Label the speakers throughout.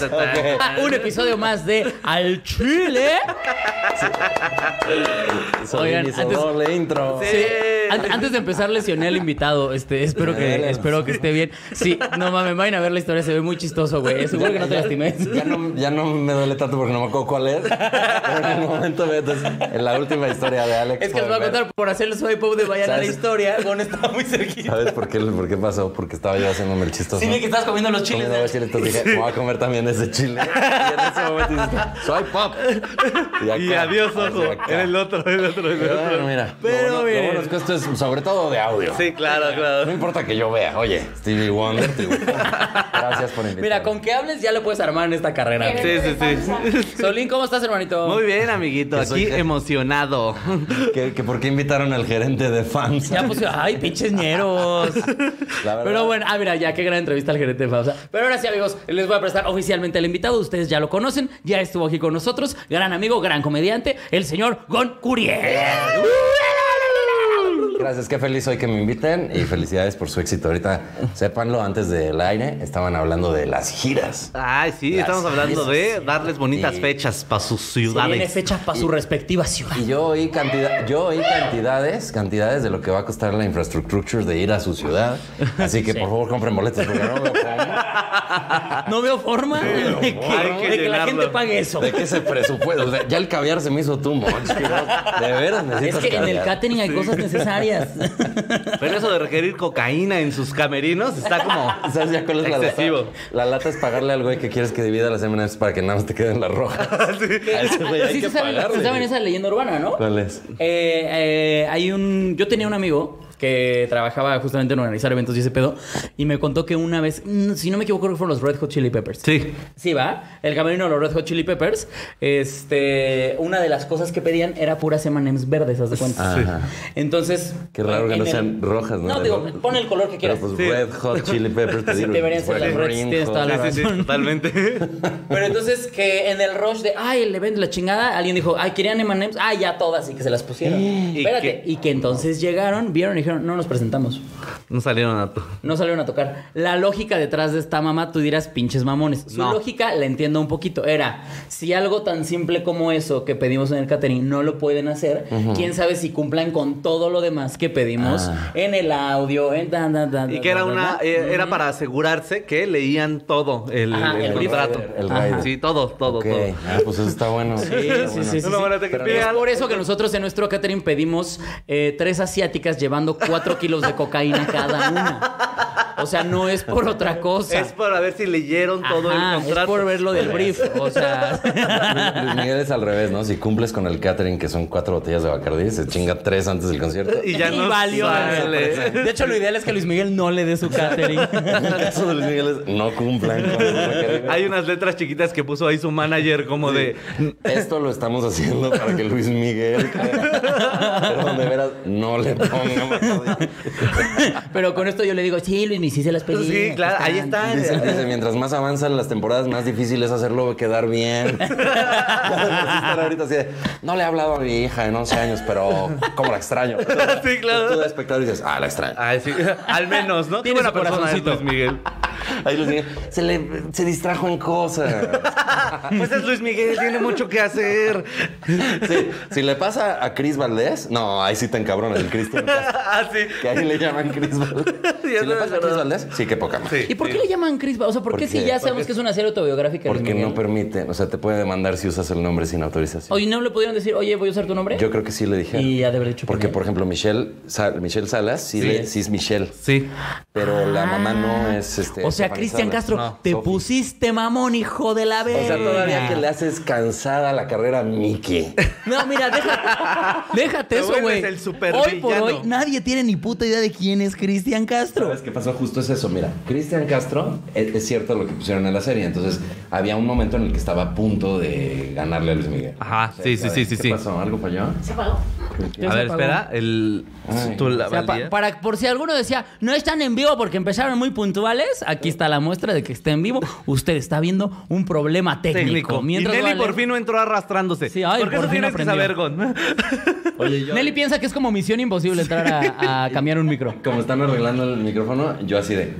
Speaker 1: un episodio más de Al Chile. Oigan, antes,
Speaker 2: doble intro.
Speaker 1: sí, an- antes de empezar lesioné al invitado, este, espero que, espero que esté bien. Sí, no mames, vayan a ver la historia, se ve muy chistoso, güey. Seguro que no te lastimé.
Speaker 2: Ya no, ya no me duele tanto porque no me acuerdo cuál es. Pero en algún momento me- entonces, en la última historia de Alex.
Speaker 1: Es que les voy a
Speaker 2: pueden ver.
Speaker 1: contar por hacer el swipe up de vayan a la
Speaker 2: ¿Sabes?
Speaker 1: historia. Gon estaba muy cerquita.
Speaker 2: ¿Sabes por qué, por qué pasó? Porque estaba yo haciéndome el chistoso.
Speaker 1: Sí, vi que estabas comiendo los chiles. ¿eh?
Speaker 2: Comiendo
Speaker 1: del-
Speaker 2: los chiles, entonces dije, me voy a comer también ese chile. Y en ese momento hiciste, soy pop. Y, acá,
Speaker 3: Y adiós, ojo.
Speaker 2: hacia acá.
Speaker 3: Era el otro, era el otro, era el
Speaker 2: Pero
Speaker 3: otro.
Speaker 2: bueno, mira.
Speaker 3: Pero
Speaker 2: lo bueno,
Speaker 3: miren.
Speaker 2: lo bueno es que esto es sobre todo de audio.
Speaker 3: Sí, claro,
Speaker 2: No
Speaker 3: claro.
Speaker 2: importa que yo vea. Oye, Stevie Wonder, te gusta. Gracias por invitarme.
Speaker 1: Mira, con que hables ya lo puedes armar en esta carrera. güey.
Speaker 3: Sí, sí, sí.
Speaker 1: Solín, ¿cómo estás, hermanito?
Speaker 3: Muy bien, amiguito.
Speaker 2: Que soy
Speaker 3: Aquí
Speaker 2: gen-
Speaker 3: emocionado.
Speaker 2: Que, que ¿Por qué invitaron al gerente de fans?
Speaker 1: Ya pusieron, ay, pinches ñeros.
Speaker 2: La verdad.
Speaker 1: Pero bueno, ah, mira, ya qué gran entrevista al gerente de FAMSA. Pero ahora sí, amigos, les voy a presentar oficialmente al invitado. Ustedes ya lo conocen, ya estuvo aquí con nosotros. Gran amigo, gran comediante, el señor Gon Curiel.
Speaker 2: Gracias, qué feliz hoy que me inviten y felicidades por su éxito. Ahorita, sépanlo, antes del aire estaban hablando de las giras.
Speaker 3: Ay, sí, estamos hablando de darles bonitas
Speaker 2: Sí.
Speaker 3: fechas para sus
Speaker 1: Se viene
Speaker 3: ciudades.
Speaker 1: fecha para su respectiva ciudad.
Speaker 2: Y yo oí, cantidad, yo oí cantidades, cantidades de lo que va a costar la infraestructura de ir a su ciudad. Así que por favor compren boletos porque no veo cómo.
Speaker 1: No veo forma de que,
Speaker 3: hay que
Speaker 1: de que la
Speaker 3: llenarlo.
Speaker 1: gente pague eso.
Speaker 2: ¿De qué se presupuesto? O sea, ya el caviar se me hizo tumo. De veras
Speaker 1: Es
Speaker 2: necesitas
Speaker 1: que en el
Speaker 2: caviar.
Speaker 1: catering hay cosas necesarias.
Speaker 3: Pero eso de requerir cocaína en sus camerinos está como.
Speaker 2: ¿Sabes ya cuál es la
Speaker 3: Excesivo.
Speaker 2: lata? La lata es pagarle al güey que quieres que divida las M&M's para que nada más te queden las rojas. A ese güey hay
Speaker 1: Sí,
Speaker 2: que
Speaker 1: se saben, se
Speaker 2: pagarle.
Speaker 1: saben esa leyenda urbana, ¿no?
Speaker 2: ¿Cuál es?
Speaker 1: Eh, eh, hay un. Yo tenía un amigo que trabajaba justamente en organizar eventos y ese pedo. Y me contó que una vez, mm, si no me equivoco, creo que fueron los Red Hot Chili Peppers.
Speaker 3: Sí.
Speaker 1: Sí, va. El camerino de los Red Hot Chili Peppers. Este. Una de las cosas que pedían era puras M&M's verdes, ¿haz de cuenta?
Speaker 2: Ajá.
Speaker 1: Entonces.
Speaker 2: Qué raro que
Speaker 1: en
Speaker 2: no
Speaker 1: el-
Speaker 2: sean rojas, ¿no?
Speaker 1: No, digo, pon el color que quieras.
Speaker 2: Pero pues
Speaker 3: Sí.
Speaker 2: Red Hot Chili Peppers te
Speaker 1: Sí,
Speaker 2: digo.
Speaker 1: deberían
Speaker 2: fue
Speaker 1: ser las Reds,
Speaker 2: Green
Speaker 1: tienes toda
Speaker 2: Hot.
Speaker 1: la
Speaker 3: Sí, sí,
Speaker 1: razón.
Speaker 3: totalmente.
Speaker 1: Pero entonces que en el rush de, ay, el evento, la chingada, alguien dijo, ay, querían M&M's, ay, Ah, ya todas, y que se las pusieron. Espérate,
Speaker 3: que-
Speaker 1: y que entonces llegaron, vieron y dijeron, no nos presentamos.
Speaker 3: No salieron a tu.
Speaker 1: No salieron a tocar. La lógica detrás de esta mamá, tú dirás, pinches mamones. Su
Speaker 3: No.
Speaker 1: lógica la entiendo un poquito. Era, si algo tan simple como eso que pedimos en el catering no lo pueden hacer, quién sabe si cumplan con todo lo demás que pedimos en el audio, en tan, tan, tan,
Speaker 3: Ah. Y
Speaker 1: tan,
Speaker 3: que era
Speaker 1: tan,
Speaker 3: una.
Speaker 1: tan.
Speaker 3: eh, Era para asegurarse que leían todo el,
Speaker 1: Ajá,
Speaker 3: el
Speaker 1: el brief.
Speaker 3: contrato.
Speaker 2: El rider.
Speaker 3: Sí, todo, todo,
Speaker 2: Ok,
Speaker 3: todo.
Speaker 2: ah, pues eso está bueno.
Speaker 1: Sí, sí, sí, sí, sí.
Speaker 3: Una buena técnica.
Speaker 1: Pero es por eso que nosotros en nuestro catering pedimos eh, tres asiáticas llevando cuatro kilos de cocaína cada una. O sea, no es por otra cosa.
Speaker 3: Es para ver si leyeron todo
Speaker 1: Ajá,
Speaker 3: el contrato.
Speaker 1: es por ver lo del brief. O sea.
Speaker 2: Luis Miguel es al revés, ¿no? Si cumples con el catering, que son cuatro botellas de Bacardí, se chinga tres antes del concierto.
Speaker 3: Y ya
Speaker 1: Y
Speaker 3: no
Speaker 1: valió.
Speaker 3: sale.
Speaker 1: De hecho, lo ideal es que Luis Miguel no le dé su catering.
Speaker 2: El caso de Luis Miguel es no cumplan con el Bacardí.
Speaker 3: Hay unas letras chiquitas que puso ahí su manager como de
Speaker 2: Esto lo estamos haciendo para que Luis Miguel, pero de veras, no le ponga Bacardí.
Speaker 1: Pero con esto yo le digo, sí, Luis, Miguel, sí se las pedí.
Speaker 3: "Pues Sí,
Speaker 1: aquí
Speaker 3: claro, ahí están.
Speaker 2: Dice, dice, mientras más avanzan las temporadas, más difícil es hacerlo quedar bien. Estar ahorita así de, no le he hablado a mi hija en 11 años, pero cómo la extraño.
Speaker 3: Sí, claro.
Speaker 2: Tú de espectador dices, ah, la extraño.
Speaker 3: Ay, sí. Al menos, ¿no? Qué
Speaker 1: Tiene
Speaker 3: buena
Speaker 1: su
Speaker 3: persona es
Speaker 1: corazoncito.
Speaker 3: Luis Miguel.
Speaker 2: Ahí Luis Miguel, se, le, se distrajo en cosas.
Speaker 3: Pues es Luis Miguel, tiene mucho que hacer.
Speaker 2: Sí, si le pasa a Cris Valdés, no, ahí sí te encabronas el Cristian. Castro,
Speaker 3: Ah, sí.
Speaker 2: Que ahí le llaman Cris Valdés.
Speaker 3: Ya
Speaker 2: Si
Speaker 3: no me
Speaker 2: le pasa a Cris
Speaker 3: acordaba.
Speaker 2: Valdés, sí, qué poca más.
Speaker 3: Sí.
Speaker 1: ¿Y por qué le llaman Chris? Ba- O sea, ¿por,
Speaker 2: ¿Por
Speaker 1: qué si
Speaker 2: qué?
Speaker 1: ya sabemos que es una serie autobiográfica? de Luis
Speaker 2: Porque
Speaker 1: Miguel?
Speaker 2: no permiten, o sea, te puede demandar si usas el nombre sin autorización.
Speaker 1: Oye, ¿no le pudieron decir, oye, voy a usar tu nombre?
Speaker 2: Yo creo que sí le dijeron.
Speaker 1: ¿Eh? Y ha de haber dicho
Speaker 2: Porque,
Speaker 1: primero.
Speaker 2: por ejemplo, Michelle, Sal- Michelle Salas sí,
Speaker 1: Sí.
Speaker 2: le- sí es Michelle,
Speaker 3: Sí.
Speaker 2: pero la mamá no
Speaker 1: Ah.
Speaker 2: es este.
Speaker 1: O sea,
Speaker 2: Stephanie
Speaker 1: Cristian
Speaker 2: Salas.
Speaker 1: Castro,
Speaker 3: No,
Speaker 1: te
Speaker 2: Sophie.
Speaker 1: pusiste mamón, hijo de la verga.
Speaker 2: O sea, todavía que le haces cansada la carrera a Mickey.
Speaker 1: No, mira, deja, déjate
Speaker 3: Te
Speaker 1: eso,
Speaker 3: vuelves
Speaker 1: güey.
Speaker 3: el
Speaker 1: Hoy
Speaker 3: supervillano.
Speaker 1: por hoy nadie tiene ni puta idea de quién es Cristian Castro.
Speaker 2: ¿Sabes qué pasó? Justo es eso, mira. Cristian Castro, es, es cierto lo que pusieron en la serie. Entonces, había un momento en el que estaba a punto de ganarle a Luis Miguel.
Speaker 3: Ajá,
Speaker 1: Ah.
Speaker 2: O sea,
Speaker 3: sí, sí,
Speaker 2: ¿sabes?
Speaker 3: sí, sí,
Speaker 2: ¿Qué
Speaker 3: sí.
Speaker 2: pasó? ¿Algo falló?
Speaker 4: Se apagó.
Speaker 3: A ver,
Speaker 1: apagó.
Speaker 3: espera. El,
Speaker 2: Ay.
Speaker 3: tú la
Speaker 1: O sea, pa-
Speaker 3: Valdía.
Speaker 1: para por si alguno decía, no están en vivo porque empezaron muy puntuales, aquí está la muestra de que está en vivo. Usted está viendo un problema técnico.
Speaker 3: técnico.
Speaker 1: Mientras
Speaker 3: y Nelly
Speaker 1: Valen-
Speaker 3: por fin no entró arrastrándose.
Speaker 1: Sí, ay,
Speaker 3: Porque
Speaker 1: por
Speaker 3: eso
Speaker 1: fin
Speaker 3: tienes
Speaker 1: aprendió.
Speaker 3: que saber, Gon.
Speaker 1: Nelly piensa que es como misión imposible entrar a, a cambiar un micro.
Speaker 2: Como están arreglando el micrófono, yo así de.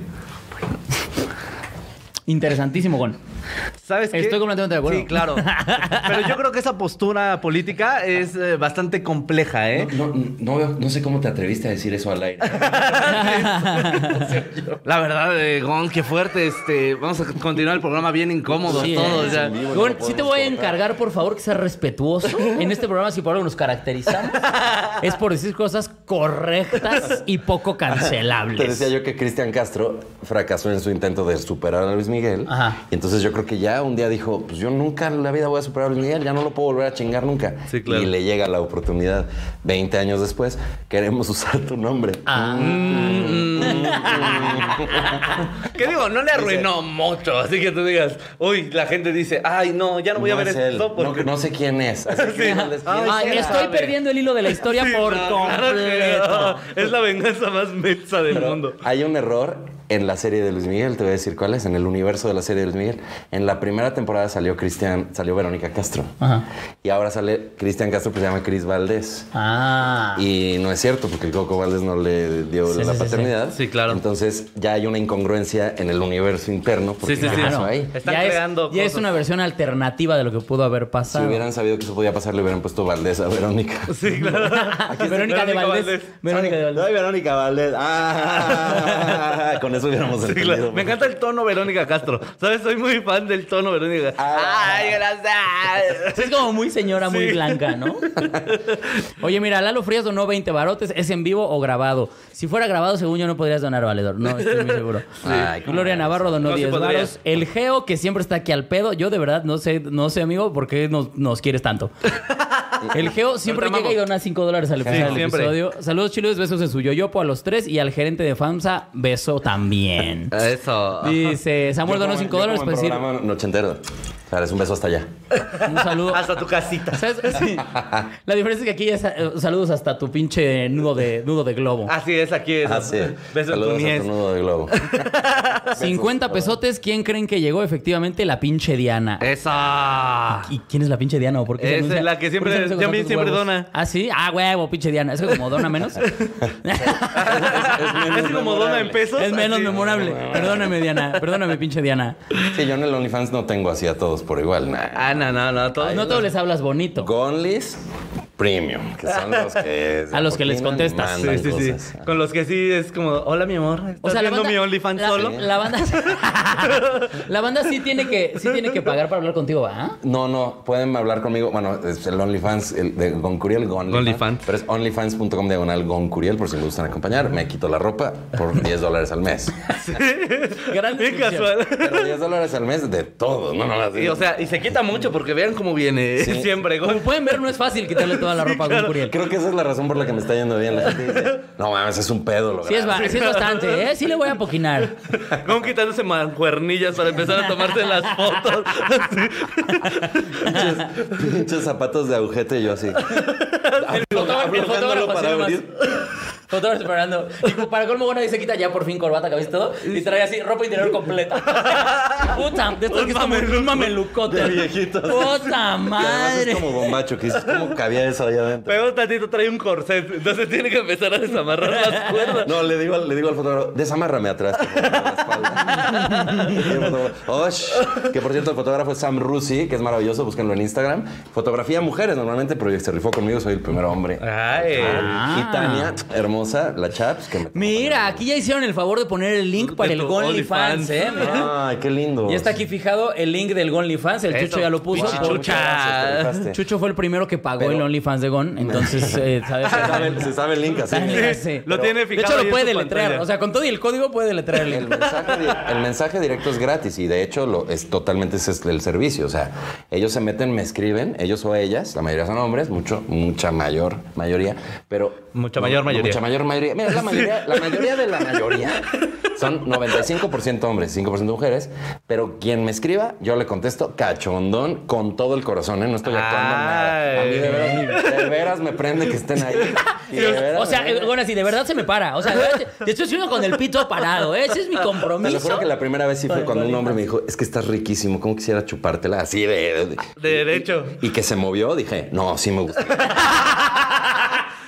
Speaker 1: Interesantísimo, Gon.
Speaker 3: ¿Sabes qué?
Speaker 1: Estoy completamente de acuerdo.
Speaker 3: Sí, claro. Pero yo creo que esa postura política es eh, bastante compleja, ¿eh?
Speaker 2: No, no, no- no sé cómo te atreviste a decir eso al aire.
Speaker 3: La verdad, eh, Gon, qué fuerte. Este, vamos a continuar el programa bien incómodo
Speaker 1: Sí,
Speaker 3: todo.
Speaker 1: eh.
Speaker 3: o sea,
Speaker 2: vivo, no
Speaker 1: Gon,
Speaker 2: lo
Speaker 1: sí te
Speaker 2: podemos
Speaker 1: voy a
Speaker 2: cortar.
Speaker 1: encargar, por favor, que seas respetuoso. En este programa, si por algo nos caracterizamos, es por decir cosas correctas y poco cancelables.
Speaker 2: Te decía yo que Cristian Castro fracasó en su intento de superar a Luis Miguel.
Speaker 1: Ajá.
Speaker 2: Y entonces yo creo que ya un día dijo, pues yo nunca en la vida voy a superar a Luis Miguel, ya no lo puedo volver a chingar nunca.
Speaker 3: Sí, claro.
Speaker 2: Y le llega la oportunidad 20 años después, queremos usar tu nombre.
Speaker 3: Ah.
Speaker 2: Mm,
Speaker 3: ¿Qué digo? No le arruinó mucho. Así que tú digas, uy, la gente dice, ay, no, ya no voy a
Speaker 2: No
Speaker 3: ver
Speaker 2: es él,
Speaker 3: esto porque.
Speaker 2: no, no sé quién es. Así que díganles quién
Speaker 3: Ay,
Speaker 2: es.
Speaker 1: Ay,
Speaker 3: sí,
Speaker 1: estoy
Speaker 3: sabe.
Speaker 1: perdiendo el hilo de la historia
Speaker 3: Sí,
Speaker 1: por
Speaker 3: no, claro que
Speaker 1: completo.
Speaker 3: no. Es la venganza más mensa del
Speaker 2: Pero
Speaker 3: mundo.
Speaker 2: Hay un error en la serie de Luis Miguel, te voy a decir cuál es, en el universo de la serie de Luis Miguel. En la primera temporada salió Cristian, salió Verónica Castro.
Speaker 1: Ajá.
Speaker 2: Y ahora sale Cristian Castro, que se llama Cris Valdés.
Speaker 1: Ah.
Speaker 2: Y no es cierto, porque el Coco Valdés no le dio
Speaker 1: Sí,
Speaker 2: la
Speaker 1: sí, sí,
Speaker 2: paternidad.
Speaker 3: sí. Sí, claro.
Speaker 2: Entonces ya hay una incongruencia en el universo interno. Porque
Speaker 3: Sí, sí,
Speaker 2: ¿qué
Speaker 3: sí.
Speaker 2: pasó
Speaker 3: Claro.
Speaker 2: ahí?
Speaker 3: Están
Speaker 1: ya
Speaker 3: creando
Speaker 1: es, ya es
Speaker 3: cosas.
Speaker 1: una versión alternativa de lo que pudo haber
Speaker 2: Si
Speaker 1: pasado.
Speaker 2: hubieran sabido que eso podía pasar, le hubieran puesto Valdés a Verónica.
Speaker 3: Sí, claro.
Speaker 1: Verónica de Valdés. Verónica de Valdés.
Speaker 2: Ay, Verónica Valdés. Ah, con eso hubiéramos
Speaker 3: Sí,
Speaker 2: entendido.
Speaker 3: claro. Me encanta el tono Verónica Castro. ¿Sabes? Soy muy fan del tono Verónica. Ay, gracias.
Speaker 1: Sí, Es como muy señora, muy
Speaker 3: Sí.
Speaker 1: blanca, ¿no? Oye, mira, Lalo Frías donó 20 barotes. ¿Es en vivo o grabado? Si fuera grabado, según yo, no podrías donar valedor. No, estoy muy seguro.
Speaker 2: Ay, ¿cómo
Speaker 1: Gloria
Speaker 2: eres?
Speaker 1: Navarro donó
Speaker 3: No se
Speaker 1: 10
Speaker 3: podría.
Speaker 1: varos. El Geo, que siempre está aquí al pedo. Yo, de verdad, no sé, no sé amigo, por qué nos, nos quieres tanto. El Geo siempre
Speaker 3: Pero te
Speaker 1: llega y
Speaker 3: amamos.
Speaker 1: dona 5 dólares al empezar el
Speaker 3: siempre.
Speaker 1: episodio. Saludos, chiles, besos en su yoyopo a los tres. Y al gerente de FAMSA, beso también.
Speaker 3: Eso.
Speaker 1: Dice, Samuel donó 5 dólares para
Speaker 2: para
Speaker 1: decir
Speaker 2: programa nochentero. O sea, es un beso hasta allá.
Speaker 1: un saludo.
Speaker 3: Hasta tu casita.
Speaker 1: ¿Sabes? Sí. La diferencia es que aquí ya sa- eh, saludos hasta tu pinche nudo de, nudo de globo.
Speaker 3: Así es, aquí es.
Speaker 2: Así.
Speaker 3: Beso en tu
Speaker 2: Saludos a
Speaker 3: niez.
Speaker 2: tu nudo de globo.
Speaker 1: 50 pesotes, ¿quién creen que llegó? Efectivamente, la pinche Diana.
Speaker 3: Esa.
Speaker 1: ¿Y quién es la pinche Diana? ¿O por qué se
Speaker 3: Eh. Esa es
Speaker 1: anuncia-
Speaker 3: la que
Speaker 1: por qué se
Speaker 3: siempre-
Speaker 1: anuncia con
Speaker 3: también
Speaker 1: tantos
Speaker 3: siempre
Speaker 1: huevos?
Speaker 3: dona.
Speaker 1: ¿Ah, sí? Ah, huevo, pinche Diana. Es que como dona menos.
Speaker 3: Es, como dona en pesos.
Speaker 1: es menos
Speaker 3: así.
Speaker 1: memorable. Perdóname, Diana. Perdóname, pinche Diana.
Speaker 2: Sí, yo en el OnlyFans no tengo así a todos por igual. Nah.
Speaker 3: Ah, no, no, no. Todo,
Speaker 1: No todos les hablas bonito.
Speaker 2: Gonlis Premium, que son los que...
Speaker 1: A los que les
Speaker 2: opinan y
Speaker 1: contestas.
Speaker 3: Sí,
Speaker 2: mandan
Speaker 3: sí, sí.
Speaker 2: cosas.
Speaker 3: Con los que sí es como, hola, mi amor. ¿Estás
Speaker 1: la
Speaker 3: viendo
Speaker 1: banda-
Speaker 3: mi OnlyFans
Speaker 1: la-
Speaker 3: solo?
Speaker 1: La banda, la banda sí, tiene que, sí tiene que pagar para hablar contigo, ¿va?
Speaker 2: No, no, pueden hablar conmigo. Bueno, es el OnlyFans, el de Goncuriel, Gon-
Speaker 3: Gonlyfans.
Speaker 2: Pero es onlyfans.com diagonal Goncuriel, por si me gustan acompañar. Me quito la ropa por 10 dólares al mes.
Speaker 1: Gran
Speaker 3: Bien
Speaker 1: descripción.
Speaker 3: casual.
Speaker 2: Pero 10 dólares al mes de todo, no no,
Speaker 3: Y, o sea, y se quita mucho porque vean cómo viene ¿eh?
Speaker 2: Sí.
Speaker 3: siempre. Gon.
Speaker 1: Como pueden ver, no es fácil quitarle toda la ropa a Gon Curiel.
Speaker 2: Creo que esa es la razón por la que me está yendo bien. La gente dice, no mames, es un pedo lo
Speaker 1: Sí es, ba- sí es bastante, ¿eh? Sí le voy a poquinar.
Speaker 3: Gon quitándose mancuernillas para empezar a tomarse las fotos.
Speaker 2: Pinches zapatos de agujete y yo así.
Speaker 1: fotógrafo- el
Speaker 2: Aflojándolo
Speaker 1: fotógrafo
Speaker 2: para
Speaker 1: así nomás.
Speaker 2: abrir.
Speaker 1: Fotógrafo esperando. Y como para colmo, bueno, ahí se quita ya por fin corbata, cabeza y todo. Y trae así ropa interior completa. Puta, de estos
Speaker 3: Un
Speaker 1: que es como
Speaker 3: mameluco.
Speaker 1: un mamelucote.
Speaker 2: De viejitos.
Speaker 1: Puta
Speaker 2: Y además
Speaker 1: madre.
Speaker 2: es como bombacho, que dices, ¿cómo cabía eso allá adentro?
Speaker 3: Pero un tantito trae un corset. Entonces tiene que empezar a desamarrar las cuerdas.
Speaker 2: No, le digo, al- le digo al fotógrafo, desamárrame atrás. por favor, de la espalda". Y el fotógrafo, "Osh". que por cierto, el fotógrafo es Sam Rusi, que es maravilloso, búsquenlo en Instagram. Fotografía mujeres normalmente, pero se rifó conmigo, soy el primer hombre.
Speaker 1: Ah,
Speaker 3: Ay.
Speaker 2: Y Tania, hermosa, la chaps, que me...
Speaker 1: Mira, aquí ya hicieron el favor de poner el link para
Speaker 3: De
Speaker 1: el
Speaker 3: tu
Speaker 1: OnlyFans,
Speaker 3: OnlyFans.
Speaker 1: ¿eh? Mira.
Speaker 2: Ay, qué lindo.
Speaker 1: Y está aquí fijado el link del OnlyFans. El
Speaker 3: Eso,
Speaker 1: Chucho ya lo puso.
Speaker 3: pinche
Speaker 1: porque-
Speaker 3: Chucha.
Speaker 1: Chucho fue el primero que pagó
Speaker 2: Pero-
Speaker 1: el OnlyFans de Gon. Entonces, eh, ¿sabes?
Speaker 2: Se sabe, se sabe el link así.
Speaker 1: Tania, sí.
Speaker 3: Ah, Lo tiene
Speaker 1: De
Speaker 3: fijado
Speaker 1: hecho,
Speaker 3: ahí
Speaker 1: lo
Speaker 3: en
Speaker 1: puede
Speaker 3: su
Speaker 1: deletrear.
Speaker 3: pantalla.
Speaker 1: O sea, con todo y el código puede deletrear el link.
Speaker 2: El mensaje, di- el mensaje directo es gratis y de hecho lo, es totalmente ese es el servicio. O sea, ellos se meten, me escriben, ellos o ellas, la mayoría son hombres, mucho, mucha mayor mayoría, pero
Speaker 3: Mucha mayor mayoría.
Speaker 2: mucha mayor mayoría. Mira, la mayoría, la mayoría de la mayoría son 95% hombres, 5% mujeres. Pero quien me escriba, yo le contesto cachondón con todo el corazón, ¿eh? No estoy actuando nada. A mí de veras, de veras me prende que estén ahí. Y de veras
Speaker 1: O sea,
Speaker 2: me
Speaker 1: eh,
Speaker 2: prende.
Speaker 1: bueno, si de verdad se me para. O sea, de verdad te, te estoy haciendo con el pito parado. ¿eh? Ese es mi
Speaker 2: Te lo
Speaker 1: compromiso.
Speaker 2: juro que la primera vez sí fue
Speaker 1: Con-
Speaker 2: cuando
Speaker 1: con
Speaker 2: un hombre me dijo, es que estás riquísimo, ¿cómo quisiera chupártela? Así de... de-
Speaker 3: De derecho.
Speaker 2: y que se movió, dije, no, sí me gusta.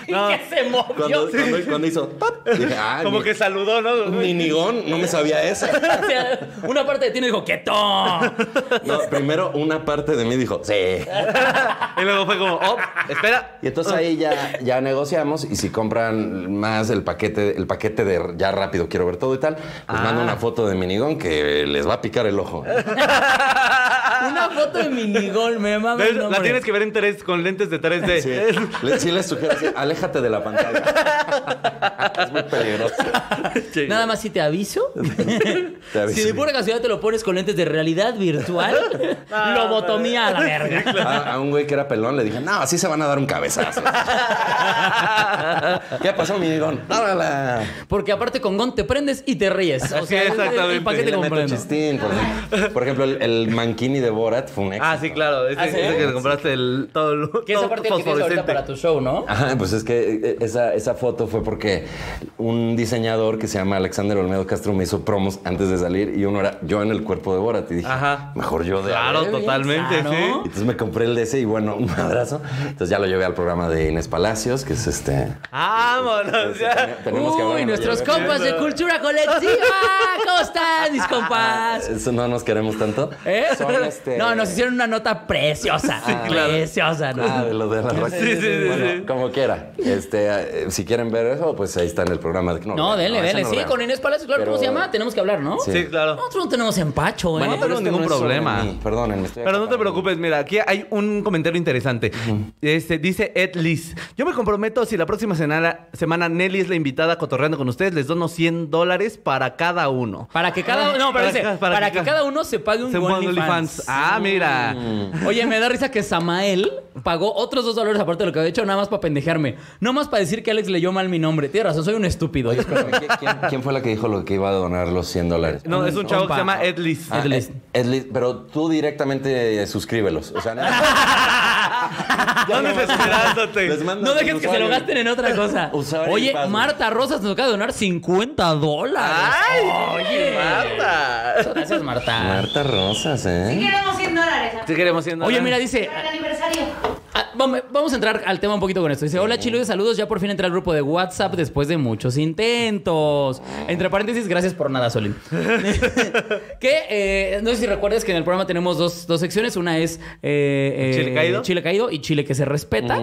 Speaker 3: No.
Speaker 1: que se movió.
Speaker 2: Cuando, cuando- cuando hizo, pop, dije, ah,
Speaker 3: Como
Speaker 2: ni-
Speaker 3: que saludó, ¿no?
Speaker 2: ni nigón, no me sabía esa.
Speaker 1: O sea, una parte de ti me dijo, ¡quieto!
Speaker 2: No, primero una parte de mí dijo, sí.
Speaker 3: Y luego fue como, oh, espera.
Speaker 2: Y entonces ahí ya, ya negociamos y si compran más el paquete, el paquete de ya rápido quiero ver todo y tal, les
Speaker 3: Ah.
Speaker 2: mando una foto de minigón que les va a picar el ojo.
Speaker 1: Una foto de minigol, me mama
Speaker 3: ¿Ves?
Speaker 1: el nombre.
Speaker 3: La tienes que ver en 3 con lentes de 3D.
Speaker 2: Sí, le- sí les sugiero así, aléjate de la pantalla. Es muy peligroso.
Speaker 1: Nada más si te aviso.
Speaker 2: Te aviso.
Speaker 1: Si de pura casualidad te lo pones con lentes de realidad virtual, lobotomía a la verga.
Speaker 2: A, a un güey que era pelón le dije, no, así se van a dar un cabezazo. ¿Qué pasó, minigón? Dárala.
Speaker 1: Porque aparte con Gon te prendes y te ríes. O
Speaker 3: Así
Speaker 1: sea,
Speaker 3: es,
Speaker 1: el
Speaker 3: exactamente.
Speaker 1: paquete
Speaker 3: Le
Speaker 2: Meto
Speaker 1: comprendo.
Speaker 2: chistín, por ejemplo. Por ejemplo, el, el manquini de Borat fue un éxito.
Speaker 3: Ah, sí, claro. Ese,
Speaker 1: ¿Ah, sí?
Speaker 3: ese que te compraste el, todo el
Speaker 1: Que esa
Speaker 3: todo
Speaker 1: parte que tienes ahorita para tu show, ¿no?
Speaker 2: Ajá, pues es que eh, esa, esa foto fue porque un diseñador que se llama Alexander Olmedo Castro me hizo promos antes de salir y uno era yo en el cuerpo de Borat y dije,
Speaker 3: Ajá.
Speaker 2: mejor yo de
Speaker 3: Claro,
Speaker 2: Adele.
Speaker 3: totalmente,
Speaker 1: claro.
Speaker 2: Y
Speaker 3: sí.
Speaker 2: Entonces me compré el de ese y bueno, un abrazo. Entonces ya lo llevé al programa de Inés Palacios, que es este...
Speaker 3: Vámonos, ya.
Speaker 2: tenemos que hablar
Speaker 1: Uy,
Speaker 2: en
Speaker 1: nuestros
Speaker 2: mayor-
Speaker 1: compas de cultura colectiva. ¿Cómo están, mis compas?
Speaker 2: Eh, Eso no nos queremos tanto.
Speaker 1: ¿Eh?
Speaker 2: Son este...
Speaker 1: No, nos hicieron una nota preciosa. Preciosa, ¿no?
Speaker 2: Ah, de lo de la roca.
Speaker 3: sí, sí,
Speaker 2: Bueno,
Speaker 3: sí.
Speaker 2: como quiera. Este, eh, si quieren ver eso, pues ahí está en el programa. de-
Speaker 1: No,
Speaker 2: vean,
Speaker 1: dele,
Speaker 2: ese
Speaker 1: dele.
Speaker 2: no lo
Speaker 1: sí,
Speaker 2: vean.
Speaker 1: con Inés Palacios, claro,
Speaker 2: Pero-
Speaker 1: ¿cómo se llama? Tenemos que hablar, ¿no?
Speaker 3: Sí, claro.
Speaker 1: Nosotros no tenemos empacho, ¿eh?
Speaker 2: Bueno, pero
Speaker 3: tengo
Speaker 2: este
Speaker 3: ningún
Speaker 2: no es sobre
Speaker 3: problema.
Speaker 2: mí. Perdónenme. estoy
Speaker 3: Pero no te
Speaker 2: acá para mí.
Speaker 3: preocupes, mira, aquí hay un comentario interesante. Este dice Ed Liz, yo me comprometo si la próxima semana, semana Nelly es la invitada cotorreando con ustedes, les dono 100 dólares para cada uno.
Speaker 1: Para que cada uno, no, pero
Speaker 3: Ah, Para
Speaker 1: dice,
Speaker 3: ca-
Speaker 1: para, que, cada uno se pague un
Speaker 3: se ponga
Speaker 1: OnlyFans.
Speaker 3: OnlyFans. Ah, mira.
Speaker 2: Mm.
Speaker 1: Oye, me da risa que Samael pagó otros dos dólares aparte de lo que había hecho, nada más para pendejarme. No más para decir que Alex leyó mal mi nombre. Tienes razón, soy un estúpido.
Speaker 2: Oye, espérame, ¿qui- ¿quién, quién fue la que dijo lo que iba a donar los 100 dólares?
Speaker 3: No, es un chavo que se llama Ed Liz.
Speaker 2: Ah,
Speaker 1: Ed Liz.
Speaker 2: Ed Liz, pero tú directamente eh, suscríbelos. O sea, nada-
Speaker 3: No andes
Speaker 2: les
Speaker 3: esperándote.
Speaker 2: mandas
Speaker 1: No
Speaker 2: un
Speaker 1: dejes que se
Speaker 2: usuario.
Speaker 1: lo gasten en otra cosa.
Speaker 2: Usuario y
Speaker 1: Oye,
Speaker 2: password.
Speaker 1: Marta Rosas nos acaba de donar 50 dólares.
Speaker 3: Ay,
Speaker 1: Oye,
Speaker 3: Marta.
Speaker 1: Gracias, Marta.
Speaker 2: Marta Rosas, ¿eh?
Speaker 5: Queremos 100 dólares
Speaker 3: Si queremos 100
Speaker 1: Oye,
Speaker 3: dólares.
Speaker 1: mira, dice,
Speaker 5: para el aniversario.
Speaker 1: Ah, vam- Vamos a entrar al tema un poquito con esto. Dice, hola Chilo de saludos, ya por fin entré al grupo de WhatsApp después de muchos intentos. Entre paréntesis, gracias por nada, Solín. que eh, no sé si recuerdas que en el programa tenemos dos, dos secciones. Una es eh, eh,
Speaker 3: Chile caído.
Speaker 1: Chile caído y Chile que se respeta.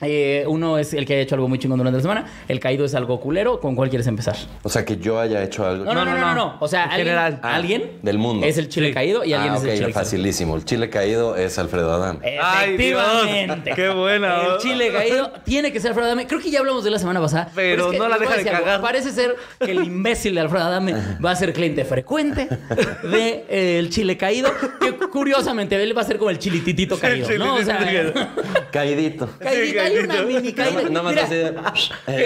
Speaker 1: Eh, uno es el que haya hecho algo muy chingón durante la semana. El caído es algo culero. ¿Con cuál quieres empezar?
Speaker 2: O sea, que yo haya hecho algo.
Speaker 1: No, no, no, no, no.
Speaker 3: no.
Speaker 1: O sea,
Speaker 3: En
Speaker 1: alguien,
Speaker 3: general.
Speaker 2: Ah,
Speaker 1: alguien
Speaker 2: del mundo.
Speaker 1: es el chile caído y alguien
Speaker 2: ah,
Speaker 1: es el Eh. chile
Speaker 2: ok,
Speaker 1: exaltado.
Speaker 2: facilísimo. El chile caído es Alfredo Adán.
Speaker 3: Ay, Dios.
Speaker 1: Efectivamente.
Speaker 3: Qué buena,
Speaker 1: El
Speaker 3: ¿no?
Speaker 1: chile caído tiene que ser Alfredo Adame. Creo que ya hablamos de la semana pasada.
Speaker 3: Pero
Speaker 1: es que
Speaker 3: no la
Speaker 1: les voy a
Speaker 3: deja de
Speaker 1: decir algo.
Speaker 3: cagar.
Speaker 1: Parece ser que el imbécil de Alfredo Adame va a ser cliente frecuente de eh, el chile caído. Que curiosamente él va a ser como el chilititito caído, ¿no? O sea,
Speaker 2: Caidito.
Speaker 1: caidita, hay una mini caída.
Speaker 2: No, no más
Speaker 1: Mira,
Speaker 2: así de- eh.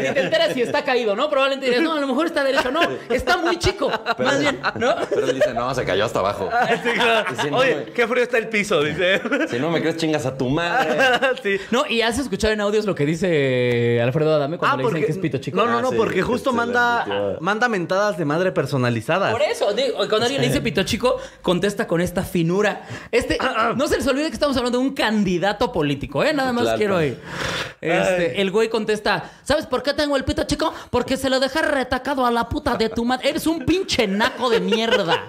Speaker 1: que ni te enteras si está caído, ¿no? Probablemente dirás, no, a lo mejor está derecho. No, está muy chico. Más bien, ¿no?
Speaker 2: Pero él dice, no, se cayó hasta abajo.
Speaker 3: Sí, claro.
Speaker 2: Sí, no,
Speaker 3: Oye,
Speaker 2: güey.
Speaker 3: qué frío está el piso, dice.
Speaker 2: Si no me crees, chingas a tu madre.
Speaker 3: sí.
Speaker 1: No, y has escuchado en audios lo que dice Alfredo Adame cuando le dicen que es pito chico.
Speaker 3: Ah, No, no,
Speaker 2: Ah,
Speaker 3: no,
Speaker 2: sí,
Speaker 3: porque
Speaker 2: que
Speaker 3: justo
Speaker 2: se la
Speaker 3: manda,
Speaker 2: metió.
Speaker 3: manda mentadas de madre personalizadas.
Speaker 1: Por eso, digo, cuando alguien le dice pito chico, contesta con esta finura. Este, no se les olvide que estamos hablando de un candidato político, ¿eh? Nada más
Speaker 2: Claro.
Speaker 1: quiero ir. Este, el güey contesta, ¿sabes por qué tengo el pito chico? Porque se lo dejé retacado a la puta de tu madre. Eres un pinche naco de mierda.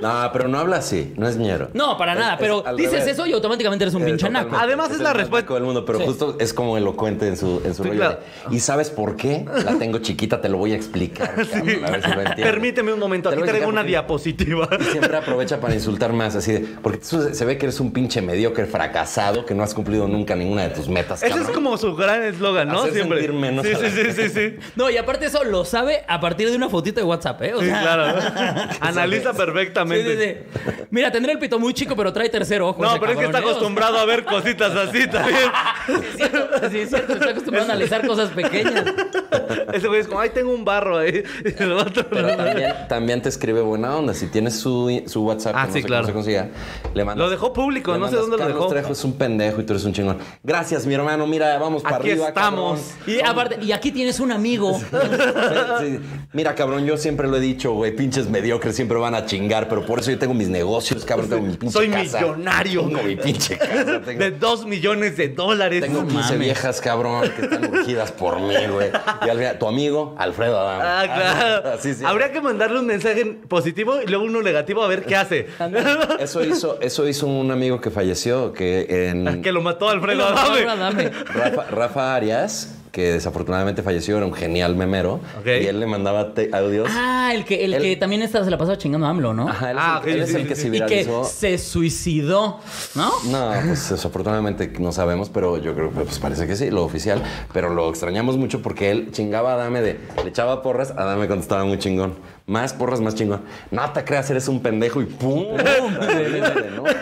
Speaker 2: No, pero no habla así. No es ñero.
Speaker 1: No, para nada, pero
Speaker 2: al
Speaker 1: dices
Speaker 2: revés.
Speaker 1: eso y automáticamente eres un
Speaker 2: Eh,
Speaker 1: pinche naco.
Speaker 2: totalmente.
Speaker 3: Además, es
Speaker 2: el
Speaker 3: la
Speaker 2: más
Speaker 3: respuesta-
Speaker 2: naco del mundo, pero
Speaker 1: Sí.
Speaker 2: justo es como elocuente en su, en su
Speaker 3: Sí,
Speaker 2: rollo.
Speaker 3: claro.
Speaker 2: de, y sabes por qué la tengo chiquita, te lo voy a explicar. cabrón, a ver si lo entiendes".
Speaker 3: Permíteme un momento,
Speaker 2: Te lo
Speaker 3: aquí
Speaker 2: voy a
Speaker 3: traigo
Speaker 2: explicar
Speaker 3: una
Speaker 2: porque-
Speaker 3: diapositiva.
Speaker 2: Y siempre aprovecha para insultar más, así de, porque tú se se ve que eres un pinche mediocre fracasado que no has cumplido nunca ninguna de tus metas.
Speaker 3: Ese es
Speaker 2: cabrón.
Speaker 3: como su gran eslogan, ¿no?
Speaker 2: Hacer
Speaker 3: Siempre.
Speaker 2: sentir menos
Speaker 3: sí,
Speaker 2: a la
Speaker 3: sí, sí, sí, sí.
Speaker 1: No, y aparte eso lo sabe a partir de una fotito de WhatsApp, ¿eh? O
Speaker 3: Sí,
Speaker 1: sea,
Speaker 3: claro. Analiza perfectamente.
Speaker 1: sí, Pues sí, sí. Mira, tendré el pito muy chico, pero trae tercer ojo.
Speaker 3: No,
Speaker 1: ese
Speaker 3: pero es que está
Speaker 1: cabrón, ¿eh? O sea,
Speaker 3: acostumbrado a ver cositas así también.
Speaker 1: Sí, es cierto. Sí, es cierto, está acostumbrado a analizar cosas pequeñas.
Speaker 3: Ese güey es como, ay, tengo un barro ahí. Y el vato-
Speaker 2: Pero también, también te escribe buena onda. Si tienes su, su WhatsApp,
Speaker 3: Ah,
Speaker 2: que no
Speaker 3: sí,
Speaker 2: sé cómo
Speaker 3: claro.
Speaker 2: se consiga, le mandas.
Speaker 3: Lo dejó público,
Speaker 2: le
Speaker 3: no sé
Speaker 2: mandas,
Speaker 3: dónde lo
Speaker 2: "Carlos
Speaker 3: dejó".
Speaker 2: Trejo es un pendejo y tú eres un chingón. Gracias, mi hermano. Mira, vamos para
Speaker 3: Aquí
Speaker 2: arriba.
Speaker 3: estamos.
Speaker 1: Y aparte, y aquí tienes un amigo.
Speaker 2: cabrón. Sí, sí. Mira, cabrón, yo siempre lo he dicho, güey. Pinches mediocres siempre van a chingar, pero por eso yo tengo mis negocios, cabrón. Tengo mi pinche
Speaker 3: Soy
Speaker 2: casa.
Speaker 3: millonario.
Speaker 2: Tengo mi pinche casa. Tengo,
Speaker 3: De dos millones de dólares.
Speaker 2: tengo 15 viejas, cabrón, que están urgidas por mí, güey. Y al final, tu amigo, Alfredo Adán.
Speaker 3: Ah, claro.
Speaker 2: Así, sí.
Speaker 3: Habría que mandarle un mensaje positivo y luego uno negativo a ver qué hace.
Speaker 2: Eso hizo, eso hizo un amigo que falleció, que en...
Speaker 3: que lo mató Alfredo
Speaker 1: Ahora dame.
Speaker 3: Adame.
Speaker 2: Rafa, Rafa Arias, que desafortunadamente falleció, era un genial memero.
Speaker 3: Ok.
Speaker 2: Y él le mandaba te- audios.
Speaker 1: Ah, el que, el
Speaker 2: El-
Speaker 1: que también esta se la pasaba chingando a AMLO, ¿no?
Speaker 2: Ajá, él
Speaker 3: Ah,
Speaker 2: es el,
Speaker 3: ok,
Speaker 2: él es
Speaker 3: sí,
Speaker 2: el
Speaker 3: sí,
Speaker 2: que
Speaker 3: sí.
Speaker 2: se
Speaker 1: y que
Speaker 2: viralizó.
Speaker 1: se suicidó, ¿no?
Speaker 2: No, pues desafortunadamente no sabemos, pero yo creo que pues, parece que sí, lo oficial. Pero lo extrañamos mucho porque él chingaba a Adame de. Le echaba porras, Adame contestaba muy chingón. Más porras, más chingón. No te creas, eres un pendejo y ¡pum! No, pues,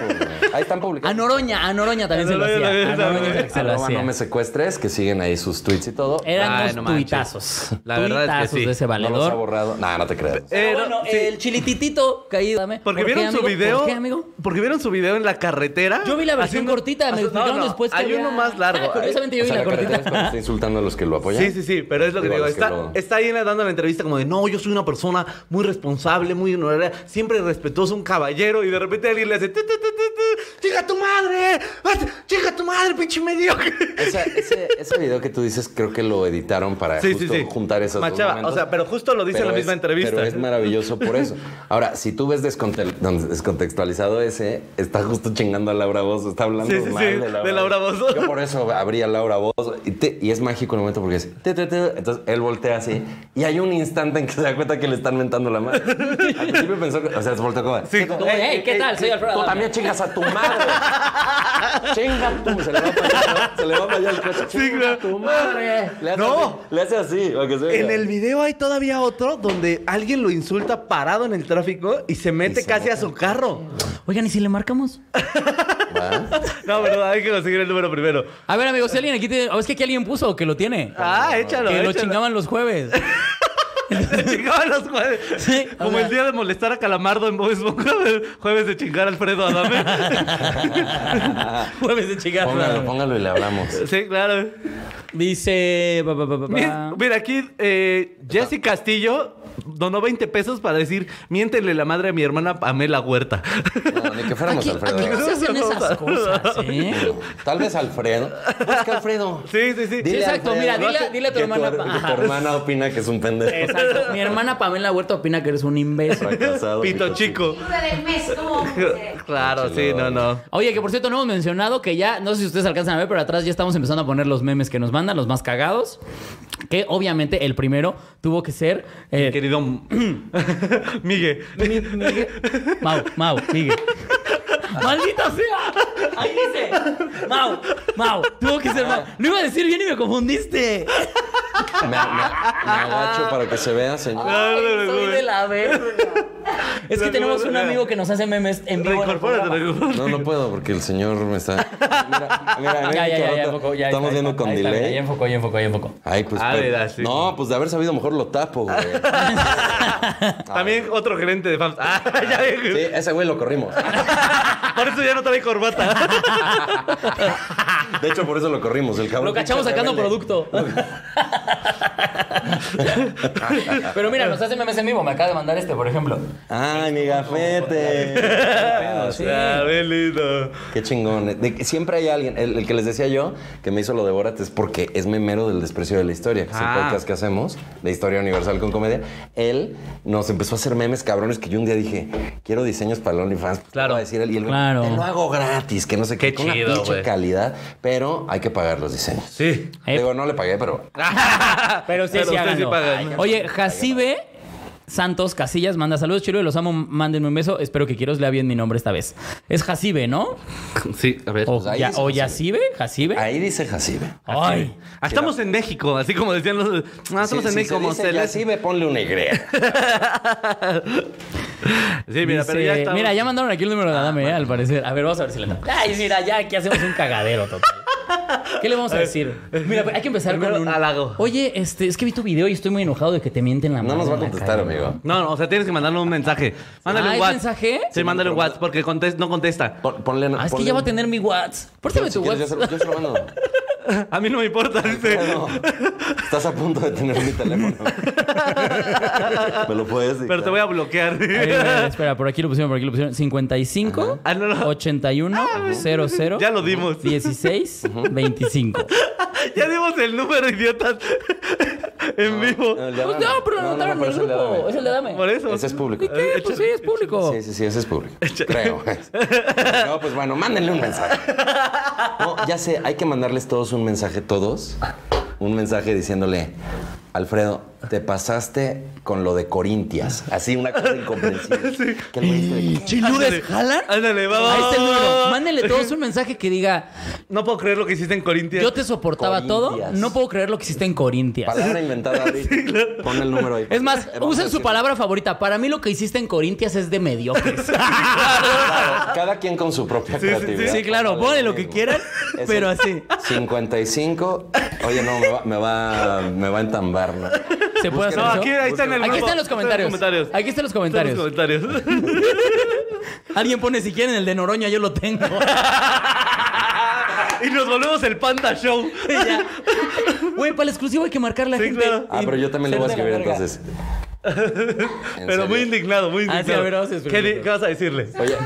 Speaker 2: Ahí están
Speaker 1: A
Speaker 2: publicados.
Speaker 1: Noroña, a Noroña también se lo
Speaker 3: Noroña
Speaker 1: hacía. A
Speaker 3: también se lo
Speaker 1: Noroña
Speaker 3: hacía.
Speaker 1: se lo
Speaker 2: Arroba no
Speaker 1: hacía.
Speaker 2: me secuestres, que siguen ahí sus tweets y todo. Ah,
Speaker 1: Eran
Speaker 3: Ay,
Speaker 1: unos
Speaker 3: no manches.
Speaker 1: tuitazos.
Speaker 3: La verdad es que
Speaker 1: Tuitazos
Speaker 3: sí.
Speaker 1: de ese
Speaker 2: No los ha
Speaker 1: valedor.
Speaker 2: borrado. No, no te creas.
Speaker 3: Eh,
Speaker 1: Pero
Speaker 3: no,
Speaker 1: bueno,
Speaker 3: sí.
Speaker 1: el chilititito caído. dame.
Speaker 3: Porque
Speaker 1: ¿Por qué,
Speaker 3: vieron su
Speaker 1: amigo?
Speaker 3: video.
Speaker 1: ¿Por qué, amigo?
Speaker 3: Porque vieron su video en la carretera.
Speaker 1: Yo vi la versión
Speaker 3: haciendo-
Speaker 1: cortita, me
Speaker 3: haciendo-
Speaker 1: explicaron después que
Speaker 3: Hay
Speaker 1: había-
Speaker 3: uno más largo. eh.
Speaker 1: Ah, curiosamente yo
Speaker 2: O
Speaker 1: vi
Speaker 2: sea,
Speaker 1: la
Speaker 2: la carretera es
Speaker 1: cortita.
Speaker 2: cuando está insultando a los que lo apoyan.
Speaker 3: Sí, sí, sí, pero es lo que
Speaker 2: Digo,
Speaker 3: digo.
Speaker 2: a los que
Speaker 3: Está,
Speaker 2: lo-
Speaker 3: está ahí dando la entrevista como de, no, yo soy una persona muy responsable, muy honorable, siempre respetuosa, un caballero, y de repente alguien le hace, "Tu, tu, tu, tu, tu, ¡Chica tu madre! ¡Ah, ¡Chica tu madre, pinche mediocre!
Speaker 2: Esa- ese, ese video que tú dices creo que lo editaron para
Speaker 3: Sí,
Speaker 2: justo
Speaker 3: sí, sí.
Speaker 2: juntar esos dos
Speaker 3: Machaba,
Speaker 2: momentos.
Speaker 3: o sea, pero justo lo dice en la misma
Speaker 2: es-
Speaker 3: entrevista.
Speaker 2: Pero es maravilloso por eso. Ahora, si tú ves descontel- don- descontextualizado ese, está justo chingando a Laura Voz, está hablando
Speaker 3: Sí, sí,
Speaker 2: mal
Speaker 3: sí,
Speaker 2: de, Laura
Speaker 3: de Laura Bozo.
Speaker 2: Yo por eso abrí a Laura Voz y, te- y es mágico el momento porque es... te, te, te. entonces él voltea así y hay un instante en que se da cuenta que le están mentando la madre. Al principio pensó, que- o sea, se volteó como...
Speaker 3: Sí,
Speaker 1: Como, hey,
Speaker 3: eh,
Speaker 1: ¿qué tal? Soy Alfredo.
Speaker 2: Tú
Speaker 1: Adame".
Speaker 2: también chingas a tu madre. Chinga tú. Se le va para allá, se le va para allá el coche.
Speaker 3: Sí,
Speaker 2: Chinga
Speaker 3: claro.
Speaker 2: a tu madre. Le hace
Speaker 3: No.
Speaker 2: así, le hace así. para que se
Speaker 3: En
Speaker 2: oiga.
Speaker 3: el video hay todavía otro donde alguien lo insulta parado en el tráfico y se mete
Speaker 2: se
Speaker 3: casi a
Speaker 2: mete.
Speaker 3: su carro.
Speaker 1: Oigan, ¿y si le marcamos?
Speaker 2: Va.
Speaker 3: No, verdad, hay que conseguir el número primero.
Speaker 1: A ver, amigos, si alguien aquí tiene. o es que aquí alguien puso que lo tiene.
Speaker 3: Ah, échalo,
Speaker 1: Que lo
Speaker 3: échalo.
Speaker 1: chingaban los jueves.
Speaker 3: Se chingaban los jueves.
Speaker 1: Sí, o
Speaker 3: Como
Speaker 1: sea-
Speaker 3: el día de molestar a Calamardo en Bob Esponja, jueves de chingar a Alfredo Adame.
Speaker 1: jueves de chingar.
Speaker 2: Póngalo, póngalo y le hablamos.
Speaker 3: sí, claro.
Speaker 1: Dice. pa, pa, pa, pa, pa.
Speaker 3: Mira, mira, aquí eh, Jesse Castillo donó 20 pesos para decir, miéntenle la madre a mi hermana Pamela Huerta.
Speaker 2: No, ni que fuéramos
Speaker 1: Aquí,
Speaker 2: Alfredo.
Speaker 1: aquí no se hacen esas cosas, ¿eh?
Speaker 2: No, Tal vez Alfredo. Busca a Alfredo.
Speaker 3: sí, sí, sí.
Speaker 1: Dile- exacto, mira, dile-
Speaker 2: hace-
Speaker 1: dile a tu
Speaker 2: que
Speaker 1: hermana,
Speaker 2: her-
Speaker 1: ajá.
Speaker 2: que tu hermana opina que es un pendejo.
Speaker 1: Exacto. Mi hermana Pamela Huerta opina que eres un imbécil.
Speaker 2: Fracasado,
Speaker 3: Pito chico.
Speaker 5: Libro del mes, ¿cómo?
Speaker 3: Claro, sí, no, no.
Speaker 1: Oye, que por cierto no hemos mencionado que ya, no sé si ustedes alcanzan a ver, pero atrás ya estamos empezando a poner los memes que nos mandan, los más cagados. Que obviamente el primero tuvo que ser eh,
Speaker 3: Querido Miguel.
Speaker 1: Mau, Mau, Miguel. ¡Maldita sea! Ahí dice. Mau, Mau. Tuvo que ser Mau. Lo iba a decir bien y me confundiste.
Speaker 2: Me, me- me agacho para que se vea, señor.
Speaker 3: No, no, no,
Speaker 1: Ay, soy
Speaker 3: no.
Speaker 1: de la verga. Es que
Speaker 3: No,
Speaker 1: tenemos
Speaker 3: no,
Speaker 1: un
Speaker 3: no.
Speaker 1: amigo que nos hace memes en vivo. en el
Speaker 3: Reincorpórate,
Speaker 1: programa.
Speaker 3: reincorpórate.
Speaker 2: No, no puedo porque el señor me está. Mira, mira,
Speaker 1: Ya,
Speaker 2: mira,
Speaker 1: ya, ya, ya,
Speaker 2: ahorita
Speaker 1: enfocó, ya, ahí está,
Speaker 2: Estamos
Speaker 1: ahí
Speaker 2: viendo
Speaker 1: está,
Speaker 2: con
Speaker 1: ahí está, mira,
Speaker 2: delay.
Speaker 1: Ya enfocó, ya enfocó, ya enfocó.
Speaker 2: Ay, pues.
Speaker 3: Ah,
Speaker 2: pero-
Speaker 3: mira, sí.
Speaker 2: No, pues de haber sabido mejor lo tapo, güey.
Speaker 3: También otro gerente de FAMS. Ah, ya
Speaker 2: Sí,
Speaker 3: vi.
Speaker 2: ese güey lo corrimos.
Speaker 3: Por eso ya no trae corbata.
Speaker 2: De hecho, por eso lo corrimos, el cabrón.
Speaker 1: Lo cachamos sacando
Speaker 2: Rebelde.
Speaker 1: producto. Pero mira, nos hace memes en vivo. Me acaba de mandar este, por ejemplo.
Speaker 2: Ay, mi gafete.
Speaker 1: Sí.
Speaker 3: Ah, bien lindo.
Speaker 2: Qué chingón. De que siempre hay alguien. El, el que les decía yo que me hizo lo de Borat es porque es memero del desprecio de la historia, que es
Speaker 3: Ah.
Speaker 2: el podcast que hacemos de historia universal con comedia. Él nos empezó a hacer memes cabrones que yo un día dije, quiero diseños para el OnlyFans. ¿qué
Speaker 3: Claro.
Speaker 2: va a decir él? Y él,
Speaker 1: Claro.
Speaker 2: te lo hago gratis, que no sé qué.
Speaker 3: Qué
Speaker 2: con una
Speaker 3: chido,
Speaker 2: pinche
Speaker 3: güey.
Speaker 2: calidad, pero hay que pagar los diseños.
Speaker 3: Sí.
Speaker 1: Eh.
Speaker 2: Digo, no le pagué, pero
Speaker 1: Pero sí,
Speaker 3: Pero
Speaker 1: sí,
Speaker 3: ustedes
Speaker 1: háganlo.
Speaker 3: sí pagan.
Speaker 1: Ay, Oye, Jacibe Santos Casillas manda saludos, Chilo, y los amo. Mándenme un beso. Espero que quieros lea bien mi nombre esta vez. Es Jacibe, ¿no?
Speaker 3: Sí, a ver.
Speaker 1: O,
Speaker 2: Pues ahí
Speaker 1: ya, Oh.
Speaker 2: dice
Speaker 1: o
Speaker 2: Jacibe.
Speaker 1: Yacibe, Jacibe.
Speaker 2: ahí dice Jacibe.
Speaker 1: ¿Eh? Ay.
Speaker 3: Ah, estamos en México, así como decían los. Ah, estamos
Speaker 2: Sí,
Speaker 3: en
Speaker 2: si
Speaker 3: México,
Speaker 2: se
Speaker 3: como
Speaker 2: dice
Speaker 3: se les-
Speaker 2: Jacibe, ponle una Y.
Speaker 3: Sí, mira, pero
Speaker 1: Dice-
Speaker 3: ya estamos.
Speaker 2: Ah,
Speaker 1: Mira, ya mandaron aquí el número de Adame, eh, al parecer. A ver, vamos a ver si le Ay, mira, ya aquí hacemos un cagadero total. ¿Qué le vamos a decir? Mira, hay que empezar con
Speaker 3: Primero,
Speaker 1: un
Speaker 3: halago.
Speaker 1: Oye, este, es que vi tu video y estoy muy enojado de que te mienten la
Speaker 2: No nos va
Speaker 1: madre
Speaker 2: a
Speaker 1: en la
Speaker 2: contestar,
Speaker 1: calle".
Speaker 2: amigo.
Speaker 3: No, no, o sea, tienes que mandarle un mensaje. Mándale
Speaker 1: Ah,
Speaker 3: un
Speaker 1: ¿es
Speaker 3: WhatsApp.
Speaker 1: mensaje?
Speaker 3: Sí, mándale un WhatsApp porque contes- no contesta.
Speaker 2: Pon- ponle,
Speaker 1: Ah, es que
Speaker 2: ponle-
Speaker 1: ya va a tener mi WhatsApp. Préstame
Speaker 2: Si
Speaker 1: tu
Speaker 2: quieres, yo
Speaker 1: WhatsApp.
Speaker 2: se lo- yo se lo mando.
Speaker 3: A mí no me importa, dice.
Speaker 2: No, estás a punto de tener mi teléfono. Me lo puedes decir.
Speaker 3: Pero te voy a bloquear.
Speaker 1: A ver, a ver, espera, por aquí lo pusieron, por aquí lo pusieron. 55
Speaker 3: Ah, no, Ah, no.
Speaker 1: 81 00
Speaker 3: Ya lo dimos.
Speaker 1: 16 25.
Speaker 3: Ya dimos el número, idiotas. en vivo.
Speaker 2: El de
Speaker 1: Pues
Speaker 2: Adame.
Speaker 1: no, pero lo anotaron en
Speaker 2: pero
Speaker 1: el
Speaker 2: es el de
Speaker 1: grupo.
Speaker 2: Adame.
Speaker 1: Es el de Dame.
Speaker 3: Por eso. Eh,
Speaker 2: Ese es público.
Speaker 1: ¿Y qué? Pues sí, es público.
Speaker 2: Sí, sí, sí, ese es público. Creo. eh. No, pues bueno, mándenle un mensaje. No, ya sé, hay que mandarles todos un mensaje, todos. Un mensaje diciéndole, Alfredo, te pasaste con lo de Corintias. Así, una cosa incomprensible. Que el güey esté de-
Speaker 3: Ándale.
Speaker 1: ¿Chiludes jalan?
Speaker 3: Ándale, va, va,
Speaker 1: Ahí está el
Speaker 3: va, va.
Speaker 1: número. Mándenle todos un mensaje que diga:
Speaker 3: No puedo creer lo que hiciste en Corintias.
Speaker 1: Yo te soportaba todo.
Speaker 2: Corintias.
Speaker 1: No puedo creer lo que hiciste en Corintias.
Speaker 2: Palabra inventada ahorita. Pon el número ahí.
Speaker 1: Es más,
Speaker 2: Vamos a
Speaker 1: usen su
Speaker 2: decirlo.
Speaker 1: palabra favorita. Para mí lo que hiciste en Corintias es de mediocres.
Speaker 2: Claro, cada quien con su propia
Speaker 3: sí,
Speaker 2: creatividad.
Speaker 1: sí, claro, ponle lo que quieran,
Speaker 2: Es
Speaker 1: pero
Speaker 2: el
Speaker 1: así.
Speaker 2: 55. Oye, no, me va, me va, me va a entambar. ¿no?
Speaker 1: Se puede hacer
Speaker 3: No,
Speaker 1: eso.
Speaker 3: aquí, ahí está en el
Speaker 1: Aquí
Speaker 3: grupo.
Speaker 1: están los comentarios. Aquí están los comentarios.
Speaker 3: Están los comentarios.
Speaker 1: Alguien pone si quieren el de Noroña, yo lo tengo.
Speaker 3: y nos volvemos el Panda Show.
Speaker 1: Y ya. Güey, para el exclusivo hay que marcar la
Speaker 3: Sí,
Speaker 1: gente.
Speaker 3: claro.
Speaker 2: Ah, pero yo también le voy a
Speaker 1: Ser de
Speaker 2: escribir
Speaker 1: la verga.
Speaker 2: entonces. En
Speaker 3: Pero
Speaker 2: serio.
Speaker 3: muy indignado, muy
Speaker 1: Ah,
Speaker 3: indignado.
Speaker 1: sí, a ver, vamos a
Speaker 3: ¿Qué,
Speaker 1: escribir.
Speaker 3: di- qué vas a decirle?
Speaker 2: Oye,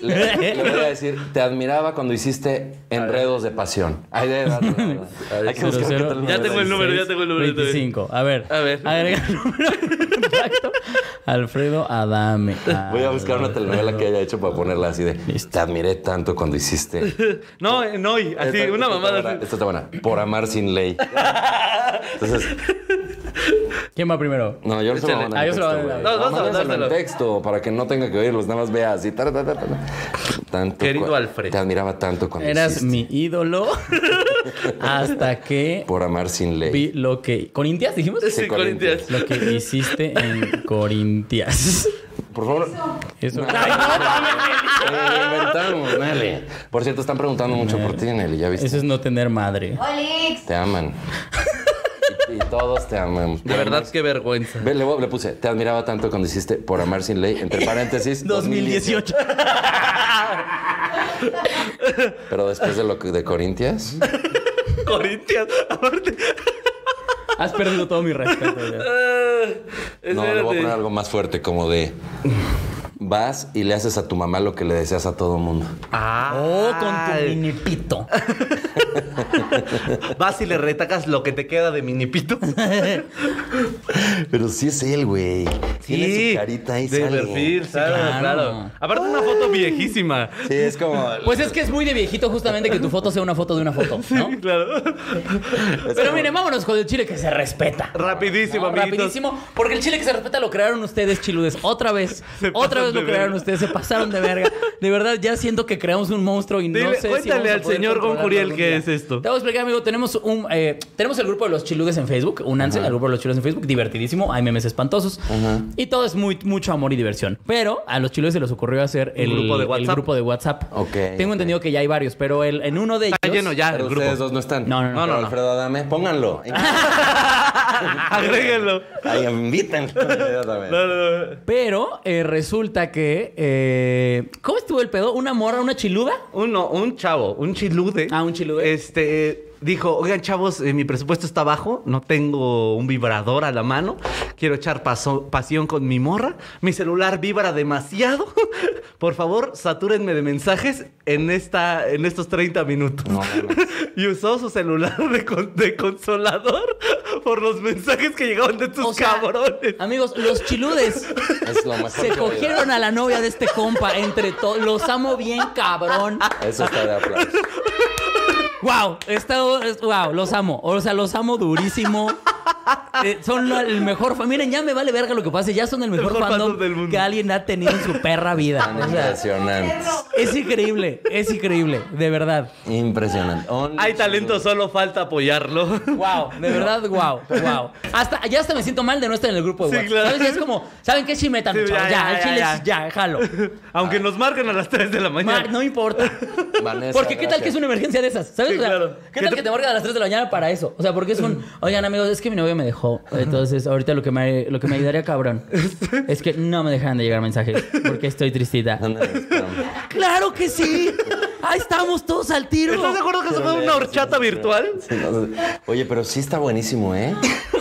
Speaker 2: le, le voy a decir, te admiraba cuando hiciste enredos de pasión. Ay, de verdad, de verdad. Hay que buscar qué tal
Speaker 3: Ya tengo el número, ya tengo el número.
Speaker 1: 25. A ver.
Speaker 3: A ver.
Speaker 1: Agrega el número de contacto. Alfredo Adame.
Speaker 2: Voy a buscar una telenovela que haya hecho para ponerla así de Te admiré tanto cuando hiciste
Speaker 3: No, eh, no, y así,
Speaker 2: Esta-
Speaker 3: una mamada
Speaker 2: esta está buena,
Speaker 3: así.
Speaker 2: Esta está buena. Por amar sin ley. Entonces,
Speaker 1: ¿Quién va primero?
Speaker 2: no, yo no se lo mando
Speaker 1: Ah, yo
Speaker 2: en
Speaker 1: se lo
Speaker 2: texto,
Speaker 1: mando.
Speaker 2: güey.
Speaker 3: No, no,
Speaker 2: No, mándaselo
Speaker 3: dándolo.
Speaker 2: en texto para que no tenga que oírlos, nada más vea así. tar, tar, tar, tar. Tanto
Speaker 3: Querido
Speaker 2: cua-
Speaker 3: Alfred.
Speaker 2: Te admiraba tanto cuando
Speaker 1: Eras
Speaker 2: hiciste
Speaker 1: mi ídolo hasta que
Speaker 2: Por amar sin ley.
Speaker 1: vi lo que... ¿Corintias dijimos?
Speaker 3: Sí, Corintias.
Speaker 1: Lo que hiciste en Corintias.
Speaker 2: Por favor.
Speaker 1: Eso.
Speaker 2: eh, lo inventamos, Nelly. Por cierto, están preguntando mucho por ti, Nelly. Ya viste.
Speaker 1: Eso es no tener madre.
Speaker 6: Olix.
Speaker 2: Te aman. Y, y todos te amamos.
Speaker 3: De verdad, qué vergüenza.
Speaker 2: Ve, le, le puse, te admiraba tanto cuando hiciste Por amar sin ley, entre paréntesis.
Speaker 1: 2018.
Speaker 2: Pero después de lo que- de Corintias.
Speaker 3: Corintias, aparte.
Speaker 1: Has perdido todo mi respeto. ya.
Speaker 3: eh,
Speaker 2: No, le voy a poner
Speaker 3: espérate.
Speaker 2: algo más fuerte, como de. Vas y le haces a tu mamá lo que le deseas a todo mundo.
Speaker 3: Ah,
Speaker 1: Oh, con tu
Speaker 3: Ay.
Speaker 1: mini pito.
Speaker 3: Vas y le retacas lo que te queda de minipito.
Speaker 2: Pero sí es él, güey. Tiene su carita y
Speaker 3: de
Speaker 2: sale.
Speaker 3: perfil, claro,
Speaker 1: claro.
Speaker 3: claro, Aparte una foto viejísima.
Speaker 2: Sí, es como.
Speaker 1: Pues es que es muy de viejito justamente que tu foto sea una foto de una foto, ¿no?
Speaker 3: Claro.
Speaker 1: Pero miren, vámonos con el chile que se respeta.
Speaker 3: Rapidísimo,
Speaker 1: No,
Speaker 3: amiguitos.
Speaker 1: rapidísimo, porque el chile que se respeta lo crearon ustedes, chiludes. Otra vez,
Speaker 3: Se
Speaker 1: otra vez
Speaker 3: pasan de
Speaker 1: lo crearon
Speaker 3: verga.
Speaker 1: ustedes, se pasaron de verga. De verdad, ya siento que creamos un monstruo y no
Speaker 3: Dile-
Speaker 1: sé si
Speaker 3: cuéntale
Speaker 1: vamos a
Speaker 3: al
Speaker 1: poder
Speaker 3: señor
Speaker 1: controlarlo
Speaker 3: Goncuriel
Speaker 1: algún
Speaker 3: qué
Speaker 1: día.
Speaker 3: es esto.
Speaker 1: Te voy a explicar, amigo. Tenemos un eh, tenemos el grupo de los chiludes en Facebook, únanse al grupo de los chiludes en Facebook, divertidísimo, hay memes espantosos. Y todo es muy mucho amor y diversión. Pero a los chiludes se les ocurrió hacer el,
Speaker 3: grupo de
Speaker 1: el
Speaker 3: WhatsApp.
Speaker 1: grupo de WhatsApp.
Speaker 2: Ok,
Speaker 1: Tengo
Speaker 2: ok.
Speaker 1: entendido que ya hay varios, pero el, en uno de ellos
Speaker 3: Está Ah, lleno ya
Speaker 2: Pero
Speaker 3: el
Speaker 2: ustedes
Speaker 3: grupo.
Speaker 2: dos no están.
Speaker 1: No, no, no.
Speaker 2: Pero
Speaker 3: No, no, no.
Speaker 2: Alfredo Adame, pónganlo.
Speaker 3: Agréguenlo.
Speaker 2: Ay, invítenlo. Yo también.
Speaker 3: No, no, no.
Speaker 1: Pero eh, resulta que. eh, ¿Cómo estuvo el pedo? ¿Una morra, una chiluda?
Speaker 3: Uno, un chavo, un chilude.
Speaker 1: Ah, un chilude.
Speaker 3: Este, dijo, oigan, chavos, eh, mi presupuesto está bajo, no tengo un vibrador a la mano, quiero echar paso- pasión con mi morra, mi celular vibra demasiado, por favor, satúrenme de mensajes en, esta, en estos 30 minutos.
Speaker 2: No, mames.
Speaker 3: y usó su celular de, con- de consolador por los mensajes que llegaban de estos
Speaker 1: O sea,
Speaker 3: cabrones.
Speaker 1: Amigos, los chiludes
Speaker 2: Es lo mejor
Speaker 1: se
Speaker 2: que he oído.
Speaker 1: cogieron a la novia de este compa entre todos. Los amo bien, cabrón.
Speaker 2: Eso está de aplauso.
Speaker 1: ¡Wow! Está, es- ¡Wow! Los amo. O sea, los amo durísimo. Eh, son la- el mejor fan. Miren, ya me vale verga lo que pase. Ya son el mejor,
Speaker 3: mejor
Speaker 1: fandom,
Speaker 3: fandom del mundo.
Speaker 1: que alguien ha tenido en su perra vida. O sea,
Speaker 2: Impresionante.
Speaker 1: es increíble, es increíble, de verdad.
Speaker 2: Impresionante.
Speaker 1: ah,
Speaker 2: Only
Speaker 3: Hay talento, solo falta apoyarlo.
Speaker 1: Wow, de verdad, wow, wow. Hasta, ya hasta me siento mal de no estar en el grupo de
Speaker 3: Sí,
Speaker 1: WhatsApp.
Speaker 3: claro.
Speaker 1: ¿Sabes? Es como, ¿saben qué chimetan?
Speaker 3: Sí,
Speaker 1: chavos? ya,
Speaker 3: ya, ya,
Speaker 1: el
Speaker 3: ya,
Speaker 1: chile
Speaker 3: ya.
Speaker 1: es- ya, jalo. Ah.
Speaker 3: Aunque nos marcan a las 3 de la mañana.
Speaker 1: Mar, no importa.
Speaker 2: Vanessa,
Speaker 1: porque qué tal
Speaker 2: gracias.
Speaker 1: que es una emergencia de esas, ¿sabes?
Speaker 3: Sí,
Speaker 1: O sea,
Speaker 3: claro.
Speaker 1: ¿Qué
Speaker 3: Que
Speaker 1: tal
Speaker 3: te-
Speaker 1: que te marquen a las 3 de la mañana para eso? O sea, porque es un, oigan amigos, es que mi novio me dejó. Entonces, ahorita lo que me, lo que me ayudaría cabrón es que no me dejan de llegar mensajes porque estoy tristita.
Speaker 2: Ándale, espérame.
Speaker 1: ¡Claro que sí! Ahí estamos todos al tiro.
Speaker 3: ¿Estás de acuerdo que eso fue una horchata virtual?
Speaker 2: Sí, no sé. Oye, pero sí está buenísimo, ¿eh?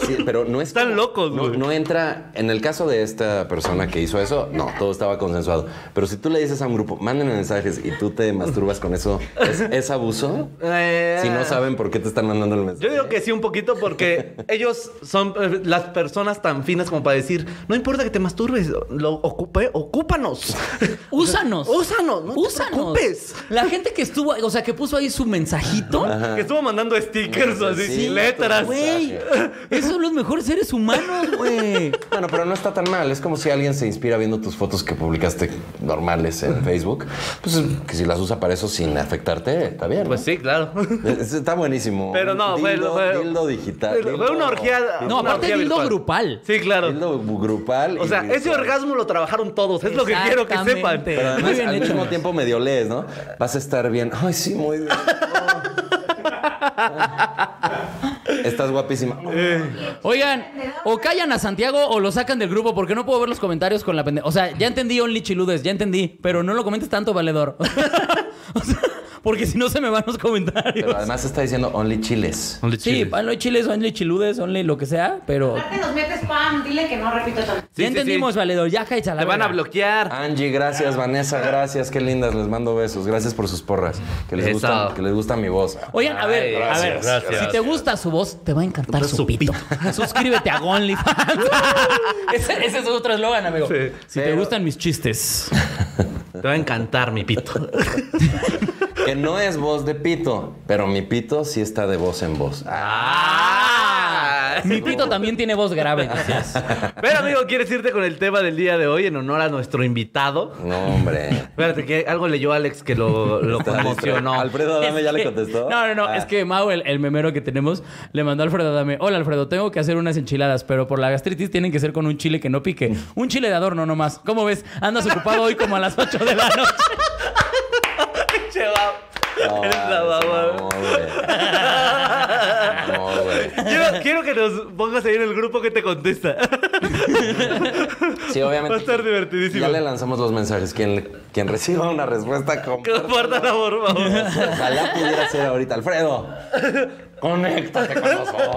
Speaker 2: Sí, pero no es
Speaker 3: Están
Speaker 2: como-
Speaker 3: locos,
Speaker 2: no,
Speaker 3: güey.
Speaker 2: no entra. En el caso de esta persona que hizo eso, no, todo estaba consensuado. Pero si tú le dices a un grupo, mándenme mensajes y tú te masturbas con eso, ¿es, es abuso?
Speaker 3: Eh.
Speaker 2: Si no saben por qué te están mandando el mensaje.
Speaker 3: Yo digo que sí un poquito porque ellos son eh, las personas tan finas como para decir, no importa que te masturbes, lo ocupé, ocúpanos.
Speaker 1: Úsanos.
Speaker 3: Úsanos, no te
Speaker 1: Úsanos.
Speaker 3: preocupes.
Speaker 1: La gente que estuvo, o sea, que puso ahí su mensajito.
Speaker 3: Que estuvo mandando stickers
Speaker 2: Sí, pues,
Speaker 3: así,
Speaker 2: sí,
Speaker 3: letras.
Speaker 1: Güey, esos son los mejores seres humanos, güey.
Speaker 2: Bueno, pero no está tan mal. Es como si alguien se inspira viendo tus fotos que publicaste normales en Facebook. Pues que si las usa para eso sin afectarte, está bien. ¿no?
Speaker 3: Pues sí, claro.
Speaker 2: Es- Está buenísimo.
Speaker 3: Pero no,
Speaker 2: Un
Speaker 3: fue-
Speaker 2: dildo,
Speaker 3: fue-
Speaker 2: dildo digital.
Speaker 3: Fue
Speaker 2: dildo-
Speaker 3: una orgía.
Speaker 1: No,
Speaker 3: una
Speaker 1: aparte
Speaker 3: orgía
Speaker 1: dildo
Speaker 3: virtual.
Speaker 1: grupal.
Speaker 3: Sí, claro.
Speaker 2: Dildo grupal.
Speaker 3: O
Speaker 2: y
Speaker 3: sea, ese
Speaker 2: virtual.
Speaker 3: orgasmo lo trabajaron todos. Es lo que quiero que sepan.
Speaker 1: Exactamente.
Speaker 2: Pero
Speaker 1: Muy
Speaker 2: además,
Speaker 1: bien
Speaker 2: al
Speaker 1: hecho.
Speaker 2: mismo tiempo medio lees, ¿no? Vas a estar bien. Ay, sí, muy bien. No. Estás guapísima.
Speaker 3: Eh.
Speaker 1: Oigan, o callan a Santiago o lo sacan del grupo porque no puedo ver los comentarios con la pendeja. O sea, ya entendí Only Chiludes, ya entendí, pero no lo comentes tanto, valedor. O sea, porque si no se me van los comentarios.
Speaker 2: Pero además está diciendo only chiles.
Speaker 1: Sí, Only Chiles, Only Chiludes, Only lo que sea, pero.
Speaker 5: Aparte nos mete spam, dile que no repito tanto.
Speaker 3: sí,
Speaker 1: ya entendimos,
Speaker 3: sí.
Speaker 1: valedor, ya cállate a la
Speaker 3: Te van a
Speaker 1: verga.
Speaker 3: bloquear.
Speaker 2: Angie,
Speaker 3: Ah.
Speaker 2: gracias. Vanessa, gracias. Qué lindas. Les mando besos. Gracias por sus porras. Que les,
Speaker 3: Eso.
Speaker 2: gusta, que les gusta mi voz.
Speaker 1: Oigan, a ver,
Speaker 3: Ay,
Speaker 1: a ver,
Speaker 3: gracias, gracias.
Speaker 1: si te gusta su voz, te va a encantar
Speaker 3: Su
Speaker 1: su, pito. Suscríbete a OnlyFans. ese, ese es otro eslogan, amigo.
Speaker 3: Sí.
Speaker 1: si te
Speaker 2: Pero-
Speaker 1: gustan mis chistes.
Speaker 3: Te va a encantar mi pito.
Speaker 2: Que no es voz de pito, pero mi pito sí está de voz en voz. Ah,
Speaker 3: Ah.
Speaker 1: Mi pito también tiene voz grave, decías.
Speaker 3: Pero amigo, ¿quieres irte con el tema del día de hoy en honor a nuestro invitado?
Speaker 2: no, hombre.
Speaker 3: Espérate, que algo leyó Alex que lo, lo conmocionó.
Speaker 2: Alfredo Adame ya le
Speaker 1: Es que-
Speaker 2: contestó.
Speaker 1: No, no, no.
Speaker 2: Ah.
Speaker 1: Es que Mau, el, el memero que tenemos, le mandó a Alfredo Adame. Hola, Alfredo, tengo que hacer unas enchiladas, pero por la gastritis tienen que ser con un chile que no pique. Un chile de adorno nomás. ¿Cómo ves? Andas ocupado hoy como a las 8 de la noche.
Speaker 3: Che, va.
Speaker 2: Ah, No,
Speaker 3: Eres la
Speaker 2: mames,
Speaker 3: mamá.
Speaker 2: No, güey. No, güey.
Speaker 3: Quiero, quiero que nos pongas ahí en el grupo que te contesta.
Speaker 2: Sí, obviamente.
Speaker 3: Va a estar divertidísimo.
Speaker 2: Ya le lanzamos los mensajes. Quien, quien reciba una respuesta como.
Speaker 3: Compártala, por favor.
Speaker 2: Ojalá pudiera ser ahorita. Alfredo, conéctate con nosotros.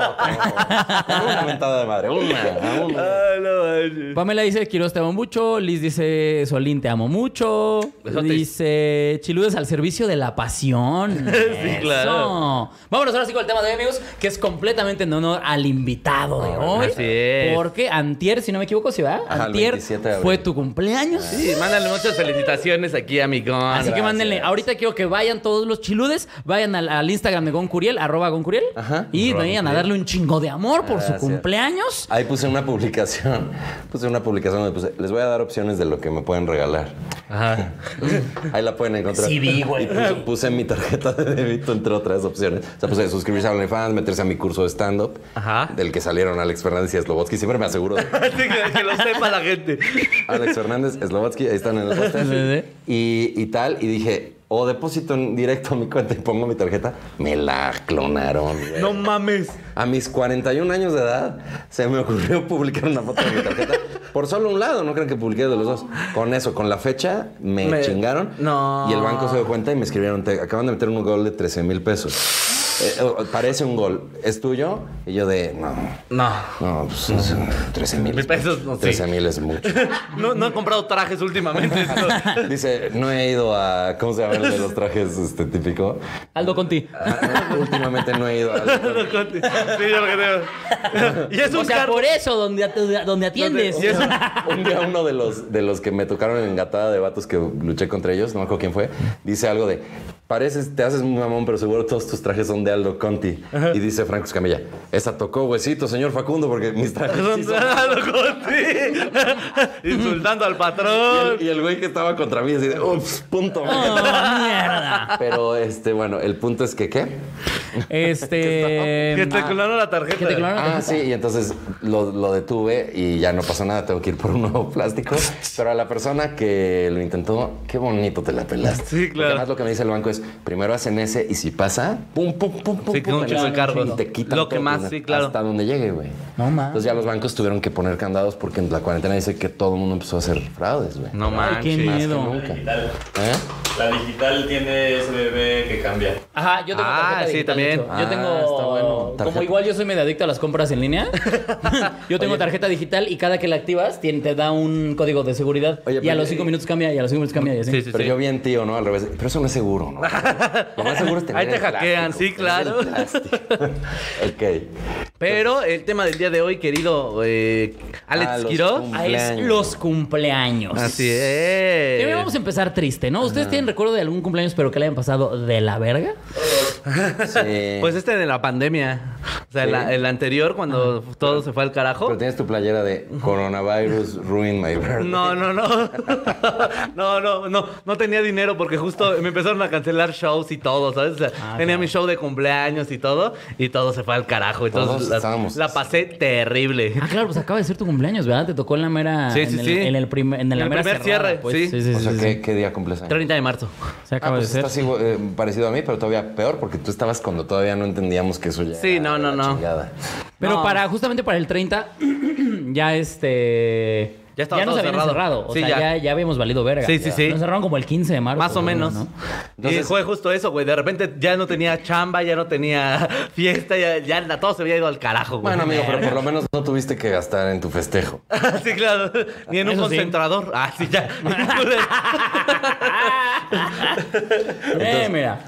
Speaker 2: una mentada de madre. Una, una.
Speaker 3: Ay, Ah, no manches.
Speaker 1: Pamela dice, Quiroz te amo mucho. Liz dice, Solín te amo mucho.
Speaker 3: Besotes.
Speaker 1: Dice, Chiludes al servicio de la pasión.
Speaker 3: Sí,
Speaker 1: Eso.
Speaker 3: claro.
Speaker 1: Vámonos ahora sí con el tema de hoy, amigos, que es completamente en honor al invitado de hoy.
Speaker 3: Así es.
Speaker 1: Porque antier, si no me equivoco, si va,
Speaker 2: Ajá, el
Speaker 1: antier
Speaker 2: 27 de abril.
Speaker 1: fue tu cumpleaños.
Speaker 3: Sí, mándale muchas felicitaciones aquí, amigón.
Speaker 1: Así Ah, que
Speaker 2: Gracias.
Speaker 1: mándenle, ahorita quiero que vayan todos los chiludes, vayan al, al Instagram de Goncuriel, arroba Goncuriel,
Speaker 2: Ajá.
Speaker 1: y vayan a darle un chingo de amor por su
Speaker 2: Gracias. Ah.
Speaker 1: cumpleaños.
Speaker 2: Ahí puse una publicación. Puse una publicación donde puse, les voy a dar opciones de lo que me pueden regalar.
Speaker 3: Ajá.
Speaker 2: Ahí la pueden encontrar. Sí, vi, güey. Puse, puse mi tarjeta de débito, entre otras opciones. O sea, puse suscribirse a OnlyFans, meterse a mi curso de stand-up,
Speaker 3: Ajá.
Speaker 2: del que salieron Alex Fernández y Slobotsky. Siempre me aseguro de
Speaker 3: Así que, que lo sepa la gente.
Speaker 2: Alex Fernández, Slovatsky, ahí están en el póster. Y, y tal, y dije, o deposito en directo a mi cuenta y pongo mi tarjeta. Me la clonaron. güey.
Speaker 3: No mames.
Speaker 2: A mis 41 años de edad se me ocurrió publicar una foto de mi tarjeta. Por solo un lado, no creo que publiqué de los dos. Con eso, con la fecha, me,
Speaker 3: Me-
Speaker 2: chingaron.
Speaker 3: No.
Speaker 2: Y el banco se dio cuenta y me escribieron, te acaban de meter un gol de 13 mil pesos. Eh, eh, parece un gol. ¿Es tuyo? Y yo de, no,
Speaker 3: No.
Speaker 2: no, pues 13 mil.
Speaker 3: Mil pesos, no, sí.
Speaker 2: 13 mil es mucho.
Speaker 3: No, no he comprado trajes últimamente. no.
Speaker 2: Dice, no he ido a. ¿Cómo se llama el de los trajes este, típico?
Speaker 1: Aldo Conti.
Speaker 2: Ah, Últimamente no he ido a.
Speaker 3: No, Conti. Sí, yo lo que tengo. Y es un
Speaker 1: O sea,
Speaker 3: carro.
Speaker 1: por eso, donde, at- donde atiendes.
Speaker 3: Y es un-
Speaker 2: Un día uno de los, de los que me tocaron en gatada de vatos que luché contra ellos, no me acuerdo quién fue, dice algo de: Pareces, te haces muy mamón, pero seguro todos tus trajes son de Aldo Conti. Y dice Franco Escamilla, esa tocó huesito, señor Facundo, porque mis trajes sí son
Speaker 3: Ah, Insultando al patrón.
Speaker 2: Y el- Y el güey que estaba contra mí así de, ups, punto.
Speaker 1: Ah. mierda.
Speaker 2: Pero este, bueno, el punto es que, ¿qué?
Speaker 1: Este.
Speaker 3: Que te clonaron la tarjeta.
Speaker 1: Que te clonaron la
Speaker 2: Ah, sí, y entonces lo, lo detuve y ya no pasó nada, tengo que ir por un nuevo plástico. Pero a la persona que lo intentó, qué bonito te la pelaste.
Speaker 3: Sí,
Speaker 2: Porque
Speaker 3: claro.
Speaker 2: Además, lo que me dice el banco es, primero hacen ese y si pasa, pum, pum, pum, pum,
Speaker 3: Sí, que
Speaker 2: pum,
Speaker 3: un chingo de
Speaker 2: y
Speaker 3: cargos.
Speaker 2: te quitan
Speaker 3: Lo que
Speaker 2: todo,
Speaker 3: más, sí, claro.
Speaker 2: Hasta donde llegue, güey.
Speaker 1: No mames.
Speaker 2: Entonces ya los bancos tuvieron que poner candados porque en la cuarentena dice que todo el mundo empezó a hacer fraudes, güey.
Speaker 3: No
Speaker 1: Ay, qué
Speaker 3: manches.
Speaker 1: miedo.
Speaker 2: Más que nunca.
Speaker 7: digital.
Speaker 2: ¿Eh?
Speaker 7: La digital tiene ese bebé que cambia.
Speaker 1: Ajá, yo tengo
Speaker 3: Ah,
Speaker 1: tarjeta
Speaker 3: sí,
Speaker 1: digital,
Speaker 3: también.
Speaker 1: de hecho.
Speaker 2: Ah,
Speaker 1: yo tengo.
Speaker 2: está bueno. Tarjeta.
Speaker 1: Como igual yo soy medio adicto a las compras en línea. yo tengo tarjeta digital y cada que la activas tiene- te da un código de seguridad.
Speaker 2: Oye, pues,
Speaker 1: y
Speaker 2: eh,
Speaker 1: a
Speaker 2: pero-
Speaker 1: los cinco minutos cambia, y a los cinco minutos cambia, y así.
Speaker 3: Sí, sí,
Speaker 2: Pero
Speaker 3: sí.
Speaker 2: yo vi en tío, ¿no? Al revés. Pero eso no es seguro, ¿no? Lo más seguro es tener
Speaker 3: Ahí te
Speaker 2: el
Speaker 3: hackean,
Speaker 2: plástico,
Speaker 3: sí,
Speaker 2: tener el
Speaker 3: claro.
Speaker 2: plástico. ok.
Speaker 3: Pero el tema del día de hoy, querido eh, Alex
Speaker 2: Ah, los
Speaker 3: Quiroz.
Speaker 2: cum-
Speaker 1: Ah, es los cumpleaños.
Speaker 3: Así
Speaker 1: Y
Speaker 3: es.
Speaker 1: vamos a empezar triste, ¿no? ¿Ustedes tienen recuerdo de algún cumpleaños pero que le hayan pasado de la verga?
Speaker 2: Sí.
Speaker 3: Pues este de la pandemia. O sea,
Speaker 2: Sí.
Speaker 3: la- el anterior, cuando todo se fue al carajo.
Speaker 2: Pero tienes tu playera de coronavirus ruin my birthday.
Speaker 3: No, no, no. No, no, no. No tenía dinero porque justo me empezaron a cancelar shows y todo, ¿sabes? O sea,
Speaker 2: Ah,
Speaker 3: tenía mi show de cumpleaños y todo, y todo se fue al carajo. Entonces
Speaker 2: Todos
Speaker 3: la,
Speaker 2: estábamos
Speaker 3: la pasé terrible.
Speaker 1: Ah, claro, pues acaba de ser tu cumpleaños, ¿verdad? Te tocó en la mera.
Speaker 3: Sí, sí,
Speaker 1: en el,
Speaker 3: sí.
Speaker 1: En el, prim- en la
Speaker 3: En el
Speaker 1: mera
Speaker 3: primer
Speaker 1: cerrada,
Speaker 3: cierre,
Speaker 1: pues.
Speaker 3: sí.
Speaker 1: Sí, sí,
Speaker 2: O
Speaker 1: sí,
Speaker 2: sea,
Speaker 1: sí.
Speaker 2: ¿qué, qué día cumples año?
Speaker 3: 30 de marzo.
Speaker 1: Se
Speaker 2: Ah,
Speaker 1: acaba
Speaker 2: pues
Speaker 1: de
Speaker 2: está
Speaker 1: ser.
Speaker 2: así, eh, parecido a mí, pero todavía peor, porque tú estabas cuando todavía no entendíamos que eso ya
Speaker 3: Sí,
Speaker 2: era
Speaker 3: no, no,
Speaker 2: la
Speaker 3: no.
Speaker 2: chingada.
Speaker 1: Pero
Speaker 3: No.
Speaker 1: para, justamente para el 30, ya este.
Speaker 3: Ya estaba
Speaker 1: nos
Speaker 3: todo
Speaker 1: habían
Speaker 3: cerrado.
Speaker 1: encerrado. O
Speaker 3: Sí,
Speaker 1: sea, ya.
Speaker 3: ya.
Speaker 1: ya habíamos valido verga.
Speaker 3: Sí, sí, sí.
Speaker 1: Nos cerraron como el 15 de marzo.
Speaker 3: Más o
Speaker 1: ¿no?
Speaker 3: menos.
Speaker 1: ¿no?
Speaker 3: y fue justo eso, güey. De repente ya no tenía chamba, ya no tenía fiesta, ya, ya la- todo se había ido al carajo, güey.
Speaker 2: Bueno, amigo, pero por lo menos no tuviste que gastar en tu festejo.
Speaker 3: sí, claro. Ni en un
Speaker 1: Eso sí.
Speaker 3: concentrador. Ah, sí, ya.
Speaker 1: Eh, mira.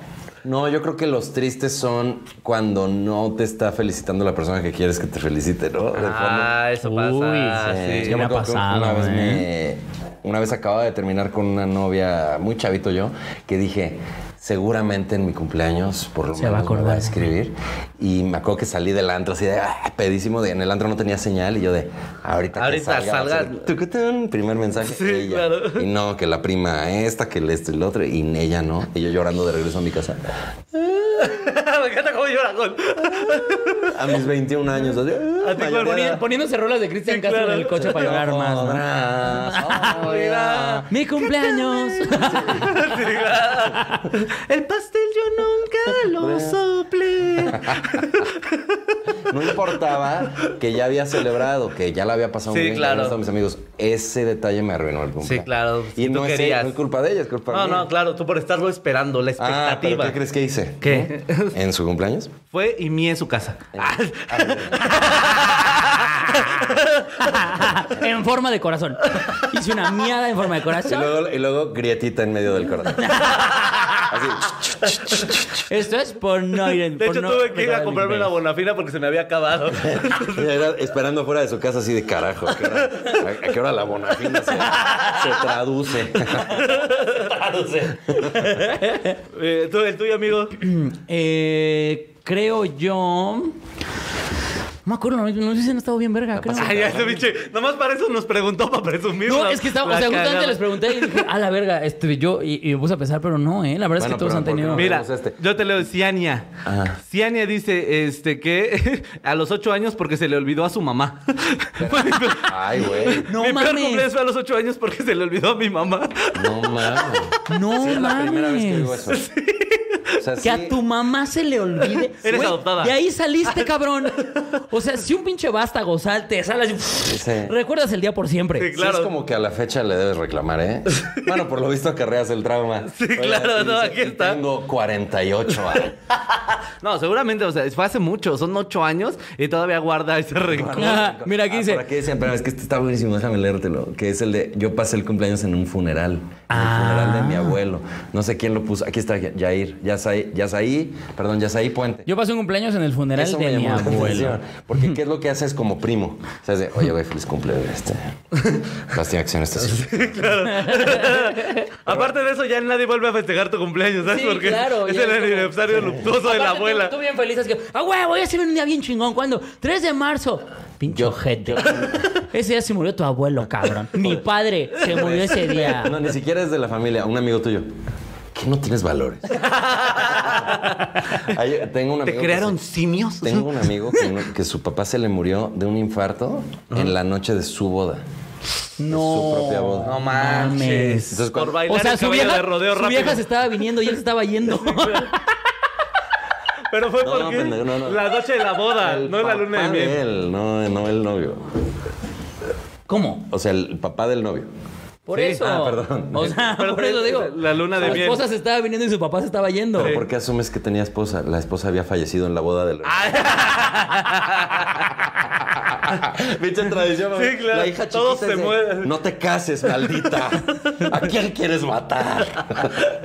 Speaker 2: No, yo creo que los tristes son cuando no te está felicitando la persona que quieres que te felicite, ¿no? De fondo.
Speaker 3: ah, eso pasa.
Speaker 1: Uy,
Speaker 3: sí.
Speaker 1: sí.
Speaker 2: Yo me
Speaker 1: me ha
Speaker 2: acuerdo Eh, que
Speaker 1: pasado,
Speaker 2: una vez me- una vez acababa de terminar con una novia, muy chavito yo, que dije, seguramente en mi cumpleaños por lo
Speaker 1: Se va a
Speaker 2: menos me va
Speaker 1: acordar.
Speaker 2: a escribir. Y me acuerdo que salí del antro así de ah, pedísimo, de, en el antro no tenía señal y yo de, ahorita,
Speaker 3: Ahorita
Speaker 2: que salga, va a
Speaker 3: salga.
Speaker 2: ser tucutún, primer mensaje.
Speaker 3: Sí,
Speaker 2: ella.
Speaker 3: claro.
Speaker 2: Y no, que la prima esta, que el esto y el otro, y ella no. Y yo llorando de regreso a mi casa.
Speaker 3: me encanta cómo llora Gol.
Speaker 2: A mis 21 años. así, "Ah,
Speaker 3: A ti,
Speaker 2: mayorera".
Speaker 3: Juan,
Speaker 1: Poni- Poniéndose rolas de Cristian
Speaker 3: Sí,
Speaker 1: Castro
Speaker 3: claro.
Speaker 1: en el coche para llorar más. ¿no?
Speaker 2: Podrás olvidar.
Speaker 1: ¡Mi cumpleaños!
Speaker 3: El pastel yo nunca lo soplé.
Speaker 2: No importaba que ya había celebrado, que ya la había pasado
Speaker 3: Sí,
Speaker 2: muy bien, que
Speaker 3: claro.
Speaker 2: habían estado mis amigos. Ese detalle me arruinó el cumpleaños.
Speaker 3: Sí, claro, pues,
Speaker 2: Y
Speaker 3: tú
Speaker 2: no es,
Speaker 3: querías.
Speaker 2: no es culpa de ella, es culpa
Speaker 3: No,
Speaker 2: mía.
Speaker 3: no, claro, tú por estarlo esperando, la
Speaker 2: Ah, pero
Speaker 3: expectativa.
Speaker 2: ¿qué crees que hice?
Speaker 3: ¿Qué?
Speaker 2: ¿En su cumpleaños?
Speaker 3: Fue y mí en su casa.
Speaker 2: Ah,
Speaker 1: en forma de corazón. Hice una miada en forma de
Speaker 2: Y
Speaker 1: corazón.
Speaker 2: luego, y luego grietita en medio del corazón. Así.
Speaker 1: Esto es por no ir en
Speaker 3: De
Speaker 1: por
Speaker 3: hecho,
Speaker 1: no
Speaker 3: tuve que ir
Speaker 1: recordar
Speaker 3: a
Speaker 1: el
Speaker 3: comprarme una
Speaker 1: cumpleaños.
Speaker 3: bonafina porque se me había acabado.
Speaker 2: Ella era esperando fuera de su casa así de carajo. ¿A qué hora, a- a qué hora la bonafina se, se traduce?
Speaker 3: Eh, tú, el tuyo, amigo.
Speaker 1: Mm, Eh, creo yo. No me acuerdo, no, no sé si han estado bien verga, creo.
Speaker 3: Ay, ese biche. Nomás para eso nos preguntó, para presumir.
Speaker 1: No,
Speaker 3: la-
Speaker 1: es que estaba,
Speaker 3: la
Speaker 1: o sea, justo
Speaker 3: cagada.
Speaker 1: antes les pregunté y dije, a la verga, este, yo, y, y me puse a pensar, pero no, eh, la verdad es
Speaker 2: Bueno,
Speaker 1: que todos
Speaker 2: pero
Speaker 1: han
Speaker 2: ¿por qué
Speaker 1: tenido.
Speaker 2: no?
Speaker 3: Mira,
Speaker 2: Vamos a este.
Speaker 3: yo te leo Ciania. Ciania dice este que a los ocho años porque se le olvidó a su mamá.
Speaker 2: Ay, güey.
Speaker 1: No
Speaker 3: mi peor
Speaker 1: mames.
Speaker 3: cumpleaños fue a los ocho años porque se le olvidó a mi mamá.
Speaker 2: No mames.
Speaker 1: No
Speaker 2: Sí, es la primera vez que digo
Speaker 1: mames.
Speaker 2: eso. O sea,
Speaker 1: Que a
Speaker 2: sí-
Speaker 1: tu mamá se le olvide.
Speaker 3: Eres
Speaker 1: Güey,
Speaker 3: adoptada.
Speaker 1: De ahí saliste, cabrón. O sea, si un pinche vástago salte, sales y-
Speaker 2: Sí.
Speaker 1: recuerdas el día por siempre.
Speaker 3: Sí,
Speaker 2: Sí,
Speaker 3: claro.
Speaker 2: es como que a la fecha le debes reclamar, ¿eh? Bueno, por lo visto acarreas el trauma.
Speaker 3: Sí, claro,
Speaker 2: y
Speaker 3: no, aquí
Speaker 2: "Y
Speaker 3: está".
Speaker 2: Tengo 48 años.
Speaker 3: No, seguramente, o sea, fue hace mucho, son ocho años y todavía guarda ese rencor.
Speaker 1: Ah, mira, aquí
Speaker 2: Ah,
Speaker 1: dice-
Speaker 2: por aquí decían, pero es que este está buenísimo, déjame leértelo. Que es el de, yo pasé
Speaker 1: Ah.
Speaker 2: el cumpleaños en un funeral. En el funeral de mi abuelo. No sé quién lo puso. Aquí está, Jair. Ya, sa- Yasaí, Yasaí, perdón, Yasaí Puente.
Speaker 1: Yo pasé un cumpleaños en el funeral
Speaker 2: Eso me
Speaker 1: de mi
Speaker 2: llamó la
Speaker 1: abuelo.
Speaker 2: atención, Porque ¿qué es lo que haces como primo? O sea, es de, oye, güey, feliz cumpleaños. Este. Casting acción esta ciudad".
Speaker 3: Aparte de eso, ya nadie vuelve a festejar tu cumpleaños, ¿sabes?
Speaker 1: Sí,
Speaker 3: Porque
Speaker 1: claro,
Speaker 3: es
Speaker 1: ya
Speaker 3: el
Speaker 1: es como-
Speaker 3: aniversario luctuoso de la
Speaker 1: Aparte, tú-
Speaker 3: abuela.
Speaker 1: Tú, bien feliz, es que, ah, güey, voy a hacer un día bien chingón. ¿Cuándo? 3 de marzo. Pinche ojete. Ese día se murió tu abuelo, cabrón. Mi padre se murió ese día.
Speaker 2: No, ni siquiera es de la familia, un amigo tuyo. ¿Qué no tienes valores? Ay, tengo un
Speaker 3: ¿Te
Speaker 2: amigo que
Speaker 3: crearon
Speaker 2: se-
Speaker 3: simios?
Speaker 2: Tengo un amigo que, que su papá se le murió de un infarto en la noche de su boda.
Speaker 1: No.
Speaker 2: Su propia boda. No
Speaker 1: mames.
Speaker 2: Entonces,
Speaker 3: Por
Speaker 2: cuando-
Speaker 3: bailar
Speaker 1: O sea,
Speaker 3: el
Speaker 1: su
Speaker 3: caballo
Speaker 1: vieja,
Speaker 3: de rodeo
Speaker 1: su
Speaker 3: rápido.
Speaker 1: vieja se estaba viniendo y él se estaba yendo.
Speaker 3: Pero fue
Speaker 2: No,
Speaker 3: porque
Speaker 2: pendejo, no, no.
Speaker 3: la noche de la boda,
Speaker 2: el
Speaker 3: no la luna de
Speaker 2: papá
Speaker 3: miel.
Speaker 2: él, no, no el novio.
Speaker 1: ¿Cómo?
Speaker 2: O sea, el papá del novio.
Speaker 1: Por
Speaker 3: Sí.
Speaker 1: eso.
Speaker 2: Ah, perdón.
Speaker 1: O sea,
Speaker 3: Pero
Speaker 1: por eso digo.
Speaker 3: la luna de
Speaker 1: su
Speaker 3: miel.
Speaker 1: esposa se estaba viniendo y su papá se estaba yendo.
Speaker 2: ¿Pero por qué asumes que tenía esposa? La esposa había fallecido en la boda del
Speaker 3: Ah,
Speaker 2: Pinche tradición.
Speaker 3: Sí, claro.
Speaker 2: La hija
Speaker 3: Todos
Speaker 2: chiquita
Speaker 3: se
Speaker 2: es de,
Speaker 3: mueren.
Speaker 2: No te cases, maldita. ¿A quién quieres matar?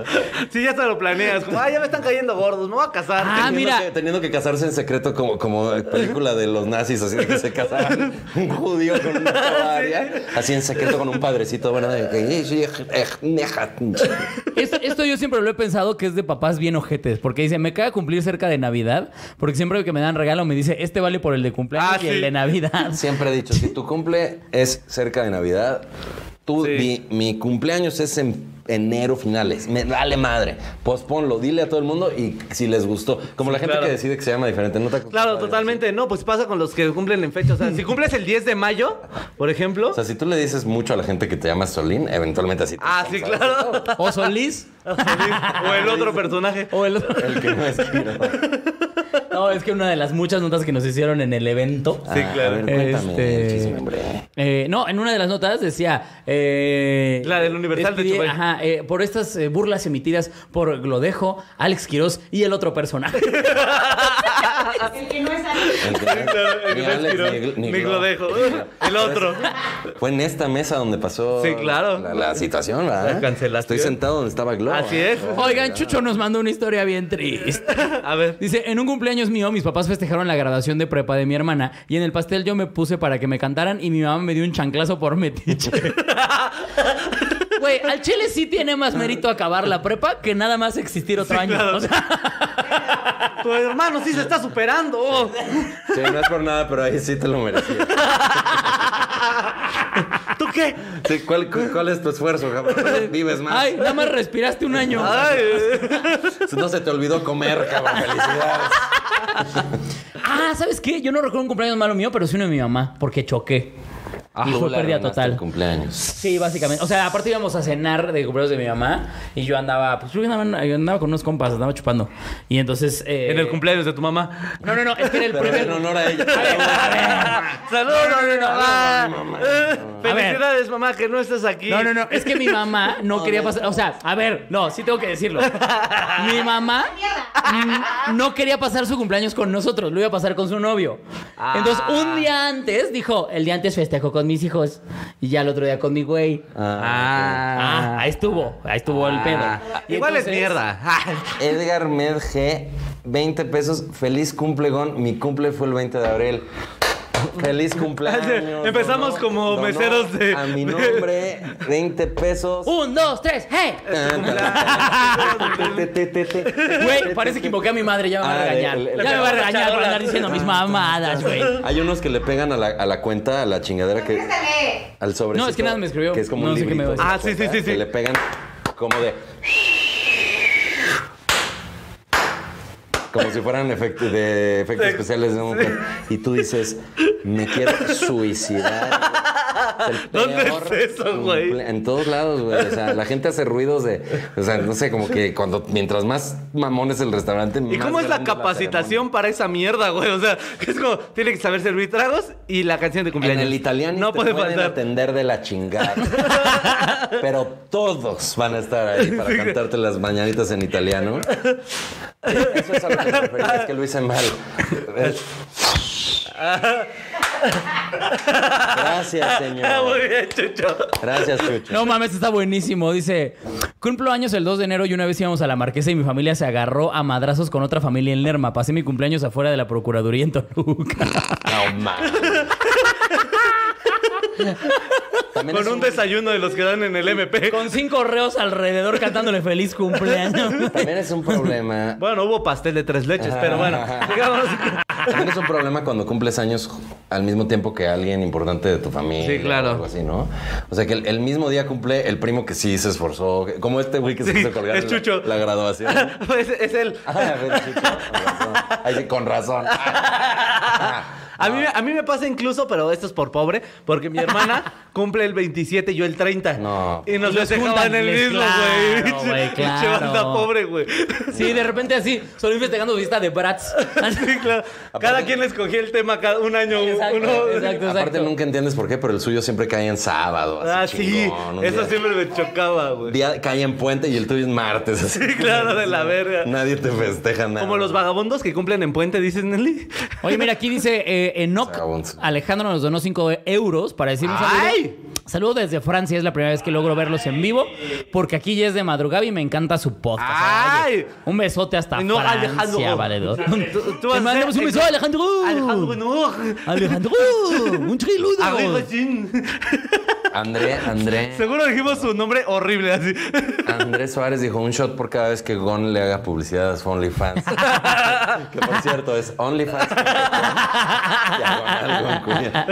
Speaker 3: Sí, ya te lo planeas. Como, ah, ya me están cayendo gordos, me voy a casar.
Speaker 1: Ah,
Speaker 2: Teniendo
Speaker 1: mira.
Speaker 2: que- teniendo que casarse en secreto como, como película de los nazis, así de que se casaban un judío con una cavaria, así en secreto con un padrecito. Bueno, de que-
Speaker 1: Esto, esto yo siempre lo he pensado que es de papás bien ojetes, porque dice, me caga cumplir cerca de Navidad, porque siempre que me dan regalo me dice, este vale por el de cumpleaños
Speaker 3: Ah,
Speaker 1: y el
Speaker 3: sí.
Speaker 1: de Navidad.
Speaker 2: Siempre he dicho, si tu cumple es cerca de Navidad, tú di, mi cumpleaños es en enero finales. Me dale madre. Posponlo, dile a todo el mundo y si les gustó. Como la gente
Speaker 3: claro.
Speaker 2: que decide que se llama diferente, no te acostumbras.
Speaker 3: Claro, totalmente. No, pues pasa con los que cumplen en fecha. O sea, si cumples el 10 de mayo, por ejemplo.
Speaker 2: O sea, si tú le dices mucho a la gente que te llama Solín, eventualmente así. te
Speaker 3: Ah, sí,
Speaker 2: vas a saber.
Speaker 3: claro.
Speaker 1: O Solís.
Speaker 3: O el otro personaje.
Speaker 1: O el
Speaker 2: El que no es Piro.
Speaker 1: No, es que una de las muchas notas que nos hicieron en el evento.
Speaker 2: Ah,
Speaker 3: claro.
Speaker 2: A ver, cuéntame
Speaker 1: Este-
Speaker 2: el chisme, hombre.
Speaker 1: eh, no, en una de las notas decía. eh,
Speaker 3: La del Universal de
Speaker 1: despidie-
Speaker 3: Chubel.
Speaker 1: Ajá, eh, por estas eh, burlas emitidas por Glodejo, Alex Quirós y el otro personaje.
Speaker 3: Ah,
Speaker 5: El que no es Alex.
Speaker 2: El que no-
Speaker 3: Claro, el
Speaker 2: ni
Speaker 3: que no es
Speaker 2: Alex,
Speaker 3: Piro,
Speaker 2: ni Gl- ni
Speaker 3: ni
Speaker 2: Glo.
Speaker 3: Glodejo. El otro.
Speaker 2: Fue en esta mesa donde pasó
Speaker 3: Sí, claro.
Speaker 2: la, la situación, ¿verdad?
Speaker 3: La cancelación.
Speaker 2: Estoy sentado donde estaba Globo.
Speaker 3: Así es.
Speaker 1: Oigan, Chucho nos mandó una historia bien triste.
Speaker 3: A ver.
Speaker 1: Dice, en un cumpleaños mío, mis papás festejaron la graduación de prepa de mi hermana y en el pastel yo me puse para que me cantaran y mi mamá me dio un chanclazo por metiche. Güey, al chile sí tiene más mérito acabar la prepa que nada más existir otro año.
Speaker 3: claro.
Speaker 1: O sea,
Speaker 3: Tu hermano sí se está superando. Oh.
Speaker 2: Sí, no es por nada, pero ahí sí te lo merecías.
Speaker 3: ¿Tú qué?
Speaker 2: Sí, ¿cuál, cu- cuál es tu esfuerzo, cabrón? Vives más.
Speaker 1: ay, nada más respiraste un año.
Speaker 3: Ay, eh.
Speaker 2: No se te olvidó comer, cabrón. Felicidades.
Speaker 1: Ah, ¿sabes qué? Yo no recuerdo un cumpleaños malo mío, pero sí uno de mi mamá, porque choqué. y
Speaker 2: Tú
Speaker 1: Ah, fue
Speaker 2: la
Speaker 1: pérdida
Speaker 2: arruinaste
Speaker 1: total.
Speaker 2: el cumpleaños.
Speaker 1: Sí, básicamente. O sea, aparte íbamos a cenar de cumpleaños de mi mamá y yo andaba, pues yo andaba, yo andaba con unos compas, andaba chupando. Y entonces... eh,
Speaker 3: En el cumpleaños de tu mamá.
Speaker 1: No, no, no, es que era el
Speaker 2: Pero
Speaker 1: primer...
Speaker 2: en honor a ella.
Speaker 1: A ver, a ver.
Speaker 3: Saludos, mamá.
Speaker 2: mamá.
Speaker 3: Eh,
Speaker 1: A ver.
Speaker 3: Felicidades, mamá, que no estás aquí.
Speaker 1: No, no, no, es que mi mamá no quería pasar, o sea, a ver, no, sí tengo que decirlo. Mi mamá mm, no quería pasar su cumpleaños con nosotros, lo iba a pasar con su novio. Entonces, un día antes dijo, el día antes festejo con mis hijos y ya el otro día con mi güey. Ah, ahí estuvo, ahí estuvo el pedo. Y
Speaker 3: Ah. Igual es
Speaker 1: entonces-
Speaker 3: mierda.
Speaker 2: Edgar Med G, 20 pesos. Feliz cumple, Gon. Mi cumple fue el 20 de abril. Feliz cumpleaños.
Speaker 3: Empezamos como
Speaker 2: donó
Speaker 3: meseros de- Uh,
Speaker 2: A mi
Speaker 3: de-
Speaker 2: nombre, 20 pesos.
Speaker 1: Un, dos, tres, hey. Güey, parece que invoqué a mi madre, ya me va a
Speaker 2: Ah,
Speaker 1: regañar.
Speaker 2: el- el-
Speaker 1: Ya me va a regañar por andar diciendo mis mamadas, güey.
Speaker 2: Hay unos que le pegan a la, a la cuenta, a la chingadera que.
Speaker 5: Préstale.
Speaker 2: Al sobre.
Speaker 1: No, es que nada me escribió.
Speaker 2: Que es como
Speaker 1: No
Speaker 2: un
Speaker 1: sé qué me
Speaker 2: librito,
Speaker 1: va
Speaker 3: a decir. Ah,
Speaker 2: ¿te
Speaker 3: sí, sí,
Speaker 2: acuerdas?
Speaker 3: sí, sí.
Speaker 2: Que le pegan como de. Como si fueran efectos, de efectos especiales de un Y tú dices, me quiero suicidar. Es el
Speaker 3: ¿Dónde es
Speaker 2: peor
Speaker 3: eso, güey?
Speaker 2: cumple- En todos lados, güey. O sea, la gente hace ruidos de. O sea, no sé, como que cuando mientras más mamón es el restaurante.
Speaker 3: ¿Y cómo es la capacitación para esa mierda, güey? O sea, que es como, tiene que saber servir tragos y la canción de
Speaker 2: En
Speaker 3: cumpleaños.
Speaker 2: el italiano
Speaker 3: No
Speaker 2: te
Speaker 3: puede
Speaker 2: pueden
Speaker 3: faltar.
Speaker 2: atender de la chingada. Pero todos van a estar ahí para cantarte las mañanitas en italiano. Eso es a lo que me refería, es que lo hice mal. Gracias,
Speaker 3: Ah, muy
Speaker 2: señor.
Speaker 3: bien, chucho. Ah,
Speaker 2: Gracias, Chucho.
Speaker 1: No mames, está buenísimo. Dice, Cumplo años el 2 de enero y una vez íbamos a la marquesa y mi familia se agarró a madrazos con otra familia en Lerma. Pasé mi cumpleaños afuera de la Procuraduría en Toluca.
Speaker 2: No mames. También
Speaker 3: Con
Speaker 2: es
Speaker 3: un desayuno de los que dan en el MP.
Speaker 1: Con cinco reos alrededor cantándole feliz cumpleaños.
Speaker 2: También es un problema.
Speaker 3: Bueno, hubo pastel de tres leches, pero bueno, digamos.
Speaker 2: También es un problema cuando cumples años al mismo tiempo que alguien importante de tu familia.
Speaker 3: Sí, claro.
Speaker 2: o algo así, ¿no? O sea, que el, el mismo día cumple el primo que sí se esforzó. que- Como este güey que se
Speaker 3: Sí,
Speaker 2: hizo colgar
Speaker 3: es
Speaker 2: la-
Speaker 3: Chucho.
Speaker 2: La, graduación.
Speaker 3: Pues es el.
Speaker 2: Ah, a ver, Chucho, con razón. Ay, sí, con razón.
Speaker 3: A mí, a mí me pasa incluso, pero esto es por pobre, porque mi hermana cumple el 27 y yo el 30.
Speaker 2: No.
Speaker 3: Y
Speaker 1: Y
Speaker 3: nos
Speaker 1: los
Speaker 3: festejaban
Speaker 1: juntan,
Speaker 3: el
Speaker 1: les-
Speaker 3: mismo,
Speaker 1: claro,
Speaker 3: güey.
Speaker 1: güey,
Speaker 3: Pinche
Speaker 1: claro.
Speaker 3: banda pobre, güey.
Speaker 1: Sí, de repente así, solo festejando vista de Bratz.
Speaker 3: Sí, claro. Cada quien escogía el tema cada un año.
Speaker 1: Exacto,
Speaker 3: uno.
Speaker 1: exacto,
Speaker 2: Aparte,
Speaker 1: exacto.
Speaker 2: nunca entiendes por qué, pero el suyo siempre cae en sábado. Así
Speaker 3: Ah, sí.
Speaker 2: chingón, un
Speaker 3: Eso
Speaker 2: día-
Speaker 3: siempre me chocaba, güey.
Speaker 2: día cae en puente y el tuyo es martes. así.
Speaker 3: Sí, claro, de la verga.
Speaker 2: Nadie te festeja nada.
Speaker 3: Como los vagabundos que cumplen en puente, dicen Nelly.
Speaker 1: Oye, mira, aquí dice eh, Enoch.
Speaker 2: Vagabundos.
Speaker 1: Alejandro nos donó 5 euros para decir un saludo.
Speaker 3: ¡Ay!
Speaker 1: Saludo desde Francia, es la primera vez que logro verlos en vivo, porque aquí ya es de madrugada y me encanta su podcast.
Speaker 3: ¡Ay!
Speaker 1: Un besote hasta
Speaker 3: No,
Speaker 1: Francia,
Speaker 3: Alejandro.
Speaker 1: valedor.
Speaker 3: Tú- tú
Speaker 1: Te
Speaker 3: vas a ser-
Speaker 1: mandamos un beso, Alejandro.
Speaker 3: Uh. Alejandro, no. pues,
Speaker 1: Alejandro, un triludo.
Speaker 3: Arriba, Jin.
Speaker 2: André, André.
Speaker 3: Seguro dijimos su nombre horrible así.
Speaker 2: Andrés Suárez dijo un shot por cada vez que Gon le haga publicidad a su OnlyFans. que por cierto es OnlyFans. Diagonal Gon Cunha.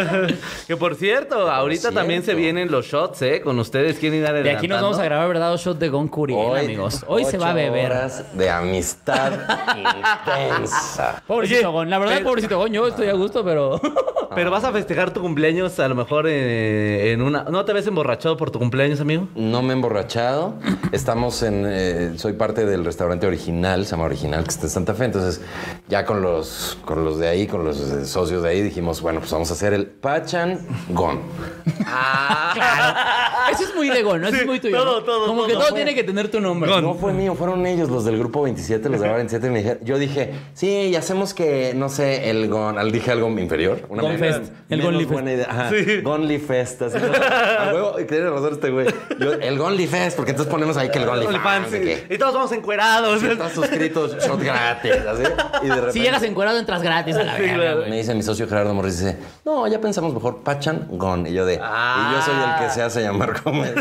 Speaker 3: que por cierto, ahorita
Speaker 2: cierto.
Speaker 3: también se vienen los shots, ¿eh? Con ustedes quieren ir
Speaker 1: De aquí nos vamos a grabar, ¿verdad? Dos shot de Gon Curiel,
Speaker 2: Hoy,
Speaker 1: amigos. Hoy se va a
Speaker 2: ocho
Speaker 1: beber.
Speaker 2: horas de amistad intensa.
Speaker 1: Pobrecito
Speaker 3: Oye,
Speaker 1: Gon, la verdad,
Speaker 3: pero-
Speaker 1: pobrecito Gon, yo estoy a gusto, pero.
Speaker 3: Pero vas a festejar tu cumpleaños a lo mejor eh, en una... ¿No te ves emborrachado por tu cumpleaños, amigo?
Speaker 2: No me he emborrachado. Estamos en. eh, soy parte del restaurante original, se llama Original, que está en Santa Fe. Entonces, ya con los, con los de ahí, con los eh, socios de ahí, dijimos, bueno, pues vamos a hacer el Pachan Gon.
Speaker 1: Eso es muy de Gon, ¿no? Eso
Speaker 3: Sí,
Speaker 1: es muy tuyo.
Speaker 3: todo,
Speaker 1: ¿no?
Speaker 3: todo,
Speaker 1: Como que
Speaker 3: todo.
Speaker 1: todo tiene que tener tu nombre.
Speaker 2: Pues No fue mío, fueron ellos, los del grupo 27, los de la 27. Me dijeron, yo dije, sí, y hacemos que, no sé, el Gon. al- Dije algo inferior. Una
Speaker 1: Gon
Speaker 2: menos-
Speaker 1: Fest, el
Speaker 2: menos
Speaker 1: Gonly Fest.
Speaker 2: buena idea. Ajá,
Speaker 3: Sí.
Speaker 2: Gonly Fest. así, ¿no? A huevo, y tiene razón este güey. Yo, el Gonly Fest, porque entonces ponemos ahí que el Gonly Fest.
Speaker 3: OnlyFans, sí. Y todos vamos encuerados.
Speaker 2: Estás suscritos, shot gratis, así. Y de repente
Speaker 1: Si llegas encuerado, entras gratis a la verga,
Speaker 3: claro.
Speaker 1: güey.
Speaker 2: me dice mi socio Gerardo Morris, dice, no, ya pensamos mejor Pachan Gon. Y yo de, y yo soy el que se hace llamar como el,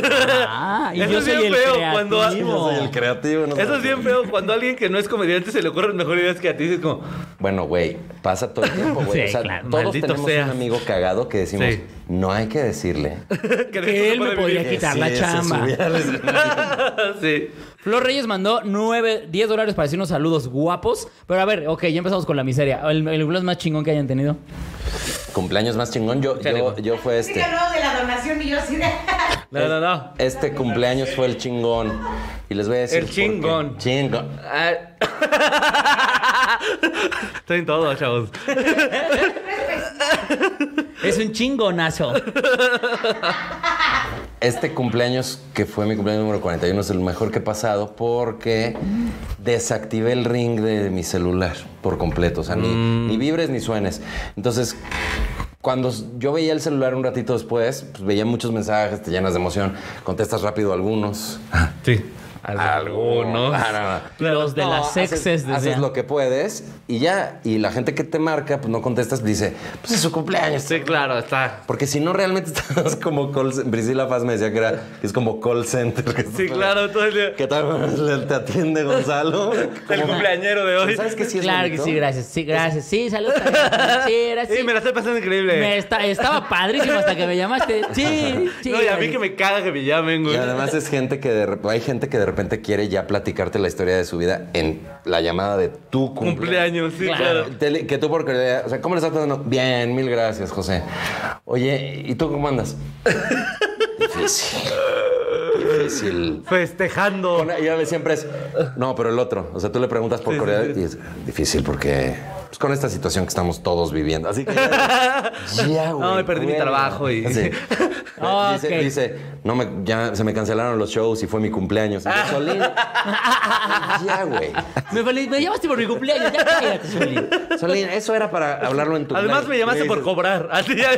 Speaker 1: Ah, y
Speaker 3: Eso
Speaker 1: yo
Speaker 3: es
Speaker 1: soy
Speaker 3: bien
Speaker 1: el
Speaker 3: feo
Speaker 1: creativo.
Speaker 3: cuando-
Speaker 2: yo soy el creativo. no sé.
Speaker 3: Eso es bien feo. Cuando a alguien que no es comediante se le ocurren mejores ideas que a ti, es como...
Speaker 2: Bueno, güey, pasa todo el tiempo,
Speaker 1: Sí,
Speaker 2: güey. o sea,
Speaker 1: claro.
Speaker 2: todos
Speaker 3: Maldito
Speaker 2: tenemos
Speaker 3: seas.
Speaker 2: un amigo cagado que decimos,
Speaker 3: Sí.
Speaker 2: no hay que decirle.
Speaker 3: Que, de
Speaker 1: Que
Speaker 3: esto
Speaker 1: él
Speaker 3: no
Speaker 1: me
Speaker 3: puede
Speaker 1: podría
Speaker 3: vivir.
Speaker 1: quitar
Speaker 2: Sí,
Speaker 1: la
Speaker 2: se
Speaker 1: chamba.
Speaker 2: subía al escenario.
Speaker 3: sí.
Speaker 1: Flor Reyes mandó 9, 10 dólares para decirnos saludos guapos. Pero a ver, ok, ya empezamos con la miseria. El, el blog más chingón que hayan tenido.
Speaker 2: Cumpleaños más chingón, yo, yo, yo fue
Speaker 5: Sí,
Speaker 2: este.
Speaker 5: que luego de la donación y yo así de...
Speaker 3: No, no, no.
Speaker 2: Este cumpleaños fue el chingón. Y les voy a decir.
Speaker 3: El
Speaker 2: por qué.
Speaker 3: chingón.
Speaker 2: Chingón.
Speaker 3: Ah. Estoy en todo, chavos.
Speaker 1: Es un chingonazo.
Speaker 2: Este cumpleaños, que fue mi cumpleaños número 41, es el mejor que he pasado porque desactivé el ring de mi celular por completo. O sea, ni,
Speaker 3: Mm.
Speaker 2: ni vibres ni suenes. Entonces, cuando s- yo veía el celular un ratito después, pues, veía muchos mensajes, te llenas de emoción, contestas rápido algunos.
Speaker 3: Sí.
Speaker 2: Ah, no, no.
Speaker 1: Los de
Speaker 2: No,
Speaker 1: las
Speaker 2: haces-
Speaker 1: exes.
Speaker 2: Haces,
Speaker 1: decían.
Speaker 2: lo que puedes y ya. Y la gente que te marca, pues no contestas, dice, pues es su cumpleaños.
Speaker 3: Sí, claro, está.
Speaker 2: Porque si no, realmente estás como call cen- Priscila Paz me decía que, era, que es como call center. que
Speaker 3: Sí,
Speaker 2: estás-
Speaker 3: claro, todo el día.
Speaker 2: ¿Qué tal te atiende Gonzalo?
Speaker 3: El cumpleañero de hoy.
Speaker 2: ¿Sabes qué sí es
Speaker 1: claro que
Speaker 2: bonito?
Speaker 1: sí, gracias. Sí, gracias. Sí, saludos. Sí, gracias.
Speaker 3: Sí, me la estoy pasando
Speaker 1: Me
Speaker 3: increíble.
Speaker 1: esta- estaba padrísimo hasta que me llamaste. Sí, sí.
Speaker 3: no, y a mí
Speaker 1: gracias.
Speaker 3: que me caga que me llamen,
Speaker 2: Y
Speaker 3: güey.
Speaker 2: además es gente que de rep- hay gente que de repente quiere ya platicarte la historia de su vida en la llamada de tu cumpleaños.
Speaker 3: Cumpleaños, sí,
Speaker 1: Claro.
Speaker 3: claro.
Speaker 2: Te- que tú por o sea, ¿cómo le estás pasando? Bien, mil gracias, José. Oye, ¿y tú cómo andas? Difícil. Difícil.
Speaker 3: Festejando.
Speaker 2: Con- Y a veces siempre es, no, pero el otro. O sea, tú le preguntas por
Speaker 3: Sí, sí,
Speaker 2: Corea
Speaker 3: sí.
Speaker 2: y es difícil porque pues, con esta situación que estamos todos viviendo. Así que. Ya, güey.
Speaker 3: Ay, perdí mi
Speaker 2: güey.
Speaker 3: trabajo y-
Speaker 2: Sí. Eh,
Speaker 1: Ah,
Speaker 2: dice,
Speaker 1: ok.
Speaker 2: dice, no me, ya se me cancelaron los shows y fue mi cumpleaños. Y yo, Solín, ya, güey.
Speaker 1: Me, feliz- me llamaste por mi cumpleaños. Ya cállate, Solín.
Speaker 2: Solín, eso era para hablarlo en tu
Speaker 3: Además me llamaste por
Speaker 2: cumpleaños.
Speaker 3: cobrar. Así ya.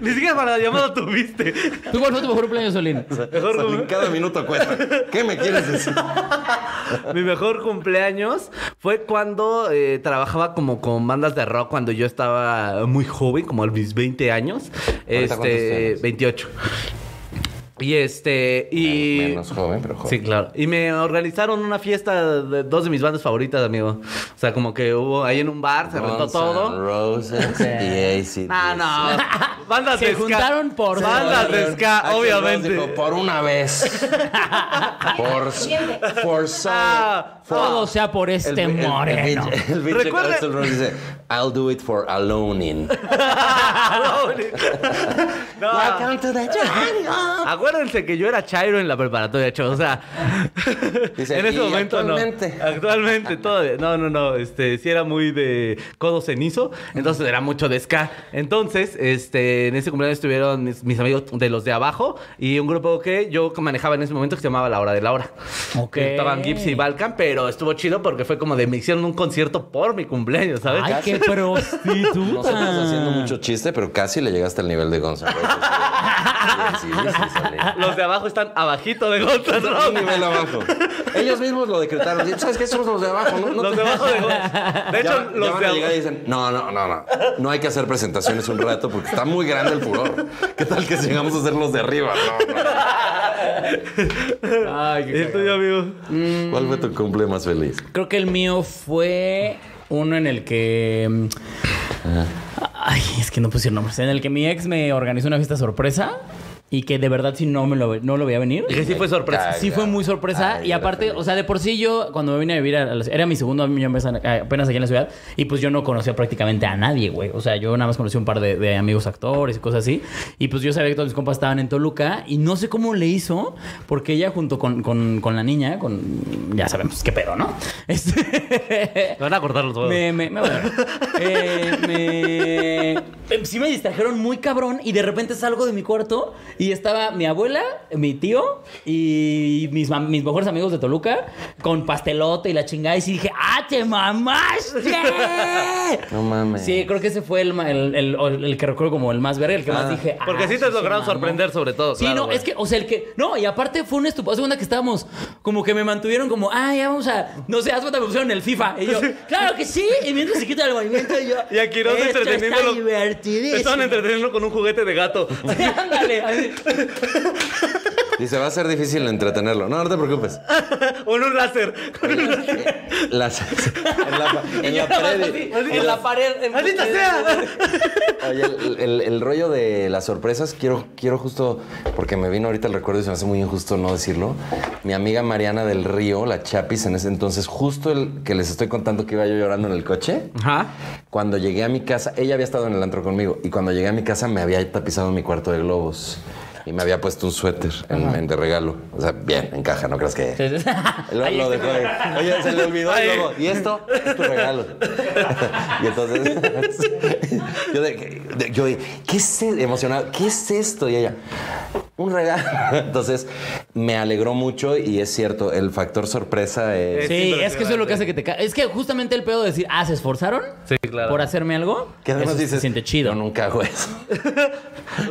Speaker 3: Ni siquiera para la llamada tuviste.
Speaker 1: ¿Tú cuál fue tu mejor cumpleaños, Solín?
Speaker 3: Mejor
Speaker 2: Salí,
Speaker 3: cum-
Speaker 2: cada minuto cuesta. ¿Qué me quieres decir?
Speaker 3: Mi mejor cumpleaños fue cuando eh, trabajaba como con bandas de rock cuando yo estaba muy joven, como a mis 20 años.
Speaker 2: ¿Ahorita cuántos
Speaker 3: Este,
Speaker 2: tienes?
Speaker 3: 28. Y este, y...
Speaker 2: Menos joven, pero joven.
Speaker 3: Sí, claro. Y me organizaron una fiesta de dos de mis bandas favoritas, amigo. O sea, como que hubo ahí en un bar, se rentó
Speaker 2: Guns N'
Speaker 3: todo.
Speaker 2: Roses y AC.
Speaker 3: No, no. Bandas
Speaker 1: Pues, eh, Se
Speaker 3: de ska.
Speaker 1: juntaron por-
Speaker 3: bandas de ska, obviamente.
Speaker 2: Dijo, por una vez. por por so-
Speaker 3: Ah,
Speaker 2: for-
Speaker 1: Todo sea por
Speaker 2: El-
Speaker 1: este
Speaker 2: el- el
Speaker 1: moreno.
Speaker 2: pinche- El pinche
Speaker 3: Recuerda-
Speaker 2: Guns N' Roses dice, I'll do it for alone in.
Speaker 3: No.
Speaker 2: Welcome to the jungle.
Speaker 3: Acuérdense que yo era Chairo en la preparatoria, chavos. O sea,
Speaker 2: Dice,
Speaker 3: en ese
Speaker 2: "Y
Speaker 3: momento
Speaker 2: actualmente".
Speaker 3: no. Actualmente todavía. No, no, no. Este, sí era muy de codo cenizo. Entonces era mucho de ska. Entonces, este, en ese cumpleaños estuvieron mis, mis amigos de los de abajo y un grupo que yo manejaba en ese momento que se llamaba La Hora de la Hora.
Speaker 1: Ok.
Speaker 3: Estaban Gibbs y Balkan, pero estuvo chido porque fue como de me hicieron un concierto por mi cumpleaños, ¿sabes?
Speaker 1: Ay, qué prostituta.
Speaker 2: Nosotros haciendo
Speaker 1: Ah.
Speaker 2: mucho chiste, pero casi le llegaste al nivel de Guns N' Roses. Sí, sí, sí, sale.
Speaker 3: Los de abajo están abajito de Guns N'
Speaker 2: Un
Speaker 3: Roses.
Speaker 2: nivel abajo. Ellos mismos lo decretaron. Dicen, ¿Sabes qué? Somos los de abajo, ¿no? No
Speaker 3: Los
Speaker 2: te-
Speaker 3: de abajo de Guns. De
Speaker 2: Ya
Speaker 3: hecho,
Speaker 2: van- ya
Speaker 3: los
Speaker 2: van
Speaker 3: de
Speaker 2: a llegar
Speaker 3: abajo.
Speaker 2: y dicen, no, no, no, no. No hay que hacer presentaciones un rato porque está muy grande el furor. ¿Qué tal que llegamos a ser los de arriba? No, no.
Speaker 1: Ay,
Speaker 3: ¿Y
Speaker 1: qué
Speaker 3: el tuyo, amigo?
Speaker 2: ¿Cuál fue tu cumple más feliz?
Speaker 1: Creo que el mío fue uno en el que. mm, Ay, es que no pusieron nombres. En el que mi ex me organizó una fiesta sorpresa y que de verdad sí no me lo, no lo veía venir.
Speaker 3: Y que sí fue sorpresa.
Speaker 2: Ay,
Speaker 1: Sí
Speaker 2: ya.
Speaker 1: fue muy sorpresa
Speaker 2: Ay,
Speaker 1: y
Speaker 2: ya
Speaker 1: aparte,
Speaker 2: era feliz.
Speaker 1: o sea, de por sí yo cuando me vine a vivir a, a la- era mi segundo año apenas aquí en la ciudad y pues yo no conocía prácticamente a nadie, güey. O sea, yo nada más conocí un par de, de amigos actores y cosas así y pues yo sabía que todos mis compas estaban en Toluca y no sé cómo le hizo porque ella junto con, con- con la niña, con ya sabemos qué pedo, ¿no? Este,
Speaker 3: Me van a cortar los huevos.
Speaker 1: Me, me, me, bueno, eh, me- eh, sí me distrajeron muy cabrón y de repente salgo de mi cuarto y estaba mi abuela, mi tío y mis, mam- mis mejores amigos de Toluca con pastelote y la chingada y sí dije, ¡ah, te mamaste!
Speaker 2: No mames.
Speaker 1: Sí, creo que ese fue el, ma- el, el- el que recuerdo como el más verga, el que más dije. "Ah,
Speaker 3: Porque sí te
Speaker 1: se
Speaker 3: lograron
Speaker 1: mamó".
Speaker 3: sorprender sobre todo.
Speaker 1: Sí,
Speaker 3: claro,
Speaker 1: no,
Speaker 3: güey.
Speaker 1: es que, o sea, el que. No, y aparte fue un estupendo. Segunda que estábamos como que me mantuvieron como, ah, ya vamos a. No sé, haz cuenta, me pusieron el FIFA. Y yo, claro que sí. Y mientras se quita el movimiento, y yo.
Speaker 3: Y a Quiroz
Speaker 1: "Esto
Speaker 3: entreteniéndolo.
Speaker 1: Está divertidísimo.
Speaker 3: Estaban entreteniendo con un juguete de gato.
Speaker 1: Ándale. así.
Speaker 2: Dice, va a ser difícil entretenerlo. No, no te preocupes.
Speaker 3: o en un láser.
Speaker 2: Las- en la, en la
Speaker 1: Así,
Speaker 2: pared.
Speaker 1: En la pared. en-
Speaker 3: ¡Maldita sea!
Speaker 2: Oye, el, el- el rollo de las sorpresas, quiero, quiero justo, porque me vino ahorita el recuerdo y se me hace muy injusto no decirlo. Mi amiga Mariana del Río, la Chapis, en ese entonces, justo el que les estoy contando que iba yo llorando en el coche,
Speaker 3: Ajá.
Speaker 2: cuando llegué a mi casa, ella había estado en el antro conmigo, y cuando llegué a mi casa me había tapizado mi cuarto de globos. Y me había puesto un suéter en, en- de regalo. O sea, bien, encaja, no creas que... Lo, lo dejó ahí. Oye, se le olvidó y luego, y esto es tu regalo. y entonces yo, de, de- yo de, ¿qué es e- emocionado? ¿Qué es esto? Y ella, un regalo. Entonces me alegró mucho y es cierto, el factor sorpresa es
Speaker 1: Sí, es que eso es lo que hace que te ca- Es que justamente el pedo de decir, ah, ¿se esforzaron?
Speaker 3: Sí, claro.
Speaker 1: Por hacerme algo.
Speaker 2: que además
Speaker 1: Eso
Speaker 2: dices,
Speaker 1: Se siente chido.
Speaker 2: Yo nunca hago eso.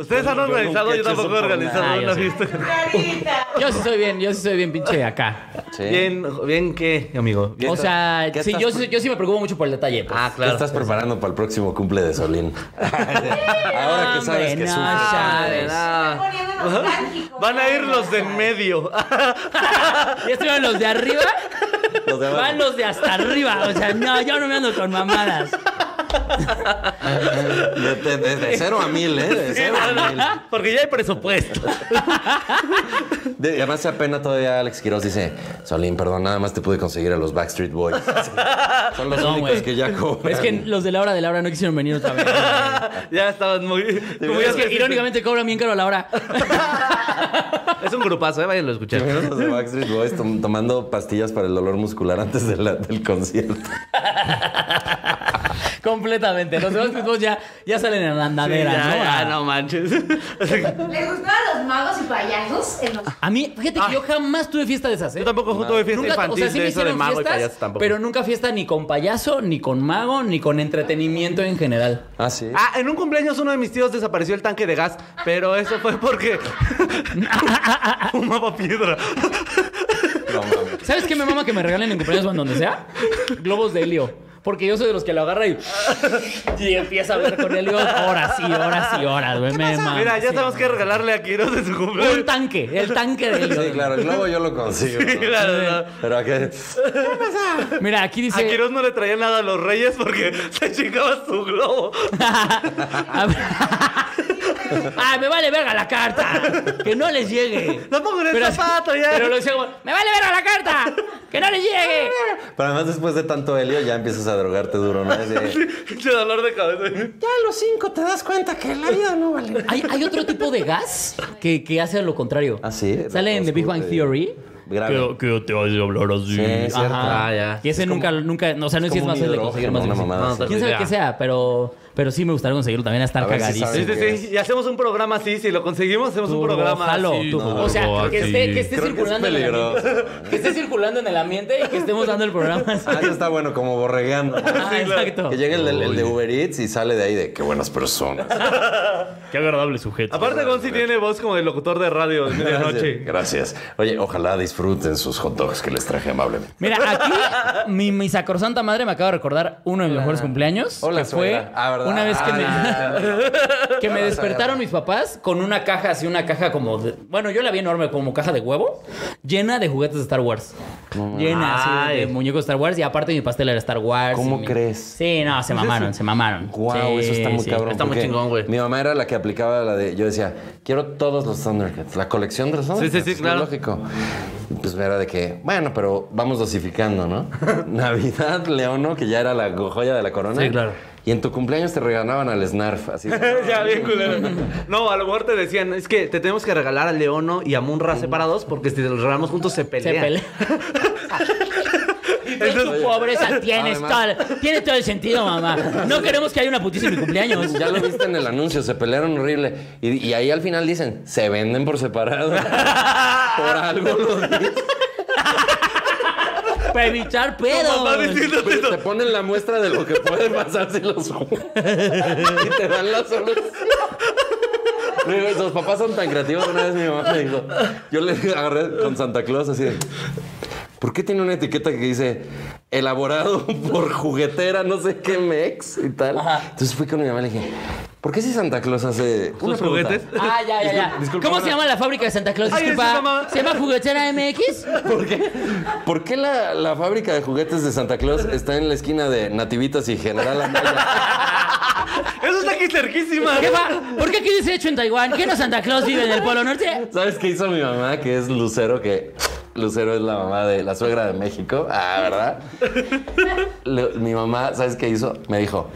Speaker 3: Ustedes han
Speaker 2: Yo nunca
Speaker 3: organizado,
Speaker 2: he
Speaker 3: yo
Speaker 2: hecho
Speaker 3: tampoco
Speaker 2: eso
Speaker 3: he
Speaker 2: por
Speaker 3: organizado
Speaker 1: nada, yo
Speaker 3: una
Speaker 1: sé.
Speaker 3: fiesta.
Speaker 5: Clarita.
Speaker 1: Yo sí soy bien, yo sí soy bien pinche de acá.
Speaker 2: Sí.
Speaker 3: Bien, bien, ¿qué, amigo? Bien.
Speaker 1: O sea,
Speaker 2: ¿Qué
Speaker 1: sí,
Speaker 2: estás
Speaker 1: yo, sí- yo sí me preocupo mucho por el detalle. pues.
Speaker 3: Ah,
Speaker 2: ¿Qué
Speaker 3: claro.
Speaker 2: estás preparando para el próximo cumple de Solín? Ahora que sabes
Speaker 1: Hombre,
Speaker 2: que
Speaker 1: no,
Speaker 2: sufres.
Speaker 1: sabes.
Speaker 5: Estoy poniendo nostálgico.
Speaker 3: Van a ir los de en medio.
Speaker 1: Ya estuvieron los de arriba,
Speaker 2: Los de abajo.
Speaker 1: van los de hasta arriba. O sea, no, yo no me ando con mamadas.
Speaker 2: De, de- de- de cero a mil, ¿eh? De cero a mil.
Speaker 3: Porque ya hay presupuesto.
Speaker 2: De- y además se apena todavía Alex Quiroz dice, Solín, perdón, nada más te pude conseguir a los Backstreet Boys. Son los
Speaker 1: No,
Speaker 2: únicos
Speaker 1: güey.
Speaker 2: que ya cobran.
Speaker 1: Es que los de Laura de Laura no quisieron venir otra vez.
Speaker 3: ya estaban muy. Como ya
Speaker 1: Es que irónicamente cobran bien caro a Laura.
Speaker 3: Es un grupazo, ¿eh? Váyanlo a
Speaker 2: ¿Te
Speaker 3: escuchar.
Speaker 2: imaginas los de Backstreet Boys tom- tomando pastillas para el dolor muscular antes de la- del concierto.
Speaker 1: Completamente. Los demás pitbulls ya, ya salen en andaderas,
Speaker 3: Sí, ya,
Speaker 1: ¿no? Ah.
Speaker 3: ya, no manches.
Speaker 5: ¿Les gustaban los magos y payasos en los
Speaker 1: A mí, fíjate que yo jamás tuve fiesta de esas, ¿eh?
Speaker 3: Ah. Yo tampoco junto de fiesta
Speaker 1: Nunca,
Speaker 3: infantil
Speaker 1: o sea, sí
Speaker 3: de
Speaker 1: me
Speaker 3: eso de
Speaker 1: hicieron
Speaker 3: mago y
Speaker 1: fiestas,
Speaker 3: payaso tampoco.
Speaker 1: pero nunca fiesta ni con payaso, ni con mago, ni con entretenimiento en general.
Speaker 2: Ah, sí.
Speaker 3: Ah, en un cumpleaños uno de mis tíos desapareció el tanque de gas, pero eso fue porque fumaba piedra.
Speaker 2: No mames.
Speaker 1: ¿Sabes qué me mama que me regalen en cumpleaños o en donde sea? Globos de helio. Porque yo soy de los que lo agarra y, y empieza a hablar con helio horas y horas y horas, güey. Me mama.
Speaker 3: Mira, ya
Speaker 1: Sí.
Speaker 3: sabemos que regalarle a Quiroz de su
Speaker 1: Un
Speaker 3: cumpleaños.
Speaker 1: tanque, el tanque de helio.
Speaker 2: Sí, claro, el globo yo lo consigo. ¿no?
Speaker 3: La verdad.
Speaker 2: Pero a qué.
Speaker 1: Mira, aquí
Speaker 3: A
Speaker 1: dice...
Speaker 3: Quiroz no le traía nada a los reyes porque se chingaba su globo.
Speaker 1: A ver. ¡Ah, me vale verga la carta! ¡Que no les llegue!
Speaker 3: No pongo en el zapato ya.
Speaker 1: Pero lo decía como, ¡me vale verga la carta! ¡Que no les llegue!
Speaker 2: Pero además, después de tanto helio, ya empiezas a drogarte duro, ¿no? Así-
Speaker 3: Pinche dolor de cabeza.
Speaker 2: Ya a los cinco te das cuenta que la vida no vale.
Speaker 1: Hay, hay otro tipo de gas que, que hace lo contrario.
Speaker 2: Ah, sí.
Speaker 1: Sale en The Big Bang Theory.
Speaker 2: Grave.
Speaker 1: te vas a hablar así?
Speaker 2: Sí, es cierto.
Speaker 3: Ah, ya.
Speaker 1: Y ese nunca, nunca, no, o sea, no sé si es
Speaker 2: como
Speaker 1: más
Speaker 2: un
Speaker 1: fácil de conseguir
Speaker 2: hidrógeno,
Speaker 1: más
Speaker 2: una
Speaker 1: difícil.
Speaker 2: mamada así.
Speaker 1: Quién sabe
Speaker 3: Pues
Speaker 1: qué
Speaker 3: Ya.
Speaker 1: sea, pero, pero sí me gustaría conseguirlo también a estar
Speaker 2: A ver si
Speaker 1: cagadísimo.
Speaker 2: saben.
Speaker 3: Sí, sí, sí. Y hacemos un programa así. Si lo conseguimos, hacemos un
Speaker 1: Turbo,
Speaker 3: programa
Speaker 1: jalo,
Speaker 3: así.
Speaker 1: turbo.
Speaker 2: No,
Speaker 1: o sea, que esté, que esté
Speaker 2: Creo que es
Speaker 1: circulando en el ambiente. Que esté circulando en el ambiente y que estemos dando el programa así.
Speaker 2: Ah, ya está bueno, como borregueando.
Speaker 1: Ah, exacto.
Speaker 2: Que llegue el, de- el de Uber Eats y sale de ahí de qué buenas personas.
Speaker 1: Qué agradable sujeto.
Speaker 3: Aparte, Gonzi tiene voz como de locutor de radio de medianoche.
Speaker 2: Gracias. Oye, ojalá disfruten sus hot dogs que les traje amablemente.
Speaker 1: Mira, aquí mi, mi sacrosanta madre me acaba de recordar uno de mis mejores cumpleaños.
Speaker 2: Hola,
Speaker 1: que fue
Speaker 2: suegra. Ah, ¿verdad?
Speaker 1: una vez que
Speaker 2: Ah,
Speaker 1: me, que me despertaron mis papás con una caja, así una caja como... de- bueno, yo la vi enorme, como caja de huevo, llena de juguetes de Star Wars. llena así de, de
Speaker 3: Ay.
Speaker 1: muñecos de Star Wars y aparte mi pastel era Star Wars.
Speaker 2: ¿Cómo
Speaker 1: y mi-
Speaker 2: crees?
Speaker 1: Sí, no, se mamaron, se mamaron.
Speaker 2: Wow,
Speaker 1: Sí,
Speaker 2: eso está muy
Speaker 1: sí.
Speaker 2: cabrón.
Speaker 3: está muy
Speaker 2: porque
Speaker 3: chingón, güey.
Speaker 2: Mi mamá era la que aplicaba la de. Yo decía, quiero todos los Thundercats, la colección de los
Speaker 3: sí,
Speaker 2: Thundercats.
Speaker 3: sí,
Speaker 2: es
Speaker 3: claro.
Speaker 2: Lógico. Pues era de que, bueno, pero vamos dosificando, ¿no? Navidad, Leono, que ya era la joya de la corona.
Speaker 3: Sí, claro.
Speaker 2: Y en tu cumpleaños te regalaban al Snarf, así.
Speaker 3: ya, bien culero. No, a lo mejor te decían, es que te tenemos que regalar a Leono y a Munra separados porque si te los regalamos juntos se
Speaker 1: Se
Speaker 3: pelean.
Speaker 1: pelea. Y tú en tu pobreza tienes
Speaker 2: Además-
Speaker 1: todo, tiene todo el sentido, mamá. No queremos que haya una putiza en mi cumpleaños.
Speaker 2: Ya lo viste en el anuncio, se pelearon horrible. Y, y ahí al final dicen, se venden por separado. por algo lo dicen.
Speaker 1: Para evitar
Speaker 3: Tu mamá
Speaker 1: pedos.
Speaker 3: diciéndote eso.
Speaker 2: Te ponen la muestra de lo que puede pasar si los juegas. y te dan la solución. Digo, esos papás son tan creativos. Una vez mi mamá me dijo, yo le agarré con Santa Claus así de, ¿por qué tiene una etiqueta que dice elaborado por juguetera, no sé qué mex y tal? Entonces fui con mi mamá y le dije, ¿por qué si Santa Claus hace una
Speaker 3: ¿Sus
Speaker 2: pregunta?
Speaker 3: juguetes?
Speaker 1: Ah, ya, ya, ya.
Speaker 2: Disculpa,
Speaker 1: ¿Cómo
Speaker 2: mamá.
Speaker 1: se llama la fábrica de Santa Claus?
Speaker 3: Ay, sí,
Speaker 1: Disculpa.
Speaker 3: mamá.
Speaker 1: ¿Se llama Juguetera MX?
Speaker 2: ¿Por qué, por qué la, la fábrica de juguetes de Santa Claus está en la esquina de Nativitas y General Amaya?
Speaker 3: Eso está aquí cerquísima.
Speaker 1: ¿Qué va? ¿Por qué aquí dice hecho en Taiwán? ¿Qué no Santa Claus vive en el Polo Norte?
Speaker 2: ¿Sabes qué hizo mi mamá? Que es Lucero, que Lucero es la mamá de la suegra de México. Ah, ¿verdad? Le- mi mamá, ¿sabes qué hizo? Me dijo,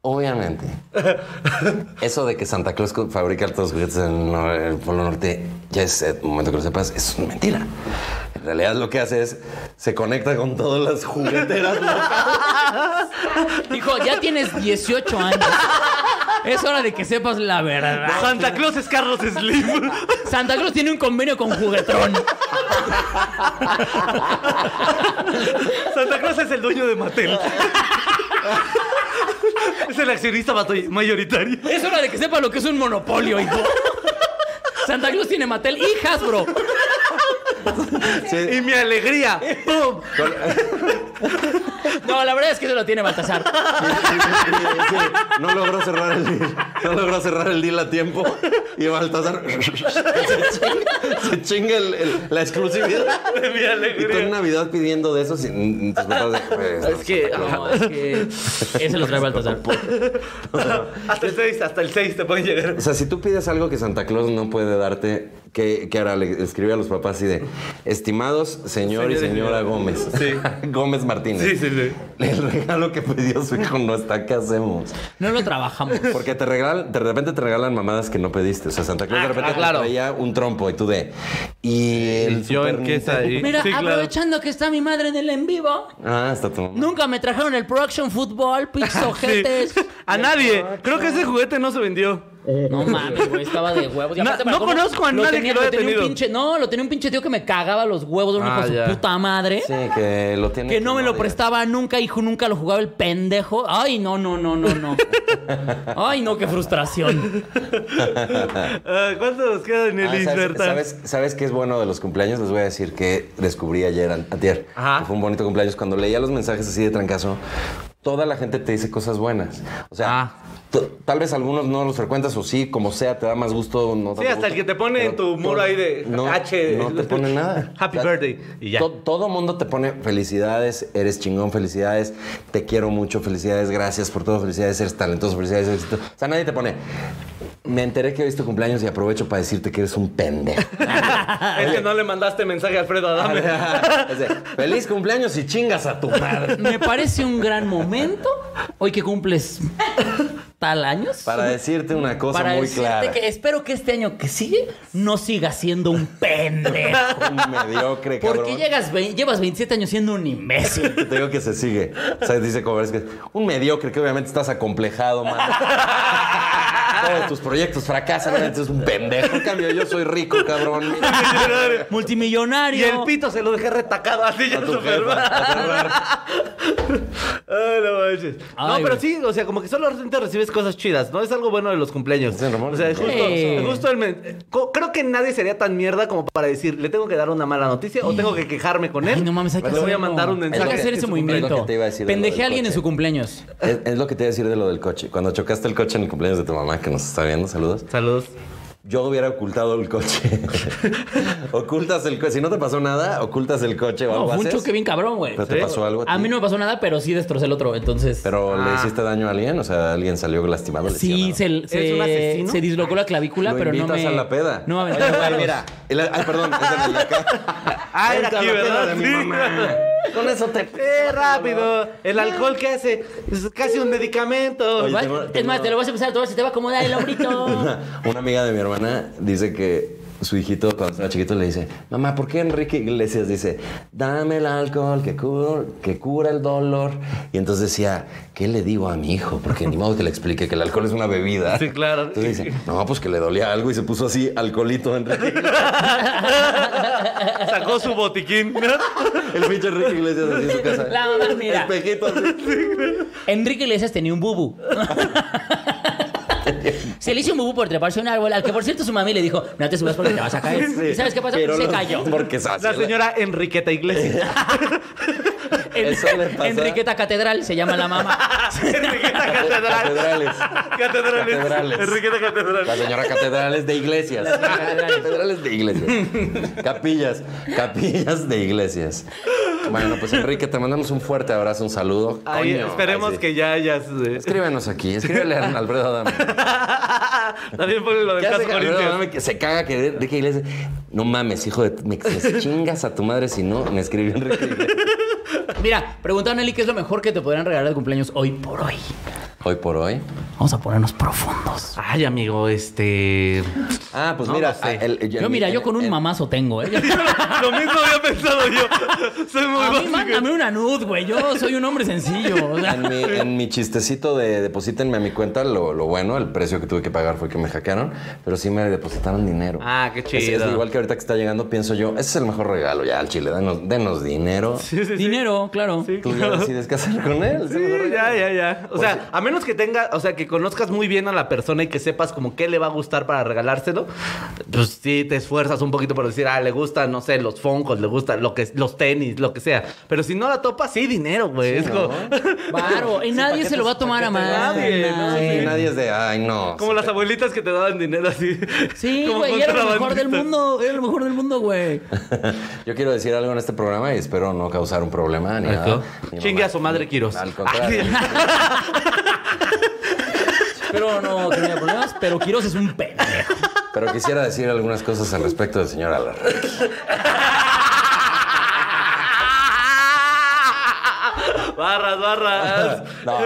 Speaker 2: obviamente, eso de que Santa Claus co- fabrica todos los juguetes en nor- el Polo Norte, ya es el momento que lo sepas, es una mentira. En realidad lo que hace es, se conecta con todas las jugueteras.
Speaker 1: Dijo, ya tienes 18 años. Es hora de que sepas la verdad.
Speaker 3: Santa Claus es Carlos Slim.
Speaker 1: Santa Claus tiene un convenio con Juguetrón.
Speaker 3: Santa Claus es el dueño de Mattel. es el accionista mato- mayoritario.
Speaker 1: Es hora de que sepas lo que es un monopolio, hijo. Santa Claus tiene Mattel y Hasbro.
Speaker 3: Y mi alegría. ¡Pum!
Speaker 1: No, la verdad es que se lo tiene Baltasar.
Speaker 2: Sí, no logró cerrar el deal. No logró cerrar el deal a tiempo. Y Baltasar se chinga, se chinga el- el- la exclusividad.
Speaker 3: De mi
Speaker 2: Y tú en
Speaker 3: alegría.
Speaker 2: Navidad pidiendo de esos y mm, tus papás de, "Pues, no,
Speaker 1: Es que, no, es que. Ese lo trae Baltasar.
Speaker 3: Hasta el 6, hasta el 6 te pueden llegar.
Speaker 2: O sea, si tú pides algo que Santa Claus no puede darte, que, que ahora le escribe a los papás así de, estimados señor y señora Gómez. Gómez Martínez.
Speaker 3: Sí, sí, sí.
Speaker 2: El regalo que pidió su hijo no está, ¿qué hacemos?
Speaker 1: No lo trabajamos.
Speaker 2: Porque te regalan, de repente te regalan mamadas que no pediste. O sea, Santa Claus
Speaker 3: Ah,
Speaker 2: de repente
Speaker 3: ah, claro.
Speaker 2: te traía un trompo y tú de. Y el.
Speaker 3: yo
Speaker 2: Super
Speaker 3: en qué está
Speaker 2: Nintendo.
Speaker 3: ahí.
Speaker 1: Mira,
Speaker 3: Sí, claro.
Speaker 1: aprovechando que está mi madre en el en vivo,
Speaker 2: Ah, está tu mamá.
Speaker 1: nunca me trajeron el Production Football, pinches ojetes.
Speaker 3: Sí. A nadie. Creo que ese juguete no se vendió.
Speaker 1: No mames, güey, estaba de huevos. Y
Speaker 3: No-
Speaker 1: aparte, para
Speaker 3: no
Speaker 1: colmo,
Speaker 3: conozco a nadie que lo haya
Speaker 1: tenía un
Speaker 3: tenido.
Speaker 1: pinche- no, lo tenía un pinche tío que me cagaba los huevos de un hijo
Speaker 3: Ah,
Speaker 1: de su
Speaker 3: ya.
Speaker 1: puta madre.
Speaker 2: Sí, que lo tiene.
Speaker 1: Que no me lo
Speaker 2: odiar.
Speaker 1: prestaba nunca, hijo, nunca lo jugaba el pendejo. Ay, no, no, no, no, no. Ay, no, qué frustración.
Speaker 3: Ah, ¿Cuánto nos queda en el
Speaker 2: Ah, ¿sabes,
Speaker 3: Inserta?
Speaker 2: ¿sabes, ¿Sabes qué es bueno de los cumpleaños? Les voy a decir que descubrí ayer, an- antier.
Speaker 3: Ajá.
Speaker 2: que Fue un bonito cumpleaños. Cuando leía los mensajes así de trancazo, toda la gente te dice cosas buenas. O sea,
Speaker 3: Ah.
Speaker 2: t- tal vez algunos no los frecuentas o sí, como sea, te da más gusto. No
Speaker 3: Sí,
Speaker 2: tanto
Speaker 3: hasta el
Speaker 2: gusto,
Speaker 3: que te pone
Speaker 2: pero
Speaker 3: en tu muro
Speaker 2: todo-
Speaker 3: ahí de
Speaker 2: no,
Speaker 3: H.
Speaker 2: No te pone nada.
Speaker 3: Happy
Speaker 2: O sea,
Speaker 3: birthday. Y ya.
Speaker 2: To- todo mundo te pone felicidades, eres chingón, felicidades, te quiero mucho, felicidades, gracias por todo, felicidades, eres talentoso, felicidades, éxito. O sea, nadie te pone. Me enteré que hoy es tu cumpleaños y aprovecho para decirte que eres un pendejo.
Speaker 3: Es que no le mandaste mensaje a Alfredo
Speaker 2: Ah,
Speaker 3: Adame.
Speaker 2: Es de, Feliz cumpleaños y chingas a tu madre.
Speaker 1: Me parece un gran momento. Hoy que cumples tal años.
Speaker 2: Para decirte una cosa
Speaker 1: para
Speaker 2: muy
Speaker 1: decirte
Speaker 2: clara.
Speaker 1: que espero que este año que sigue no sigas siendo un pendejo.
Speaker 2: Un mediocre,
Speaker 1: Porque
Speaker 2: cabrón.
Speaker 1: llegas ve- llevas 27 años siendo un imbécil.
Speaker 2: Te digo que se sigue. O sea, dice como es que un mediocre que obviamente estás acomplejado, man. Todos tus proyectos fracasan, obviamente eres un pendejo. En cambio, yo soy rico, cabrón.
Speaker 3: Y el
Speaker 1: Multimillonario.
Speaker 3: pito se lo dejé retacado así ya
Speaker 2: A tu
Speaker 3: super
Speaker 2: jefa,
Speaker 3: mal. Ay, no manches.
Speaker 1: Ay,
Speaker 3: no, pero
Speaker 1: güey.
Speaker 3: sí, o sea, como que solo realmente recibes cosas chidas, ¿no? Es algo bueno de los cumpleaños.
Speaker 2: Sí, Ramón.
Speaker 3: o sea, justo,
Speaker 1: Sí.
Speaker 3: justo el men- co- Creo que nadie sería tan mierda como para decir, le tengo que dar una mala noticia o tengo que quejarme con él.
Speaker 1: Ay, no mames, hay que
Speaker 3: Le voy a
Speaker 1: hacerlo.
Speaker 3: mandar un
Speaker 1: Hay que
Speaker 3: mensaje.
Speaker 1: hacer ese
Speaker 3: Es un
Speaker 1: movimiento.
Speaker 2: te iba a decir de lo
Speaker 1: Pendejé
Speaker 2: del
Speaker 1: a alguien en
Speaker 2: coche.
Speaker 1: su cumpleaños.
Speaker 2: Es, es lo que te iba a decir de lo del coche. Cuando chocaste el coche en el cumpleaños de tu mamá, que nos está viendo, saludos.
Speaker 3: Saludos.
Speaker 2: Yo hubiera ocultado el coche. ocultas el coche. Si no te pasó nada, ocultas el coche o
Speaker 1: No,
Speaker 2: algo
Speaker 1: fue un
Speaker 2: haces,
Speaker 1: choque bien cabrón, güey.
Speaker 2: Pero te
Speaker 3: Sí.
Speaker 2: pasó algo.
Speaker 1: A
Speaker 2: ti.
Speaker 1: mí no me pasó nada, pero sí destrocé el otro. Entonces.
Speaker 2: Pero le
Speaker 3: Ah.
Speaker 2: hiciste daño a alguien, o sea, alguien salió lastimado.
Speaker 1: Sí,
Speaker 2: lesionado.
Speaker 1: se, se-
Speaker 3: ¿Eres un asesino?
Speaker 1: se dislocó la clavícula,
Speaker 2: Lo
Speaker 1: pero no
Speaker 2: invitas
Speaker 1: me.
Speaker 2: a la peda.
Speaker 1: No me
Speaker 2: Oye,
Speaker 1: aventó
Speaker 2: güey,
Speaker 1: palos.
Speaker 2: mira. el- ay, perdón, es en el de acá.
Speaker 3: Ah, era
Speaker 2: Vente a
Speaker 3: aquí,
Speaker 2: la peda
Speaker 3: ¿verdad?
Speaker 2: de mi
Speaker 3: Sí.
Speaker 2: mamá. Con eso te.
Speaker 3: ¡Eh, rápido! El alcohol que hace es casi un medicamento.
Speaker 2: Oye,
Speaker 1: Va-
Speaker 2: tengo-
Speaker 1: Es
Speaker 2: tengo-
Speaker 1: más, te lo vas a empezar a tomar si te va a acomodar el hombrito.
Speaker 2: Una amiga de mi hermana dice que su hijito, cuando estaba chiquito, le dice: Mamá, ¿por qué Enrique Iglesias dice, dame el alcohol que cura, que cura el dolor? Y entonces decía, ¿qué le digo a mi hijo? Porque ni modo que le explique que el alcohol es una bebida.
Speaker 3: Sí, claro.
Speaker 2: Entonces dice, no, pues que le dolía algo y se puso así, alcoholito, Enrique Iglesias".
Speaker 3: Sacó su botiquín.
Speaker 2: El pinche Enrique Iglesias así en su casa.
Speaker 1: La mamá, mira.
Speaker 2: Espejito así.
Speaker 1: Enrique Iglesias tenía un bubu. Se le hizo un bubu por treparse a un árbol, al que por cierto su mami le dijo, no te subas porque te vas a caer. ¿Y sabes qué pasó?
Speaker 2: Pero
Speaker 1: Se
Speaker 2: lo-
Speaker 1: cayó.
Speaker 2: Porque se
Speaker 3: La
Speaker 2: hacía
Speaker 3: señora Enriqueta Iglesias.
Speaker 1: En-
Speaker 2: Eso le pasa.
Speaker 1: Enriqueta Catedral se llama la mamá.
Speaker 3: Enriqueta Catedral.
Speaker 2: Catedrales.
Speaker 3: Catedrales.
Speaker 2: Catedrales.
Speaker 3: Enriqueta Catedral.
Speaker 2: La señora catedrales de iglesias. Catedrales de iglesias. Capillas. Capillas de iglesias. Bueno, pues Enrique, te mandamos un fuerte abrazo, un saludo.
Speaker 3: Ay,
Speaker 2: Coño,
Speaker 3: esperemos
Speaker 2: ay, sí.
Speaker 3: que ya hayas. eh,
Speaker 2: Escríbenos aquí, escríbele a Alfredo Adame.
Speaker 3: También ponle lo del
Speaker 2: ¿Qué hace
Speaker 3: caso
Speaker 2: que Alfredo
Speaker 3: Corinthians.
Speaker 2: Adame que se caga que Enrique Iglesias? No mames, hijo de... Me me chingas a tu madre si no me escribió Enrique Iglesias.
Speaker 1: Mira, preguntaron a Nelly qué es lo mejor que te podrían regalar de cumpleaños hoy por hoy.
Speaker 2: Hoy por hoy.
Speaker 1: Vamos a ponernos profundos.
Speaker 3: Ay, amigo, este.
Speaker 2: Ah, pues
Speaker 3: No
Speaker 2: mira.
Speaker 3: lo sé.
Speaker 2: ah, el- el-
Speaker 1: Yo, mira, yo con un
Speaker 2: el-
Speaker 1: mamazo tengo, ¿eh?
Speaker 3: Lo mismo había pensado yo. Soy muy
Speaker 1: A mí
Speaker 3: básico.
Speaker 1: mándame una nud, güey. Yo soy un hombre sencillo. o sea.
Speaker 2: En mi, en mi chistecito de deposítenme a mi cuenta, lo, lo bueno, el precio que tuve que pagar fue que me hackearon, pero sí me depositaron dinero.
Speaker 3: Ah, qué
Speaker 2: Es- Es,
Speaker 3: chido.
Speaker 2: igual que ahorita que está llegando, pienso yo, ese es el mejor regalo ya al Chile, denos, denos dinero.
Speaker 3: Sí, sí, sí.
Speaker 1: Dinero, claro.
Speaker 2: Tú ya decides qué hacer con él. es el mejor
Speaker 3: Sí, ya,
Speaker 2: regalo.
Speaker 3: ya, ya. O sea, a menos que tenga, o sea, que conozcas muy bien a la persona y que sepas como qué le va a gustar para regalárselo, pues sí te esfuerzas un poquito por decir, ah, le gustan, no sé, los foncos, le gustan lo que, los tenis, lo que sea. Pero si no la topas, sí, dinero, güey. es como,
Speaker 1: Claro. Y nadie se lo va a tomar a mal.
Speaker 3: nadie,
Speaker 2: Sí,
Speaker 3: Ay.
Speaker 2: nadie es de, ay, no.
Speaker 3: como las abuelitas que te daban dinero así.
Speaker 1: Sí,
Speaker 3: como
Speaker 1: güey, era lo mejor
Speaker 3: contrabandistas.
Speaker 1: del mundo, era lo mejor del mundo, güey.
Speaker 2: Yo quiero decir algo en este programa y espero no causar un problema Ah, ni nada. Mi mamá-
Speaker 3: Ah, Chingue a su madre, Quiroz.
Speaker 2: Al contrario.
Speaker 1: Pero Yo no tenía problemas, pero Quiroz es un pendejo.
Speaker 2: Pero quisiera decir algunas cosas al respecto del señor Alar.
Speaker 3: Barras, barras.
Speaker 2: No,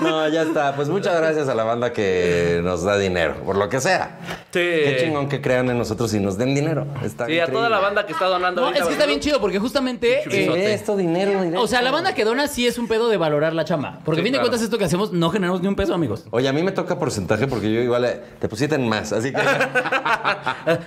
Speaker 2: no, no, ya está. Pues muchas gracias a la banda que nos da dinero, por lo que sea.
Speaker 3: Sí.
Speaker 2: Qué chingón que crean en nosotros y nos den dinero. Está
Speaker 3: Eh. Sí, a toda la
Speaker 2: increíble.
Speaker 3: banda que está donando.
Speaker 1: No,
Speaker 3: ahorita,
Speaker 1: es que está bien
Speaker 3: ¿verdad?
Speaker 1: chido porque justamente. eh,
Speaker 2: Sí, esto dinero, dinero.
Speaker 1: o sea, la banda que dona sí es un pedo de valorar la chamba. Porque a
Speaker 3: Sí,
Speaker 1: fin de
Speaker 3: claro.
Speaker 1: cuentas, esto que hacemos no generamos ni un peso, amigos.
Speaker 2: Oye, a mí me toca porcentaje porque yo igual eh, te pusiste en más, así que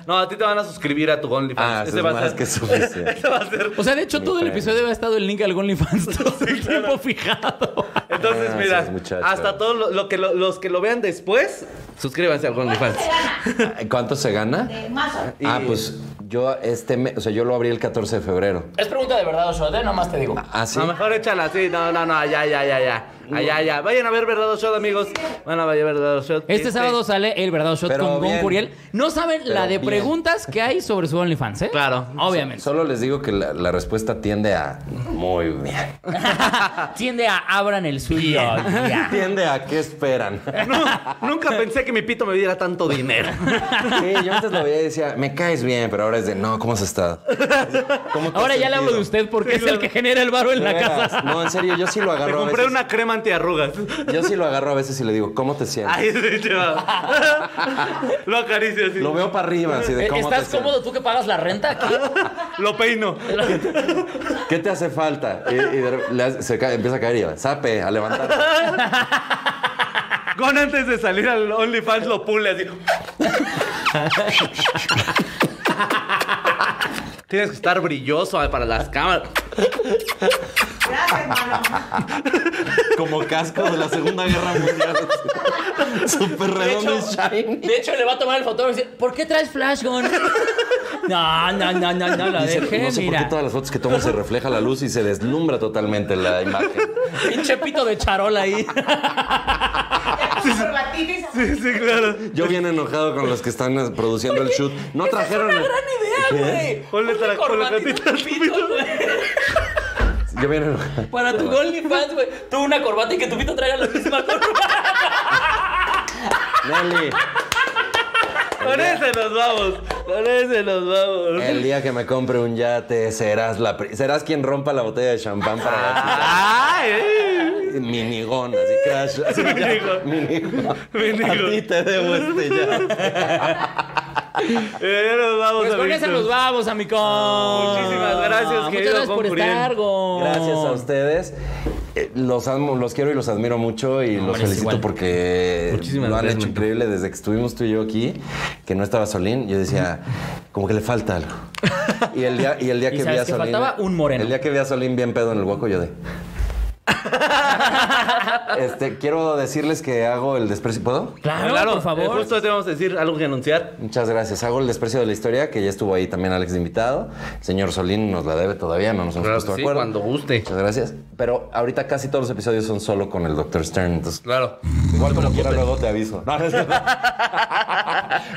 Speaker 3: No, a ti te van a suscribir a tu OnlyFans.
Speaker 2: Ah, eso
Speaker 3: Este
Speaker 2: es
Speaker 3: va a
Speaker 2: más
Speaker 3: ser-
Speaker 2: que suficiente.
Speaker 3: Este va a ser.
Speaker 1: O sea, de hecho,
Speaker 2: Mi
Speaker 1: todo el
Speaker 2: premio.
Speaker 1: episodio ha estado el link al OnlyFans todo el tiempo fijado.
Speaker 3: Entonces,
Speaker 2: Gracias,
Speaker 3: mira,
Speaker 2: muchachos.
Speaker 3: hasta todos lo, lo que lo- los que lo vean después, suscríbanse al OnlyFans.
Speaker 2: ¿Ah, ¿cuánto se gana?
Speaker 5: De mazo.
Speaker 2: Ah,
Speaker 3: Y-
Speaker 2: pues yo este, me- o sea, yo lo abrí el 14 de febrero.
Speaker 1: Es pregunta de verdad, Oshot, ¿eh? Nomás te digo.
Speaker 2: Ah, sí.
Speaker 3: A lo mejor échala, sí, no, no, no, ya, ya, ya, ya. Allá, ya. Vayan a ver Verdadero Shot, amigos. Van a ver Verdadero Shot.
Speaker 1: Este sábado sale el verdadero shot
Speaker 2: Pero
Speaker 1: con Gon
Speaker 2: bien.
Speaker 1: Curiel. No saben la de
Speaker 2: bien.
Speaker 1: preguntas que hay sobre su OnlyFans, ¿eh?
Speaker 3: Claro.
Speaker 1: Obviamente.
Speaker 2: Solo les digo que la, la respuesta tiende a muy bien.
Speaker 1: Tiende a abran el suyo. ya.
Speaker 2: Tiende a qué esperan.
Speaker 3: Nunca pensé que mi pito me diera tanto dinero.
Speaker 2: Sí, yo antes lo veía y decía, me caes bien, pero ahora es de, no, ¿cómo has estado? ¿Cómo te has
Speaker 1: Ahora ya le
Speaker 2: sentido?
Speaker 1: hablo de usted porque es el que genera el varo en la
Speaker 2: De veras.
Speaker 1: casa.
Speaker 2: No, en serio, yo sí lo
Speaker 3: Te
Speaker 2: agarro. a
Speaker 3: compré
Speaker 2: veces.
Speaker 3: una crema antiarrugas.
Speaker 2: Yo sí lo agarro a veces y le digo, ¿cómo te sientes?
Speaker 3: Ay, sí, te va. Lo acaricio así.
Speaker 2: Lo veo para arriba, así de,
Speaker 1: Eh,
Speaker 2: ¿cómo
Speaker 1: ¿Estás
Speaker 2: te sientes?
Speaker 1: cómodo tú que pagas la renta aquí?
Speaker 3: Lo peino.
Speaker 2: ¿Qué te hace falta? Y, y de repente le hace- se cae- empieza a caer y va, sape, a levantar.
Speaker 3: Gon antes de salir al OnlyFans lo pule así. Tienes que estar brilloso eh, para las cámaras.
Speaker 5: Gracias, hermano.
Speaker 2: Como casco de la Segunda Guerra Mundial. Súper redondo y shiny.
Speaker 1: De hecho, le va a tomar el fotógrafo y decir, ¿por qué traes flash, Gon? No, no, no, no, no, la
Speaker 2: Dice,
Speaker 1: dejé,
Speaker 2: no sé por qué
Speaker 1: mira.
Speaker 2: todas las fotos que tomo se refleja la luz y se deslumbra totalmente la imagen.
Speaker 1: Pinche pito de charola ahí.
Speaker 5: Ya con corbatita y zapatos.
Speaker 3: Sí, claro.
Speaker 2: Yo bien enojado con los que están eh, produciendo el shoot. No trajeron... el-
Speaker 1: Pues gran idea, güey.
Speaker 3: Ponle
Speaker 1: Ponle
Speaker 3: tra- ponle
Speaker 1: corbatita
Speaker 3: tantita
Speaker 1: al pito, güey.
Speaker 2: Yo bien enojado.
Speaker 1: Para tu OnlyFans, güey. Tú una corbata y que tu pito traiga la misma corbata.
Speaker 2: Nelly,
Speaker 3: Con ese nos vamos. Con ese nos vamos.
Speaker 2: el día que me compre un yate serás la pri- serás quien rompa la botella de champán para la
Speaker 3: ¡Ay! eh.
Speaker 2: Minigón, así crash. Así, ya, minigón.
Speaker 3: Minigón.
Speaker 2: A ti te debo este ya.
Speaker 3: Eh, ya nos vamos,
Speaker 1: Pues con
Speaker 3: amigos.
Speaker 1: eso nos vamos, amigos.
Speaker 3: Ah, Muchísimas gracias, querido
Speaker 1: Muchas gracias por
Speaker 3: Concuriel.
Speaker 1: estar, Gon.
Speaker 2: Gracias a ustedes. Eh, Los amo, los quiero y los admiro mucho y los
Speaker 1: hombre, es
Speaker 2: felicito
Speaker 1: igual.
Speaker 2: porque
Speaker 3: Muchísimas
Speaker 2: lo han
Speaker 3: gracias,
Speaker 2: hecho
Speaker 3: Mito.
Speaker 2: increíble desde que estuvimos tú y yo aquí, que no estaba Solín, yo decía, como que le falta algo. Y el día, y el día
Speaker 1: ¿Y
Speaker 2: que vi
Speaker 1: sabes
Speaker 2: a
Speaker 1: qué
Speaker 2: Solín.
Speaker 1: faltaba? Un moreno.
Speaker 2: El día que vi a Solín bien pedo en el hueco, yo de. Este, quiero decirles que hago el desprecio. ¿Puedo?
Speaker 1: Claro, por
Speaker 3: eh,
Speaker 1: favor.
Speaker 3: Justo te vamos a decir algo que anunciar.
Speaker 2: Muchas gracias. Hago el desprecio de la historia, que ya estuvo ahí también Alex de invitado. El señor Solín nos la debe todavía, no nos hemos
Speaker 3: Claro
Speaker 2: puesto
Speaker 3: que sí,
Speaker 2: de acuerdo.
Speaker 3: cuando guste.
Speaker 2: Muchas gracias. Pero ahorita casi todos los episodios son solo con el Dr. Stern. Entonces,
Speaker 3: Claro.
Speaker 2: igual como quiera, luego te aviso. No, no es cierto.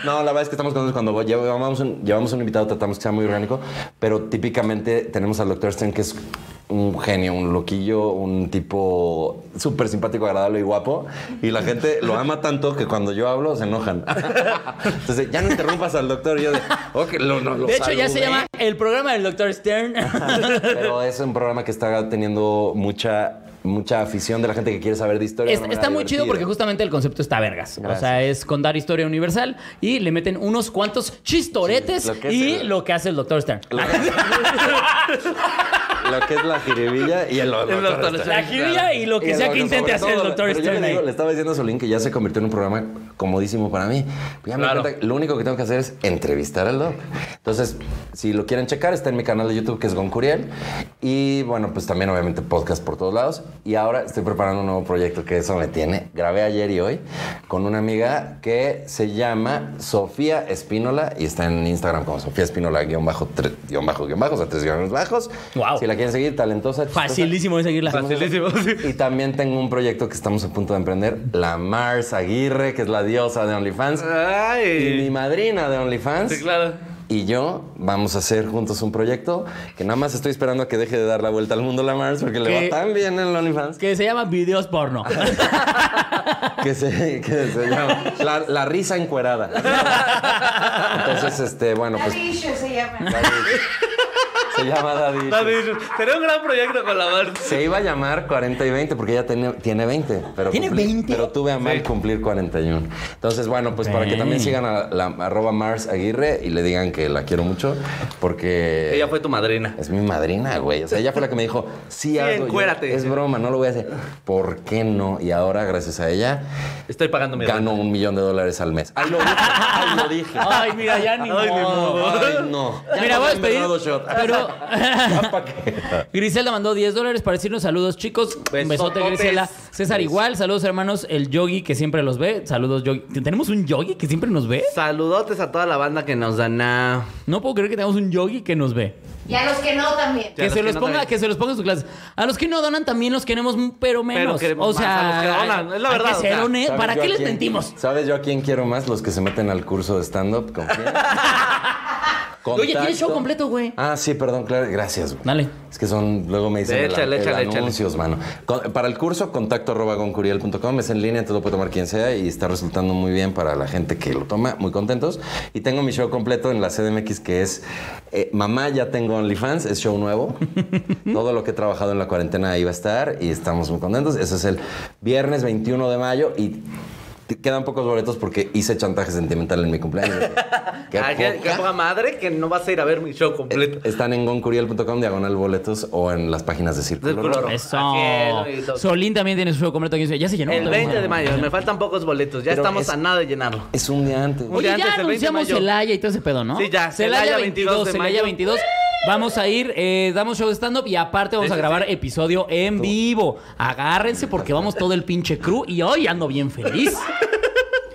Speaker 2: No, la verdad es que estamos contentos cuando llevamos un, llevamos un invitado, tratamos que sea muy orgánico, pero típicamente tenemos al Dr. Stern, que es un genio, un loquillo, un tipo súper simpático, agradable y guapo. Y la gente lo ama tanto que cuando yo hablo se enojan. Entonces, ya no interrumpas al doctor. Yo de, "Ok, lo- lo- lo
Speaker 1: De hecho, ya se
Speaker 2: saludé".
Speaker 1: llama el programa del Dr. Stern.
Speaker 2: Pero es un programa que está teniendo mucha, mucha afición de la gente que quiere saber de historia. de
Speaker 1: Es-
Speaker 2: una manera
Speaker 1: está muy chido
Speaker 2: divertida.
Speaker 1: porque justamente el concepto está vergas. O sea,
Speaker 2: Gracias.
Speaker 1: es contar historia universal y le meten unos cuantos chistoretes
Speaker 2: Sí, lo que es
Speaker 1: y
Speaker 2: el-
Speaker 1: lo que hace el Dr. Stern.
Speaker 2: Lo lo que es la jiribilla y el,
Speaker 3: El
Speaker 2: doctor
Speaker 3: doctor
Speaker 2: Stern.
Speaker 3: Stern.
Speaker 1: La jirilla y lo que
Speaker 2: Y
Speaker 1: sea
Speaker 2: lo-
Speaker 1: que intente hacer el
Speaker 2: sobre todo,
Speaker 1: Dr.
Speaker 2: pero yo
Speaker 1: Stern.
Speaker 2: le, digo-
Speaker 1: ahí.
Speaker 2: le estaba diciendo a Solín que ya se convirtió en un programa comodísimo para mí. Ya me di
Speaker 3: Claro.
Speaker 2: cuenta que lo único que tengo que hacer es entrevistar al doc. Entonces, si lo quieren checar, está en mi canal de YouTube que es Goncuriel. Y bueno, pues también obviamente podcast por todos lados. Y ahora estoy preparando un nuevo proyecto que eso me tiene. Grabé ayer y hoy con una amiga que se llama Sofía Espínola y está en Instagram como Sofía Espínola guión bajo, tre- guión bajo, guión bajo, o sea, tres guiones bajos.
Speaker 1: Guau.
Speaker 2: Si la quieren seguir, talentosa. chistosa.
Speaker 1: Facilísimo de seguirla.
Speaker 3: Facilísimo, sí.
Speaker 2: Y también tengo un proyecto que estamos a punto de emprender, la Mars Aguirre, que es la diosa de OnlyFans. Y mi
Speaker 3: Ay.
Speaker 2: madrina de OnlyFans.
Speaker 3: Sí, claro.
Speaker 2: y yo vamos a hacer juntos un proyecto que nada más estoy esperando a que deje de dar la vuelta al mundo la Mars porque
Speaker 1: ¿Qué?
Speaker 2: le va tan bien en el OnlyFans
Speaker 1: Que se llama videos porno.
Speaker 2: que se, que se llama la, la risa encuerada. Entonces, este, bueno, pues
Speaker 5: Daddy Issue se llama.
Speaker 2: Daddy- se llama Daddy.
Speaker 3: Daddy issues. Sería un gran proyecto con la Mars.
Speaker 2: Se iba a llamar 40 y 20 porque ella tiene, tiene 20. Pero
Speaker 1: ¿Tiene
Speaker 2: cumplí-
Speaker 1: 20?
Speaker 2: Pero tuve a mal cumplir 41. Entonces, bueno, pues para que también
Speaker 1: Ok.
Speaker 2: sigan a la arroba Mars Aguirre y le digan que la quiero mucho porque...
Speaker 3: Ella fue tu madrina.
Speaker 2: Es mi madrina, güey. O sea, ella fue la que me dijo, sí,
Speaker 3: Sí,
Speaker 2: hazlo. Yo,
Speaker 3: encuérate.
Speaker 2: Es broma, no lo voy a hacer. ¿Por qué no? Y ahora, gracias a ella,
Speaker 3: Estoy pagando mi
Speaker 2: gano un millón de dólares al mes. Ahí lo dije. Ahí lo dije.
Speaker 1: Ay, mira, ya ni
Speaker 3: Ay, ni
Speaker 1: modo.
Speaker 3: modo.
Speaker 2: Ay, no. Ya
Speaker 1: Mira,
Speaker 2: no
Speaker 1: voy a
Speaker 2: me han
Speaker 1: pedir,
Speaker 2: dado shot.
Speaker 1: pero-
Speaker 2: Ya pa' qué.
Speaker 1: Griselda mandó 10 dólares para decirnos saludos, chicos. Un besote,
Speaker 3: Besototes.
Speaker 1: Griselda. César igual, saludos, hermanos. El yogi que siempre los ve. Saludos, yogi. ¿Tenemos un yogi que siempre nos ve?
Speaker 3: Saludotes a toda la banda que nos dan a...
Speaker 1: No puedo creer que tengamos un yogi que nos ve.
Speaker 5: Y a los que no también.
Speaker 3: Ya,
Speaker 1: que
Speaker 3: los
Speaker 1: se
Speaker 3: que
Speaker 1: los
Speaker 3: no
Speaker 1: ponga,
Speaker 3: donan.
Speaker 1: que se los ponga en sus clases. A los que no donan también los queremos, pero menos.
Speaker 3: queremos
Speaker 1: o sea,
Speaker 3: más a los que donan, es la
Speaker 1: hay
Speaker 3: verdad,
Speaker 1: que
Speaker 3: o
Speaker 1: ser
Speaker 3: sea.
Speaker 1: honestos.
Speaker 2: ¿Sabes
Speaker 1: ¿Para
Speaker 2: yo
Speaker 1: qué
Speaker 2: a
Speaker 1: les
Speaker 2: quién-
Speaker 1: mentimos?
Speaker 2: ¿Sabes yo a quién quiero más? Los que se meten al curso de stand-up. ¿Con quién?
Speaker 1: Oye,
Speaker 2: Contacto.
Speaker 1: tienes show completo, güey.
Speaker 2: Ah, sí, perdón, claro. Gracias, güey.
Speaker 1: Dale.
Speaker 2: Es que son, luego me dicen el-
Speaker 3: Échale,
Speaker 2: el
Speaker 3: échale, échale.
Speaker 2: anuncios, mano. Con- para el curso, contacto arroba goncuriel.com. Es en línea, te lo puede tomar quien sea y está resultando muy bien para la gente que lo toma. Muy contentos. Y tengo mi show completo en la CDMX que es eh, Mamá, ya tengo OnlyFans. Es show nuevo. Todo lo que he trabajado en la cuarentena ahí va a estar y estamos muy contentos. Eso es el viernes 21 de mayo y... te Quedan pocos boletos porque hice chantaje sentimental en mi cumpleaños. Qué
Speaker 3: Ay, Ah, qué- qué
Speaker 2: poca
Speaker 3: poca madre que no vas a ir a ver mi show completo.
Speaker 2: están en goncuriel.com, diagonal boletos o en las páginas de Círculo
Speaker 3: Círculo
Speaker 2: Rojo.
Speaker 3: Rojo. Aquí,
Speaker 1: Eso.
Speaker 3: todo.
Speaker 1: Solín también tiene su show completo. aquí. Ya se llenó.
Speaker 3: El 20 de mayo, me faltan pocos boletos. Ya
Speaker 2: Pero
Speaker 3: estamos
Speaker 2: es-
Speaker 3: a nada de llenarlo.
Speaker 2: Es un día antes.
Speaker 3: Oye,
Speaker 1: Oye,
Speaker 3: antes
Speaker 1: ya
Speaker 3: del 20 de
Speaker 1: anunciamos
Speaker 3: mayo.
Speaker 1: Celaya y todo ese pedo, ¿no?
Speaker 3: Sí, ya,
Speaker 1: Celaya
Speaker 3: Celaya
Speaker 1: 22,
Speaker 3: 22 de
Speaker 1: Celaya
Speaker 3: mayo.
Speaker 1: 22. Vamos a ir, eh, damos show de stand-up y aparte vamos
Speaker 3: Sí,
Speaker 1: a
Speaker 3: sí,
Speaker 1: grabar
Speaker 3: sí.
Speaker 1: episodio en vivo. Agárrense porque vamos todo el pinche crew y hoy ando bien feliz.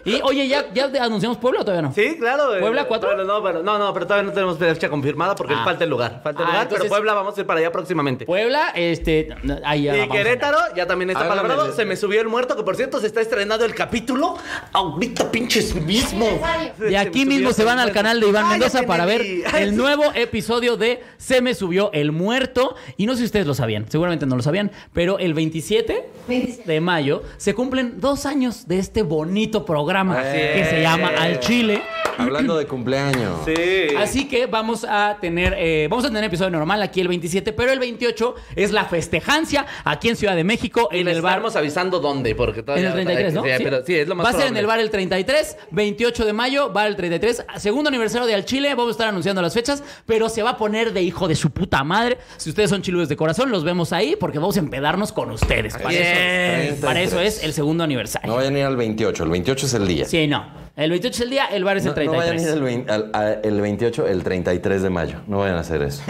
Speaker 1: Y oye, ¿ya, ya anunciamos Puebla o todavía no?
Speaker 3: Sí, claro. eh,
Speaker 1: ¿Puebla cuatro?
Speaker 3: bueno, no, pero, no, no, pero todavía no tenemos fecha confirmada porque
Speaker 1: Ah.
Speaker 3: falta el lugar. Falta el
Speaker 1: Ah,
Speaker 3: lugar,
Speaker 1: entonces-
Speaker 3: pero Puebla vamos a ir para allá próximamente.
Speaker 1: Puebla, este. Ahí ya
Speaker 3: y
Speaker 1: vamos a-
Speaker 3: Querétaro, ya también está
Speaker 2: Háganle-
Speaker 3: palabrado. Se me subió el muerto, que por cierto se está estrenando el capítulo. Ahorita, pinches mismo.
Speaker 5: Necesario.
Speaker 1: De aquí mismo se van al canal de Iván Mendoza para ver el
Speaker 3: nuevo
Speaker 1: nuevo episodio de Se me subió el muerto. Y no sé si ustedes lo sabían, seguramente no lo sabían, pero el 27
Speaker 5: 27.
Speaker 1: de mayo se cumplen dos años de este bonito programa
Speaker 2: Así
Speaker 1: que se
Speaker 2: es.
Speaker 1: llama Al Chile.
Speaker 2: Hablando de cumpleaños.
Speaker 3: Sí.
Speaker 1: Así que vamos a tener eh, vamos a tener episodio normal aquí el 27, pero el 28 es la festejancia aquí en Ciudad de México en
Speaker 3: Les
Speaker 1: el bar
Speaker 3: estaremos avisando dónde, porque
Speaker 1: En
Speaker 3: todavía.
Speaker 1: el 33, ¿no?
Speaker 3: Sí, pero sí, es lo más
Speaker 1: Va a ser en
Speaker 3: probable.
Speaker 1: el bar el 33, 28 de mayo, bar el 33, segundo aniversario de Al Chile, vamos a estar anunciando las fechas, pero se va a poner de hijo de su puta madre. Si ustedes son chiludes de corazón, los vemos ahí porque vamos a empedarnos con ustedes. Para,
Speaker 2: Así es.
Speaker 1: eso, para eso
Speaker 2: 33.
Speaker 1: es el segundo aniversario.
Speaker 2: No vayan a ir al 28. El 28 es el día.
Speaker 1: Sí, no. El 28 es el día, el bar es
Speaker 2: No,
Speaker 1: el
Speaker 2: no vayan a
Speaker 1: 33.
Speaker 2: ir al vein- al- a- el 28, el 33 de mayo. No vayan a hacer eso.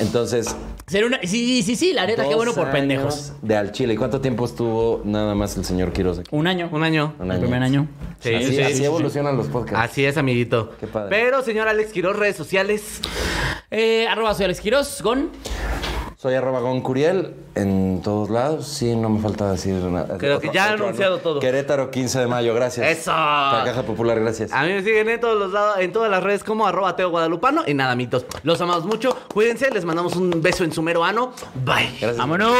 Speaker 2: Entonces.
Speaker 1: Sería una- Sí, sí, sí, la neta, qué bueno
Speaker 2: dos
Speaker 1: por
Speaker 2: años
Speaker 1: pendejos.
Speaker 2: De al Chile. ¿Y cuánto tiempo estuvo nada más el señor Quiroz aquí?
Speaker 1: Un año.
Speaker 3: Un año.
Speaker 2: Un
Speaker 1: El primer año.
Speaker 3: Sí,
Speaker 2: así
Speaker 3: sí, sí,
Speaker 2: así
Speaker 3: sí.
Speaker 2: evolucionan los podcasts.
Speaker 3: Así es, amiguito.
Speaker 2: Qué padre.
Speaker 3: Pero, señor Alex Quiroz, redes sociales.
Speaker 1: Eh, arroba soy Alex Quiroz, con...
Speaker 2: Soy arroba goncuriel en todos lados. Sí, no me falta decir nada.
Speaker 3: Creo que ya ha anunciado
Speaker 2: anuncio.
Speaker 3: todo.
Speaker 2: Querétaro, 15 de mayo. Gracias.
Speaker 3: ¡Eso! Ah,
Speaker 2: La Caja Popular, gracias.
Speaker 3: A mí me siguen en todos los lados, en todas las redes como arroba Teo Guadalupano. Y nada, mitos. Los amamos mucho. Cuídense, les mandamos un beso en su mero ano. Bye.
Speaker 2: Gracias.
Speaker 1: ¡Vámonos!